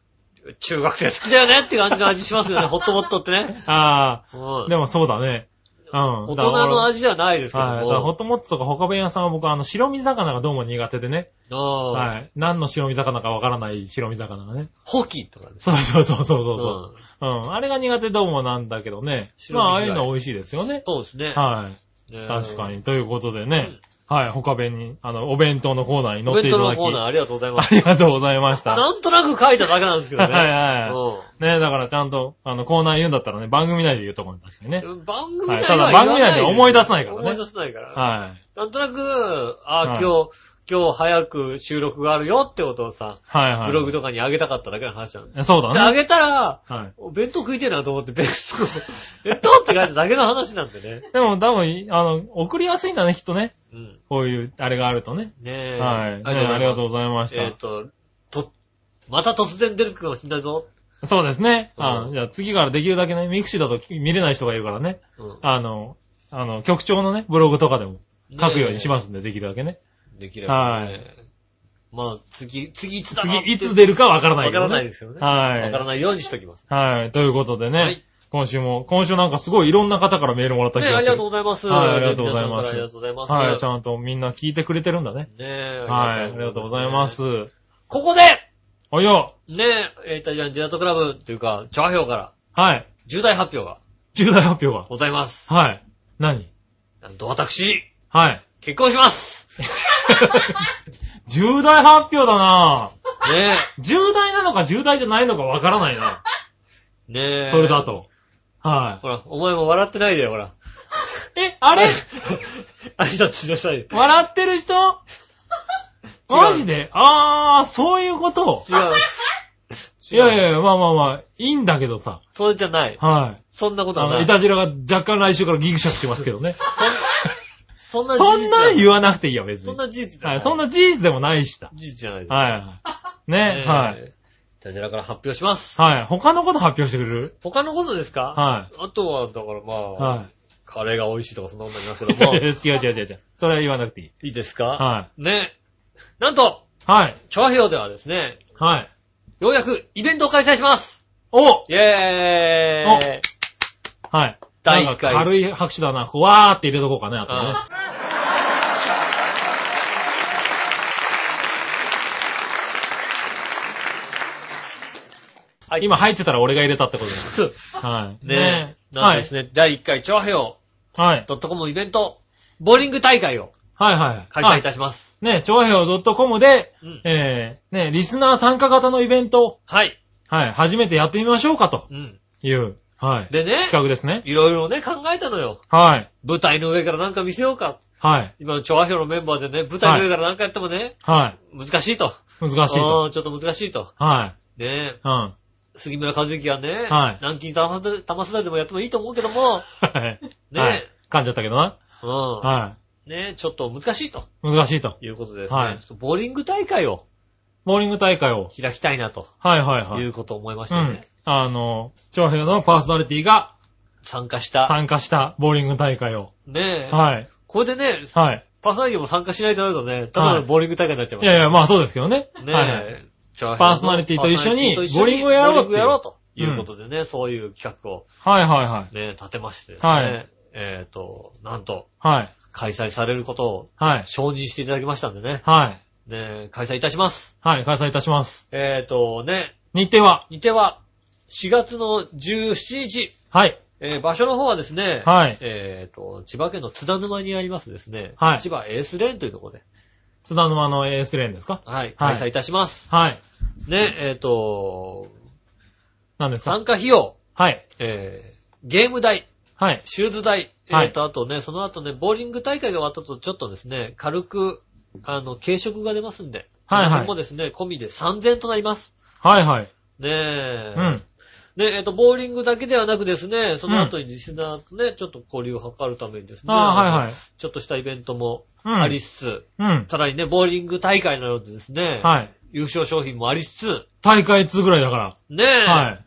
Speaker 2: 中学生好きだよねって感じの味しますよね、ホットモットってね。
Speaker 3: あ
Speaker 2: うん
Speaker 3: あ、でもそうだね。うん。
Speaker 2: 大
Speaker 3: だから
Speaker 2: 人の味ではないですけども。
Speaker 3: はい。だからホットモットとか他弁屋さんは僕、あの、白身魚がどうも苦手でね。
Speaker 2: ああ
Speaker 3: はい。何の白身魚かわからない白身魚がね。
Speaker 2: ホキとかです。
Speaker 3: そうそうそうそうそうそう。
Speaker 2: ん
Speaker 3: うん。あれが苦手どうもなんだけどね。
Speaker 2: 白
Speaker 3: ま
Speaker 2: 身
Speaker 3: あ、あ
Speaker 2: 以外
Speaker 3: あいうの美味しいですよね。
Speaker 2: そうですね。
Speaker 3: はい。
Speaker 2: ね
Speaker 3: 確かに。ということでね。はい。他弁に、あの、お弁当のコーナーに
Speaker 2: お
Speaker 3: 載っ
Speaker 2: 弁
Speaker 3: ていた
Speaker 2: 当
Speaker 3: だ
Speaker 2: の
Speaker 3: き。
Speaker 2: コーナー
Speaker 3: あ
Speaker 2: ありがとうございます。
Speaker 3: りがとうございました。
Speaker 2: なんとなく書いただけなんですけどね。
Speaker 3: はいはいは
Speaker 2: う
Speaker 3: ねだからちゃんと、あの、コーナー言うんだったらね、番組内で言うとこに確かにね。
Speaker 2: ん番組
Speaker 3: はい
Speaker 2: 内
Speaker 3: た
Speaker 2: で
Speaker 3: だ
Speaker 2: は
Speaker 3: 番組内で思い出さないからね
Speaker 2: 思い出さないから。
Speaker 3: はい。
Speaker 2: なんとなく、あ
Speaker 3: はい
Speaker 2: ー今日、今日早く収録があるよってことをさ、
Speaker 3: はいはい。
Speaker 2: ブログとかにあげたかっただけの話なんです。
Speaker 3: そう
Speaker 2: で、
Speaker 3: だ
Speaker 2: あ
Speaker 3: ね。
Speaker 2: げたら、
Speaker 3: はい。
Speaker 2: お弁当食いてえなと思って、弁当、弁当 って書いただけの話なんでね。
Speaker 3: でも多分、あの、送りやすいんだね、きっとね。
Speaker 2: うん。
Speaker 3: こういう、あれがあるとね。
Speaker 2: ねえ。
Speaker 3: はい。ねありがとう
Speaker 2: う
Speaker 3: ございまし
Speaker 2: えっと、と、また突然出てくるかもしんないぞ。
Speaker 3: た。そうですね。あ
Speaker 2: うん
Speaker 3: じゃあ次からできるだけね、ミクシーだと見れない人がいるからね。
Speaker 2: うん
Speaker 3: あの、あの、局長のね、ブログとかでも書くようにし
Speaker 2: す
Speaker 3: ますんで、できるだけね。
Speaker 2: できれば、ね。
Speaker 3: はい
Speaker 2: まあ、次、次いつだ
Speaker 3: 次、
Speaker 2: ろうって
Speaker 3: いつ出るかわからない
Speaker 2: わ
Speaker 3: け
Speaker 2: から
Speaker 3: ど
Speaker 2: ない
Speaker 3: ね
Speaker 2: で。すよね。
Speaker 3: は
Speaker 2: わから
Speaker 3: い。
Speaker 2: ないようにしときます。
Speaker 3: はい。ということで
Speaker 2: は
Speaker 3: ね
Speaker 2: い。
Speaker 3: 今週も、今週なんかすごいいろんな方からメールもらった
Speaker 2: ね、
Speaker 3: 気が
Speaker 2: あ
Speaker 3: する
Speaker 2: りがとう。ございます。
Speaker 3: はいありがとうございます
Speaker 2: 皆さんからありがとうございます。
Speaker 3: はい、ちゃんとみんな聞いてくれてるんだね。
Speaker 2: ねえ、
Speaker 3: はい、ありがとうございま
Speaker 2: ね。
Speaker 3: す。
Speaker 2: ここで、
Speaker 3: およ
Speaker 2: ねえ、えー、イタリアンジェラートクラブというか、調和表から、
Speaker 3: はい、
Speaker 2: 重大発表が
Speaker 3: 重大発表が。
Speaker 2: ございます。
Speaker 3: はい。何
Speaker 2: なんと私、
Speaker 3: はい。
Speaker 2: 結婚します
Speaker 3: 重大発表だなぁ。
Speaker 2: ね
Speaker 3: 重大なのか重大じゃないのかわからないな。
Speaker 2: え、ねえ。
Speaker 3: それだ。と。は
Speaker 2: ほら、お前も笑ってないでよ、ほら。
Speaker 3: い。え、あれ
Speaker 2: ありがとうなさいよ。
Speaker 3: 笑ってる人
Speaker 2: 違う
Speaker 3: マジであー、そういうこと
Speaker 2: 違う。
Speaker 3: いやいやいや、まあまあまあ、いいんだけどさ。
Speaker 2: それじゃない。
Speaker 3: はい。
Speaker 2: そんなこと
Speaker 3: あ
Speaker 2: はな
Speaker 3: の、
Speaker 2: い。
Speaker 3: イタジラが若干来週からギクシャクしてますけどね。
Speaker 2: そんな事
Speaker 3: そ
Speaker 2: 実
Speaker 3: ん
Speaker 2: じゃ
Speaker 3: ないん言わなくていいよ、別
Speaker 2: そん
Speaker 3: に。
Speaker 2: な事実じゃ
Speaker 3: はいい、そんな事実でもないしさ。
Speaker 2: 事実じゃないです。
Speaker 3: はいはい。ね、
Speaker 2: えー
Speaker 3: はい。。
Speaker 2: じゃじゃらから発表します。
Speaker 3: はい。他のこと発表してくれる
Speaker 2: 他のことですか
Speaker 3: はい。
Speaker 2: あとは、だからまあ、
Speaker 3: は
Speaker 2: カレーが美味しいとかそんなことになります
Speaker 3: い
Speaker 2: け。ども、
Speaker 3: 違う違う違う違う。それは言わなくていい。
Speaker 2: いいですか
Speaker 3: は
Speaker 2: ね。なんと、
Speaker 3: はい。
Speaker 2: 調和票ではですね、
Speaker 3: はい。
Speaker 2: ようやくイベントを開催します
Speaker 3: お
Speaker 2: イェーイ
Speaker 3: はい。
Speaker 2: 第一回
Speaker 3: なんか軽い拍手だな。こうわーって入れとこうかね、あとね。
Speaker 2: はい
Speaker 3: 今入ってたら俺が入れたってことです。
Speaker 2: そう
Speaker 3: はい。
Speaker 2: ねえ、なん
Speaker 3: は
Speaker 2: と
Speaker 3: い
Speaker 2: です。ね、第1回調和票
Speaker 3: はい。
Speaker 2: .com イベント、ボーリング大会を
Speaker 3: はいはい。
Speaker 2: 開催い
Speaker 3: あ
Speaker 2: たします。
Speaker 3: ね、調和表 .com で、
Speaker 2: うん
Speaker 3: えー、ね、リスナー参加型のイベントを、
Speaker 2: はい。
Speaker 3: はい、初めてやってみましょうかと
Speaker 2: うん。
Speaker 3: いう、はい。
Speaker 2: でね、
Speaker 3: 企画ですね。
Speaker 2: いろいろね、考えたのよ。
Speaker 3: はい。
Speaker 2: 舞台の上からなんか見せようか。
Speaker 3: はい。
Speaker 2: 今の調和表のメンバーでね、舞台の上からなんかやってもね、
Speaker 3: はい。
Speaker 2: 難しいと。
Speaker 3: 難しいと。
Speaker 2: うんちょっと難しいと。
Speaker 3: は
Speaker 2: ねえ
Speaker 3: い。うん。
Speaker 2: 杉村和之がね、
Speaker 3: はい
Speaker 2: 南京玉世玉世代でもやってもいいと思うけども、
Speaker 3: はい。
Speaker 2: ね
Speaker 3: はい噛んじゃったけどな。
Speaker 2: う
Speaker 3: は
Speaker 2: ん。ねえちょっと難しいと
Speaker 3: い。難しいと。
Speaker 2: いうことでですね、
Speaker 3: はい
Speaker 2: ちょっとボーリング大会を
Speaker 3: ボーリング大会を。
Speaker 2: 開きたいなと
Speaker 3: はいはいはいい。
Speaker 2: うことを思いまし
Speaker 3: う
Speaker 2: たね。
Speaker 3: ん。あの、長平のパーソナリティが
Speaker 2: 参加した。
Speaker 3: 参加したボーリング大会を。
Speaker 2: ねえ、
Speaker 3: はい。
Speaker 2: これでね、
Speaker 3: はい。
Speaker 2: パーソナリティも参加しないとなるとね、ただのボーリング大会になっちゃい
Speaker 3: い
Speaker 2: ます
Speaker 3: やいや、まあそうですけどね。
Speaker 2: ねえ。
Speaker 3: はいはい。
Speaker 2: じゃあ
Speaker 3: パーソナリティと一緒に
Speaker 2: パーソナリティと一緒に
Speaker 3: ボーリングをやろうっていう
Speaker 2: ボーリングやろうということでね、そういう企画を
Speaker 3: はいはいはい。
Speaker 2: ね、立てましてです
Speaker 3: は
Speaker 2: ね
Speaker 3: い。
Speaker 2: えっと、なんと、
Speaker 3: はい。
Speaker 2: 開催されることを
Speaker 3: はい。
Speaker 2: 承認していただきましたんでね。
Speaker 3: はい。
Speaker 2: ね、開催いたします。
Speaker 3: はい。開催いたします。
Speaker 2: えっと、ね、
Speaker 3: 日程は
Speaker 2: 日程は4月の17日。
Speaker 3: はい。
Speaker 2: えー場所の方はですね、
Speaker 3: はい
Speaker 2: えっと、千葉県の津田沼にありますですね、
Speaker 3: はい
Speaker 2: 千葉エースレーンというところで、
Speaker 3: 津田沼のエースレーンですか
Speaker 2: はい、
Speaker 3: は
Speaker 2: 開
Speaker 3: い
Speaker 2: 催いたします。
Speaker 3: はい。
Speaker 2: ね、えっと、
Speaker 3: 何ですか
Speaker 2: 参加費用、
Speaker 3: はい。
Speaker 2: えーゲーム代、
Speaker 3: はい。
Speaker 2: シューズ代、
Speaker 3: はい
Speaker 2: えっと、あとね、その後ね、ボーリング大会が終わったと、ちょっとですね、軽く、あの、軽食が出ますんで、
Speaker 3: はいはい
Speaker 2: その分もですね、込みで3000となります。
Speaker 3: はいはい。
Speaker 2: ねえ。
Speaker 3: うん。
Speaker 2: ねえ、っと、ボーリングだけではなくですね、その後にリスナーとね、ちょっと交流を図るためにですね、
Speaker 3: ああ、はいはい。
Speaker 2: ちょっとしたイベントも
Speaker 3: うん。
Speaker 2: ありつつ、
Speaker 3: うん。
Speaker 2: さらにね、ボーリング大会なのでですね、
Speaker 3: はい。
Speaker 2: 優勝商品もありつつ、
Speaker 3: 大会2ぐらいだか
Speaker 2: ね
Speaker 3: ら。
Speaker 2: え、
Speaker 3: はい。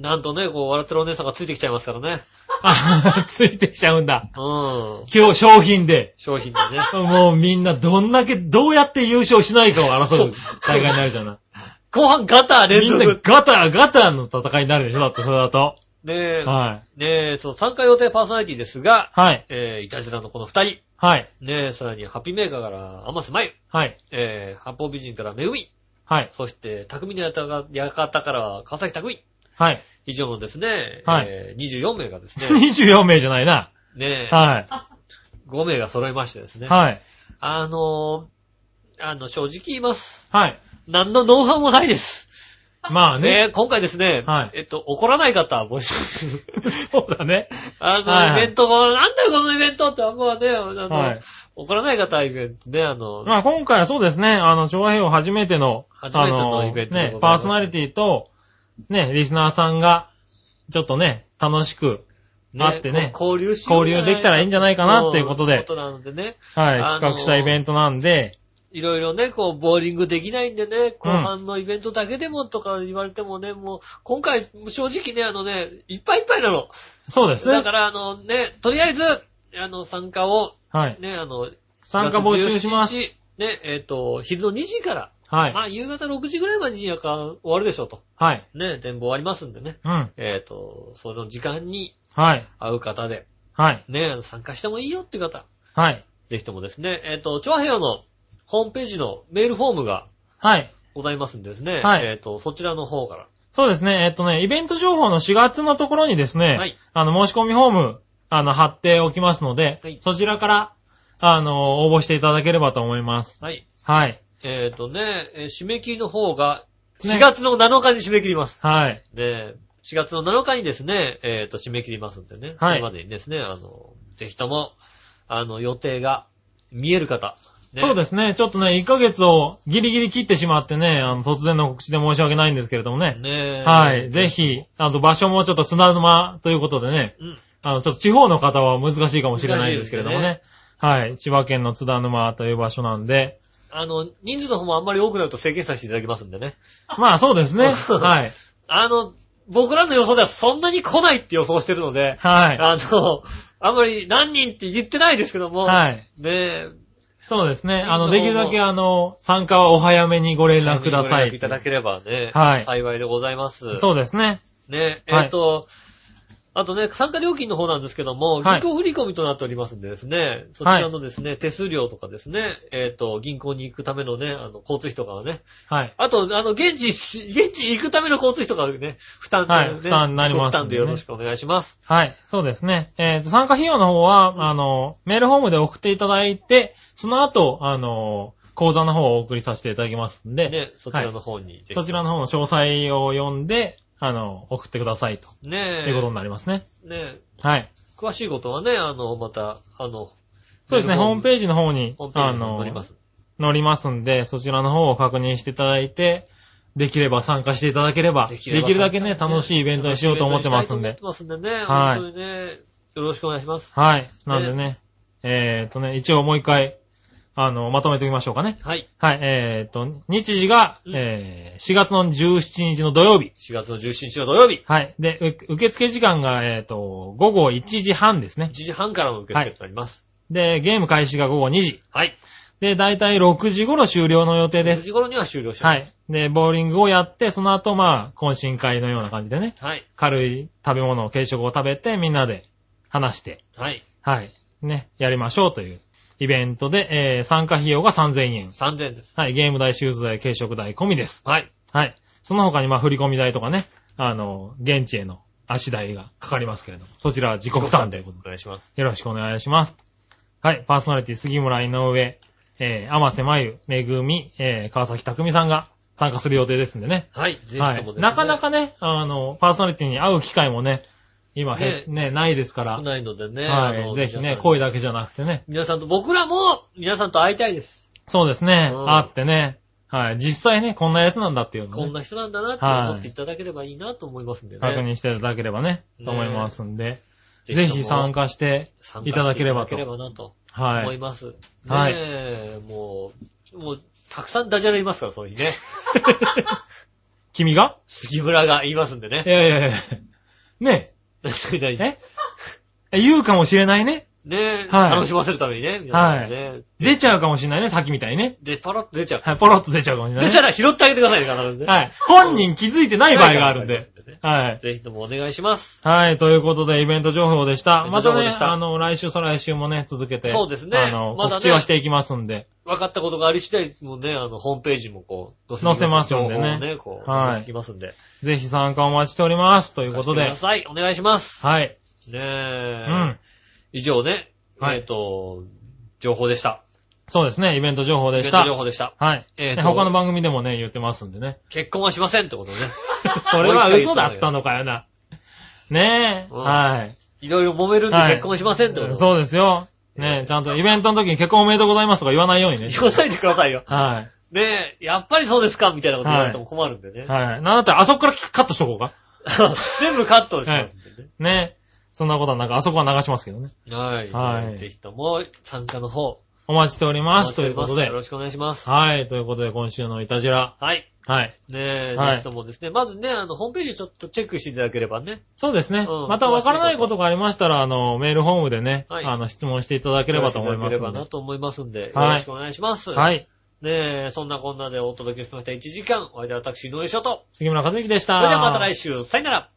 Speaker 2: なんとね、こう、笑ってるお姉さんがついてきちゃいますからね。
Speaker 3: あ、 ついてきちゃうんだ。
Speaker 2: うん。
Speaker 3: 今日商品で。
Speaker 2: 商品でね。
Speaker 3: もうみんなどんだけ、どうやって優勝しないかを争う大会になるじゃない。
Speaker 2: 後半ガター連
Speaker 3: みんな
Speaker 2: 続。
Speaker 3: ガターガターの戦いになるでしょだってそれだと。
Speaker 2: ねえ、
Speaker 3: はい。
Speaker 2: ねえ、その参加予定パーソナリティですが、
Speaker 3: はい。
Speaker 2: えー、イタジラのこの二人、
Speaker 3: はい。
Speaker 2: ねえ、さらにハッピーメーカーから、アマスマユ、
Speaker 3: はい。
Speaker 2: えー、八方美人からめぐみ、
Speaker 3: はい。
Speaker 2: そして、匠の館からは川崎匠。
Speaker 3: はい。
Speaker 2: 以上のですね、
Speaker 3: はい
Speaker 2: えー24名がです ね、
Speaker 3: 24名じゃないな。
Speaker 2: ねえ、
Speaker 3: は
Speaker 2: 5名が揃いましてです
Speaker 3: い。
Speaker 2: ね、
Speaker 3: はい。
Speaker 2: あのー、あの、正直言います。
Speaker 3: はい。
Speaker 2: 何のノウハウもないです。
Speaker 3: まあ
Speaker 2: ね
Speaker 3: ね。
Speaker 2: え、今回ですね、
Speaker 3: はい
Speaker 2: えっと、怒らない方は募集。
Speaker 3: そうだね。
Speaker 2: あの、
Speaker 3: はいはい
Speaker 2: イベントが、なんだよこのイベントって思うわね、あの、
Speaker 3: はい
Speaker 2: 怒らない方はイベントね、あの、
Speaker 3: まあ今回はそうですね、あの、調和平和初めての、
Speaker 2: 初めての
Speaker 3: あ
Speaker 2: イベントでございます
Speaker 3: ね、パーソナリティと、ね、リスナーさんが、ちょっとね、楽しく、あってね
Speaker 2: こ交流しようじゃない
Speaker 3: 交流できたらいいんじゃないかなっていうことで
Speaker 2: そういうことなのでね、
Speaker 3: はい、
Speaker 2: あのー
Speaker 3: 企画したイベントなんで、
Speaker 2: いろいろね、こう、ボーリングできないんでね、後半のイベントだけでもとか言われてもね、もう、今回、正直ね、あのね、いっぱいいっぱいなの。
Speaker 3: そうです
Speaker 2: だ
Speaker 3: ね
Speaker 2: か。ら、あのね、とりあえず、あの、参加を、
Speaker 3: はい。
Speaker 2: ね、あの、
Speaker 3: 参加募集します
Speaker 2: 4月17日。ね、えっ、と、昼の2時から、
Speaker 3: はい
Speaker 2: ま。あ、夕方6時ぐらいまでにはか終わるでしょうと。
Speaker 3: はい。
Speaker 2: ね、展望ありますんでね。
Speaker 3: うん。
Speaker 2: えっ、と、その時間に
Speaker 3: はい。
Speaker 2: 会う方で、
Speaker 3: はい。
Speaker 2: ね、あの参加してもいいよって方、
Speaker 3: はい。
Speaker 2: ぜひともですね、えっ、と、チョアヘアのホームページのメールフォームが、
Speaker 3: はい。
Speaker 2: ございますんでですね。
Speaker 3: はい
Speaker 2: えっ、と、そちらの方から。
Speaker 3: そうですね。えっとね、イベント情報の4月のところにですね、
Speaker 2: はい
Speaker 3: あの、申し込みフォーム、あの、貼っておきますので、
Speaker 2: はい
Speaker 3: そちらから、あの、応募していただければと思います。
Speaker 2: はい。
Speaker 3: はい。
Speaker 2: えっ、とね、えー締め切りの方が、
Speaker 3: ね
Speaker 2: 4月の7日に締め切ります。
Speaker 3: はい。
Speaker 2: で、4月の7日にですね、えっ、と、締め切りますんでね。
Speaker 3: はい
Speaker 2: それまでにですね、あの、ぜひとも、あの、予定が見える方。ね、。
Speaker 3: そうですすね。ちょっとね、1ヶ月をギリギリ切ってしまってね、あの、突然の告知で申し訳ないんですけれどもね。
Speaker 2: ね
Speaker 3: はい。ぜ。ひ、あと場所もちょっと津田沼ということでね、
Speaker 2: うん。
Speaker 3: あの、ちょっと地方の方は難しいかもしれないですけれどもね。
Speaker 2: 難しいで
Speaker 3: はい。千葉県の津田沼という場所なんで。
Speaker 2: あの、人数の方もあんまり多くなると制限させていただきますんでね。
Speaker 3: まあそうです ね。はい。
Speaker 2: あの、僕らの予想ではそんなに来ないって予想してるので、
Speaker 3: はい。
Speaker 2: あの、あんまり何人って言ってないですけども、
Speaker 3: はい。
Speaker 2: ねえ、
Speaker 3: そうですね。あの、
Speaker 2: みん
Speaker 3: で
Speaker 2: な
Speaker 3: きる
Speaker 2: も
Speaker 3: だけあの、参加はお早めにご連絡くださ
Speaker 2: ご連絡
Speaker 3: い。
Speaker 2: いただければね、
Speaker 3: はい
Speaker 2: 幸いでございます。
Speaker 3: そうですね。
Speaker 2: ね、えっ、
Speaker 3: はい
Speaker 2: と、あとね、参加料金の方なんですけども、
Speaker 3: はい
Speaker 2: 銀行振り込みとなっておりますんでですね、そちらのですね、手数料とかですね、えっ、と、銀行に行くためのね、あの、交通費とかはね、
Speaker 3: はい。
Speaker 2: あと、あの、現地、 現地行くための交通費とかはね、負担で、ね
Speaker 3: はい負担になりますんでね
Speaker 2: 自己負担でよろしくお願いします。
Speaker 3: はい。そうですね。えっ、と、参加費用の方は、あの、メールフォームで送っていただいて、その後、あの、講座の方をお送りさせていただきますんで、
Speaker 2: ね、そちらの方に、ぜひ
Speaker 3: そちらの方の詳細を読んで、あの、送ってくださいと、
Speaker 2: ね
Speaker 3: いうことになりますね。
Speaker 2: ね、
Speaker 3: はい。
Speaker 2: 詳しいことはね、あの、また、あの、
Speaker 3: そうですね、ホーム
Speaker 2: ージ、
Speaker 3: ページの方に
Speaker 2: ホーム、ペー
Speaker 3: あ
Speaker 2: ジに
Speaker 3: の
Speaker 2: 載り、ます。
Speaker 3: 載りますんで、そちらの方を確認していただいて、できれば参加していただければ、でき
Speaker 2: れば
Speaker 3: るだけね、楽しいイベントにしようと思ってますんで。
Speaker 2: 楽しいイベントにしたいと
Speaker 3: はい
Speaker 2: 思ってますんでね、本当にね、よろしくお願いします。
Speaker 3: はい。なんでね、えー、っとね、一応もう一回、あの、まとめてみましょうかね。
Speaker 2: はい。
Speaker 3: はい、えー、っと、日時が、
Speaker 2: うん
Speaker 3: えー、4月の17日の土曜日。
Speaker 2: 4月の17日の土曜日、
Speaker 3: はい。で、う受付時間が、えー、っと、午後1時半ですね
Speaker 2: 1。時半からの受付となります。
Speaker 3: で、ゲーム開始が午後2時。
Speaker 2: はい。
Speaker 3: で、だいたい6時頃終了の予定
Speaker 2: 9
Speaker 3: です。
Speaker 2: 時頃には終了し
Speaker 3: は
Speaker 2: ま
Speaker 3: い
Speaker 2: す。。
Speaker 3: で、ボーリングをやって、その後、まあ、懇親会のような感じでね、
Speaker 2: はい。
Speaker 3: 軽い食べ物を、軽食を食べて、みんなで話して、
Speaker 2: はい。
Speaker 3: はい。ね、やりましょうというイベントで、えー、参加費用が3000円。
Speaker 2: 3000円です。
Speaker 3: はい。ゲーム代、シューズ代、軽食代込みです。
Speaker 2: はい。
Speaker 3: はい。その他に、まあ、振り込み代とかね、あの、現地への足代がかかりますけれども、そちらは自己負担ということで
Speaker 2: お願いします。
Speaker 3: よろしくお願いします。はい、パーソナリティ、杉村井上、えー、天瀬真由、めぐみ、えー、川崎匠さんが参加する予定ですんでね。
Speaker 2: はい。ぜひとも
Speaker 3: は
Speaker 2: です
Speaker 3: い
Speaker 2: ね。。
Speaker 3: なかなかね、あの、パーソナリティに会う機会もね、今へ、ね、ないですから、
Speaker 2: ないのでね。あ
Speaker 3: は
Speaker 2: の
Speaker 3: い、ぜひね、。
Speaker 2: 皆さん
Speaker 3: 声だけじゃなくてね。
Speaker 2: 皆さんと、僕らも皆さんと会いたいです。
Speaker 3: そうですね、
Speaker 2: うん
Speaker 3: 会ってね、はい、実際ね、こんなやつなんだっていうの
Speaker 2: こ
Speaker 3: を
Speaker 2: ん
Speaker 3: ね、
Speaker 2: な人なんだなって
Speaker 3: はい
Speaker 2: 思っていただければいいなと思いますんでね。
Speaker 3: 確認していただければね、と思いますんで、ぜひ参
Speaker 2: 参加
Speaker 3: 加して
Speaker 2: して
Speaker 3: い
Speaker 2: い
Speaker 3: た
Speaker 2: た
Speaker 3: だ
Speaker 2: だ
Speaker 3: け
Speaker 2: け
Speaker 3: れ
Speaker 2: れ
Speaker 3: ばと。
Speaker 2: ばと
Speaker 3: は
Speaker 2: 思い
Speaker 3: い。
Speaker 2: ます。ね
Speaker 3: はい
Speaker 2: え、もう、もう、たくさんダジャレいますから、その日ね。
Speaker 3: 君が
Speaker 2: 杉村が言いますんで
Speaker 3: い
Speaker 2: ね。
Speaker 3: やいやいや。ね え、
Speaker 2: ね
Speaker 3: ええ言うかもしれないね。
Speaker 2: え、
Speaker 3: はい
Speaker 2: 楽しませるためにね、皆さんね。
Speaker 3: 出ちゃうかもしれないね、さっきみたいにね。
Speaker 2: で、パラッと出ちゃう。
Speaker 3: はい、ポロッと出ちゃうかもしれない、
Speaker 2: 出
Speaker 3: ね。
Speaker 2: たら拾ってあげてくださいね、必ずね。
Speaker 3: はい。本人気づいてない場合があるんで。。はい。
Speaker 2: ぜひともお願いします。
Speaker 3: はい、ということで、イベント情報でした。
Speaker 2: イベ
Speaker 3: また
Speaker 2: ント情報
Speaker 3: ね
Speaker 2: でし、た
Speaker 3: あの、来週、再来週もね、続けて。
Speaker 2: そうですね
Speaker 3: あの、
Speaker 2: まだね
Speaker 3: 告知はしていきますんで。
Speaker 2: 分かったことがあり次第、もうね、あの、ホームページもこう、
Speaker 3: 載せますんでね
Speaker 2: 情報をね、こう、
Speaker 3: はい
Speaker 2: 載せてきますんで。
Speaker 3: ぜひ参加お待ちしております。とい
Speaker 2: と
Speaker 3: うこと
Speaker 2: く
Speaker 3: で
Speaker 2: だ。さい。お願いします。
Speaker 3: はい。う
Speaker 2: ねえ。
Speaker 3: ん。
Speaker 2: 以上ね、
Speaker 3: はい
Speaker 2: えっと、情報でした。
Speaker 3: そうですね、イベント情報でし
Speaker 2: イベント情
Speaker 3: た。
Speaker 2: 報でした。
Speaker 3: はい。
Speaker 2: えー
Speaker 3: ね
Speaker 2: と
Speaker 3: 他の番組でもね、言ってますんで ね。
Speaker 2: 結婚はしませんってことね。
Speaker 3: それは嘘だったのかよな。ねえ。
Speaker 2: うん
Speaker 3: はい。
Speaker 2: いろいろ揉めるんで
Speaker 3: はい
Speaker 2: 結婚しませんってこと。う。
Speaker 3: そうですよ。ねえ、ちゃんとイベントの時に結婚おめでとうございますとか言わないように ね。
Speaker 2: 言わないでくださいよ。
Speaker 3: は
Speaker 2: ねえ、やっぱりそうですかみたいなこと言われても困るんでね
Speaker 3: い。。はい。なんだったらあそこからカットしとこうか。
Speaker 2: 全部カットしますんでね。
Speaker 3: ねえ。そんなことはなんかあそこは流しますけどね。
Speaker 2: はい。
Speaker 3: はい
Speaker 2: ぜひとも参加の方、
Speaker 3: お待ちしております。ということで
Speaker 2: よ。ろしくお願いします。
Speaker 3: はい。ということで、今週のいたじら。
Speaker 2: はい。
Speaker 3: はい。
Speaker 2: ねえ、
Speaker 3: はい
Speaker 2: ぜひともですね、まずね、あの、ホームページちょっとチェックしていただければね。
Speaker 3: そうですね。
Speaker 2: うん
Speaker 3: またわからないことがありましたら、あの、メールホームでね、
Speaker 2: はい
Speaker 3: あの、質問していただければと思います
Speaker 2: よろしくいただければ
Speaker 3: の
Speaker 2: な
Speaker 3: で。
Speaker 2: と思いますんで、よ
Speaker 3: はい
Speaker 2: ろしくお願いします。。
Speaker 3: はいい。
Speaker 2: ねえ、そんなこんなでお届けしました1時間、お相手は私、井上翔と。
Speaker 3: 杉村和之でした。
Speaker 2: それではまた来週、さよなら。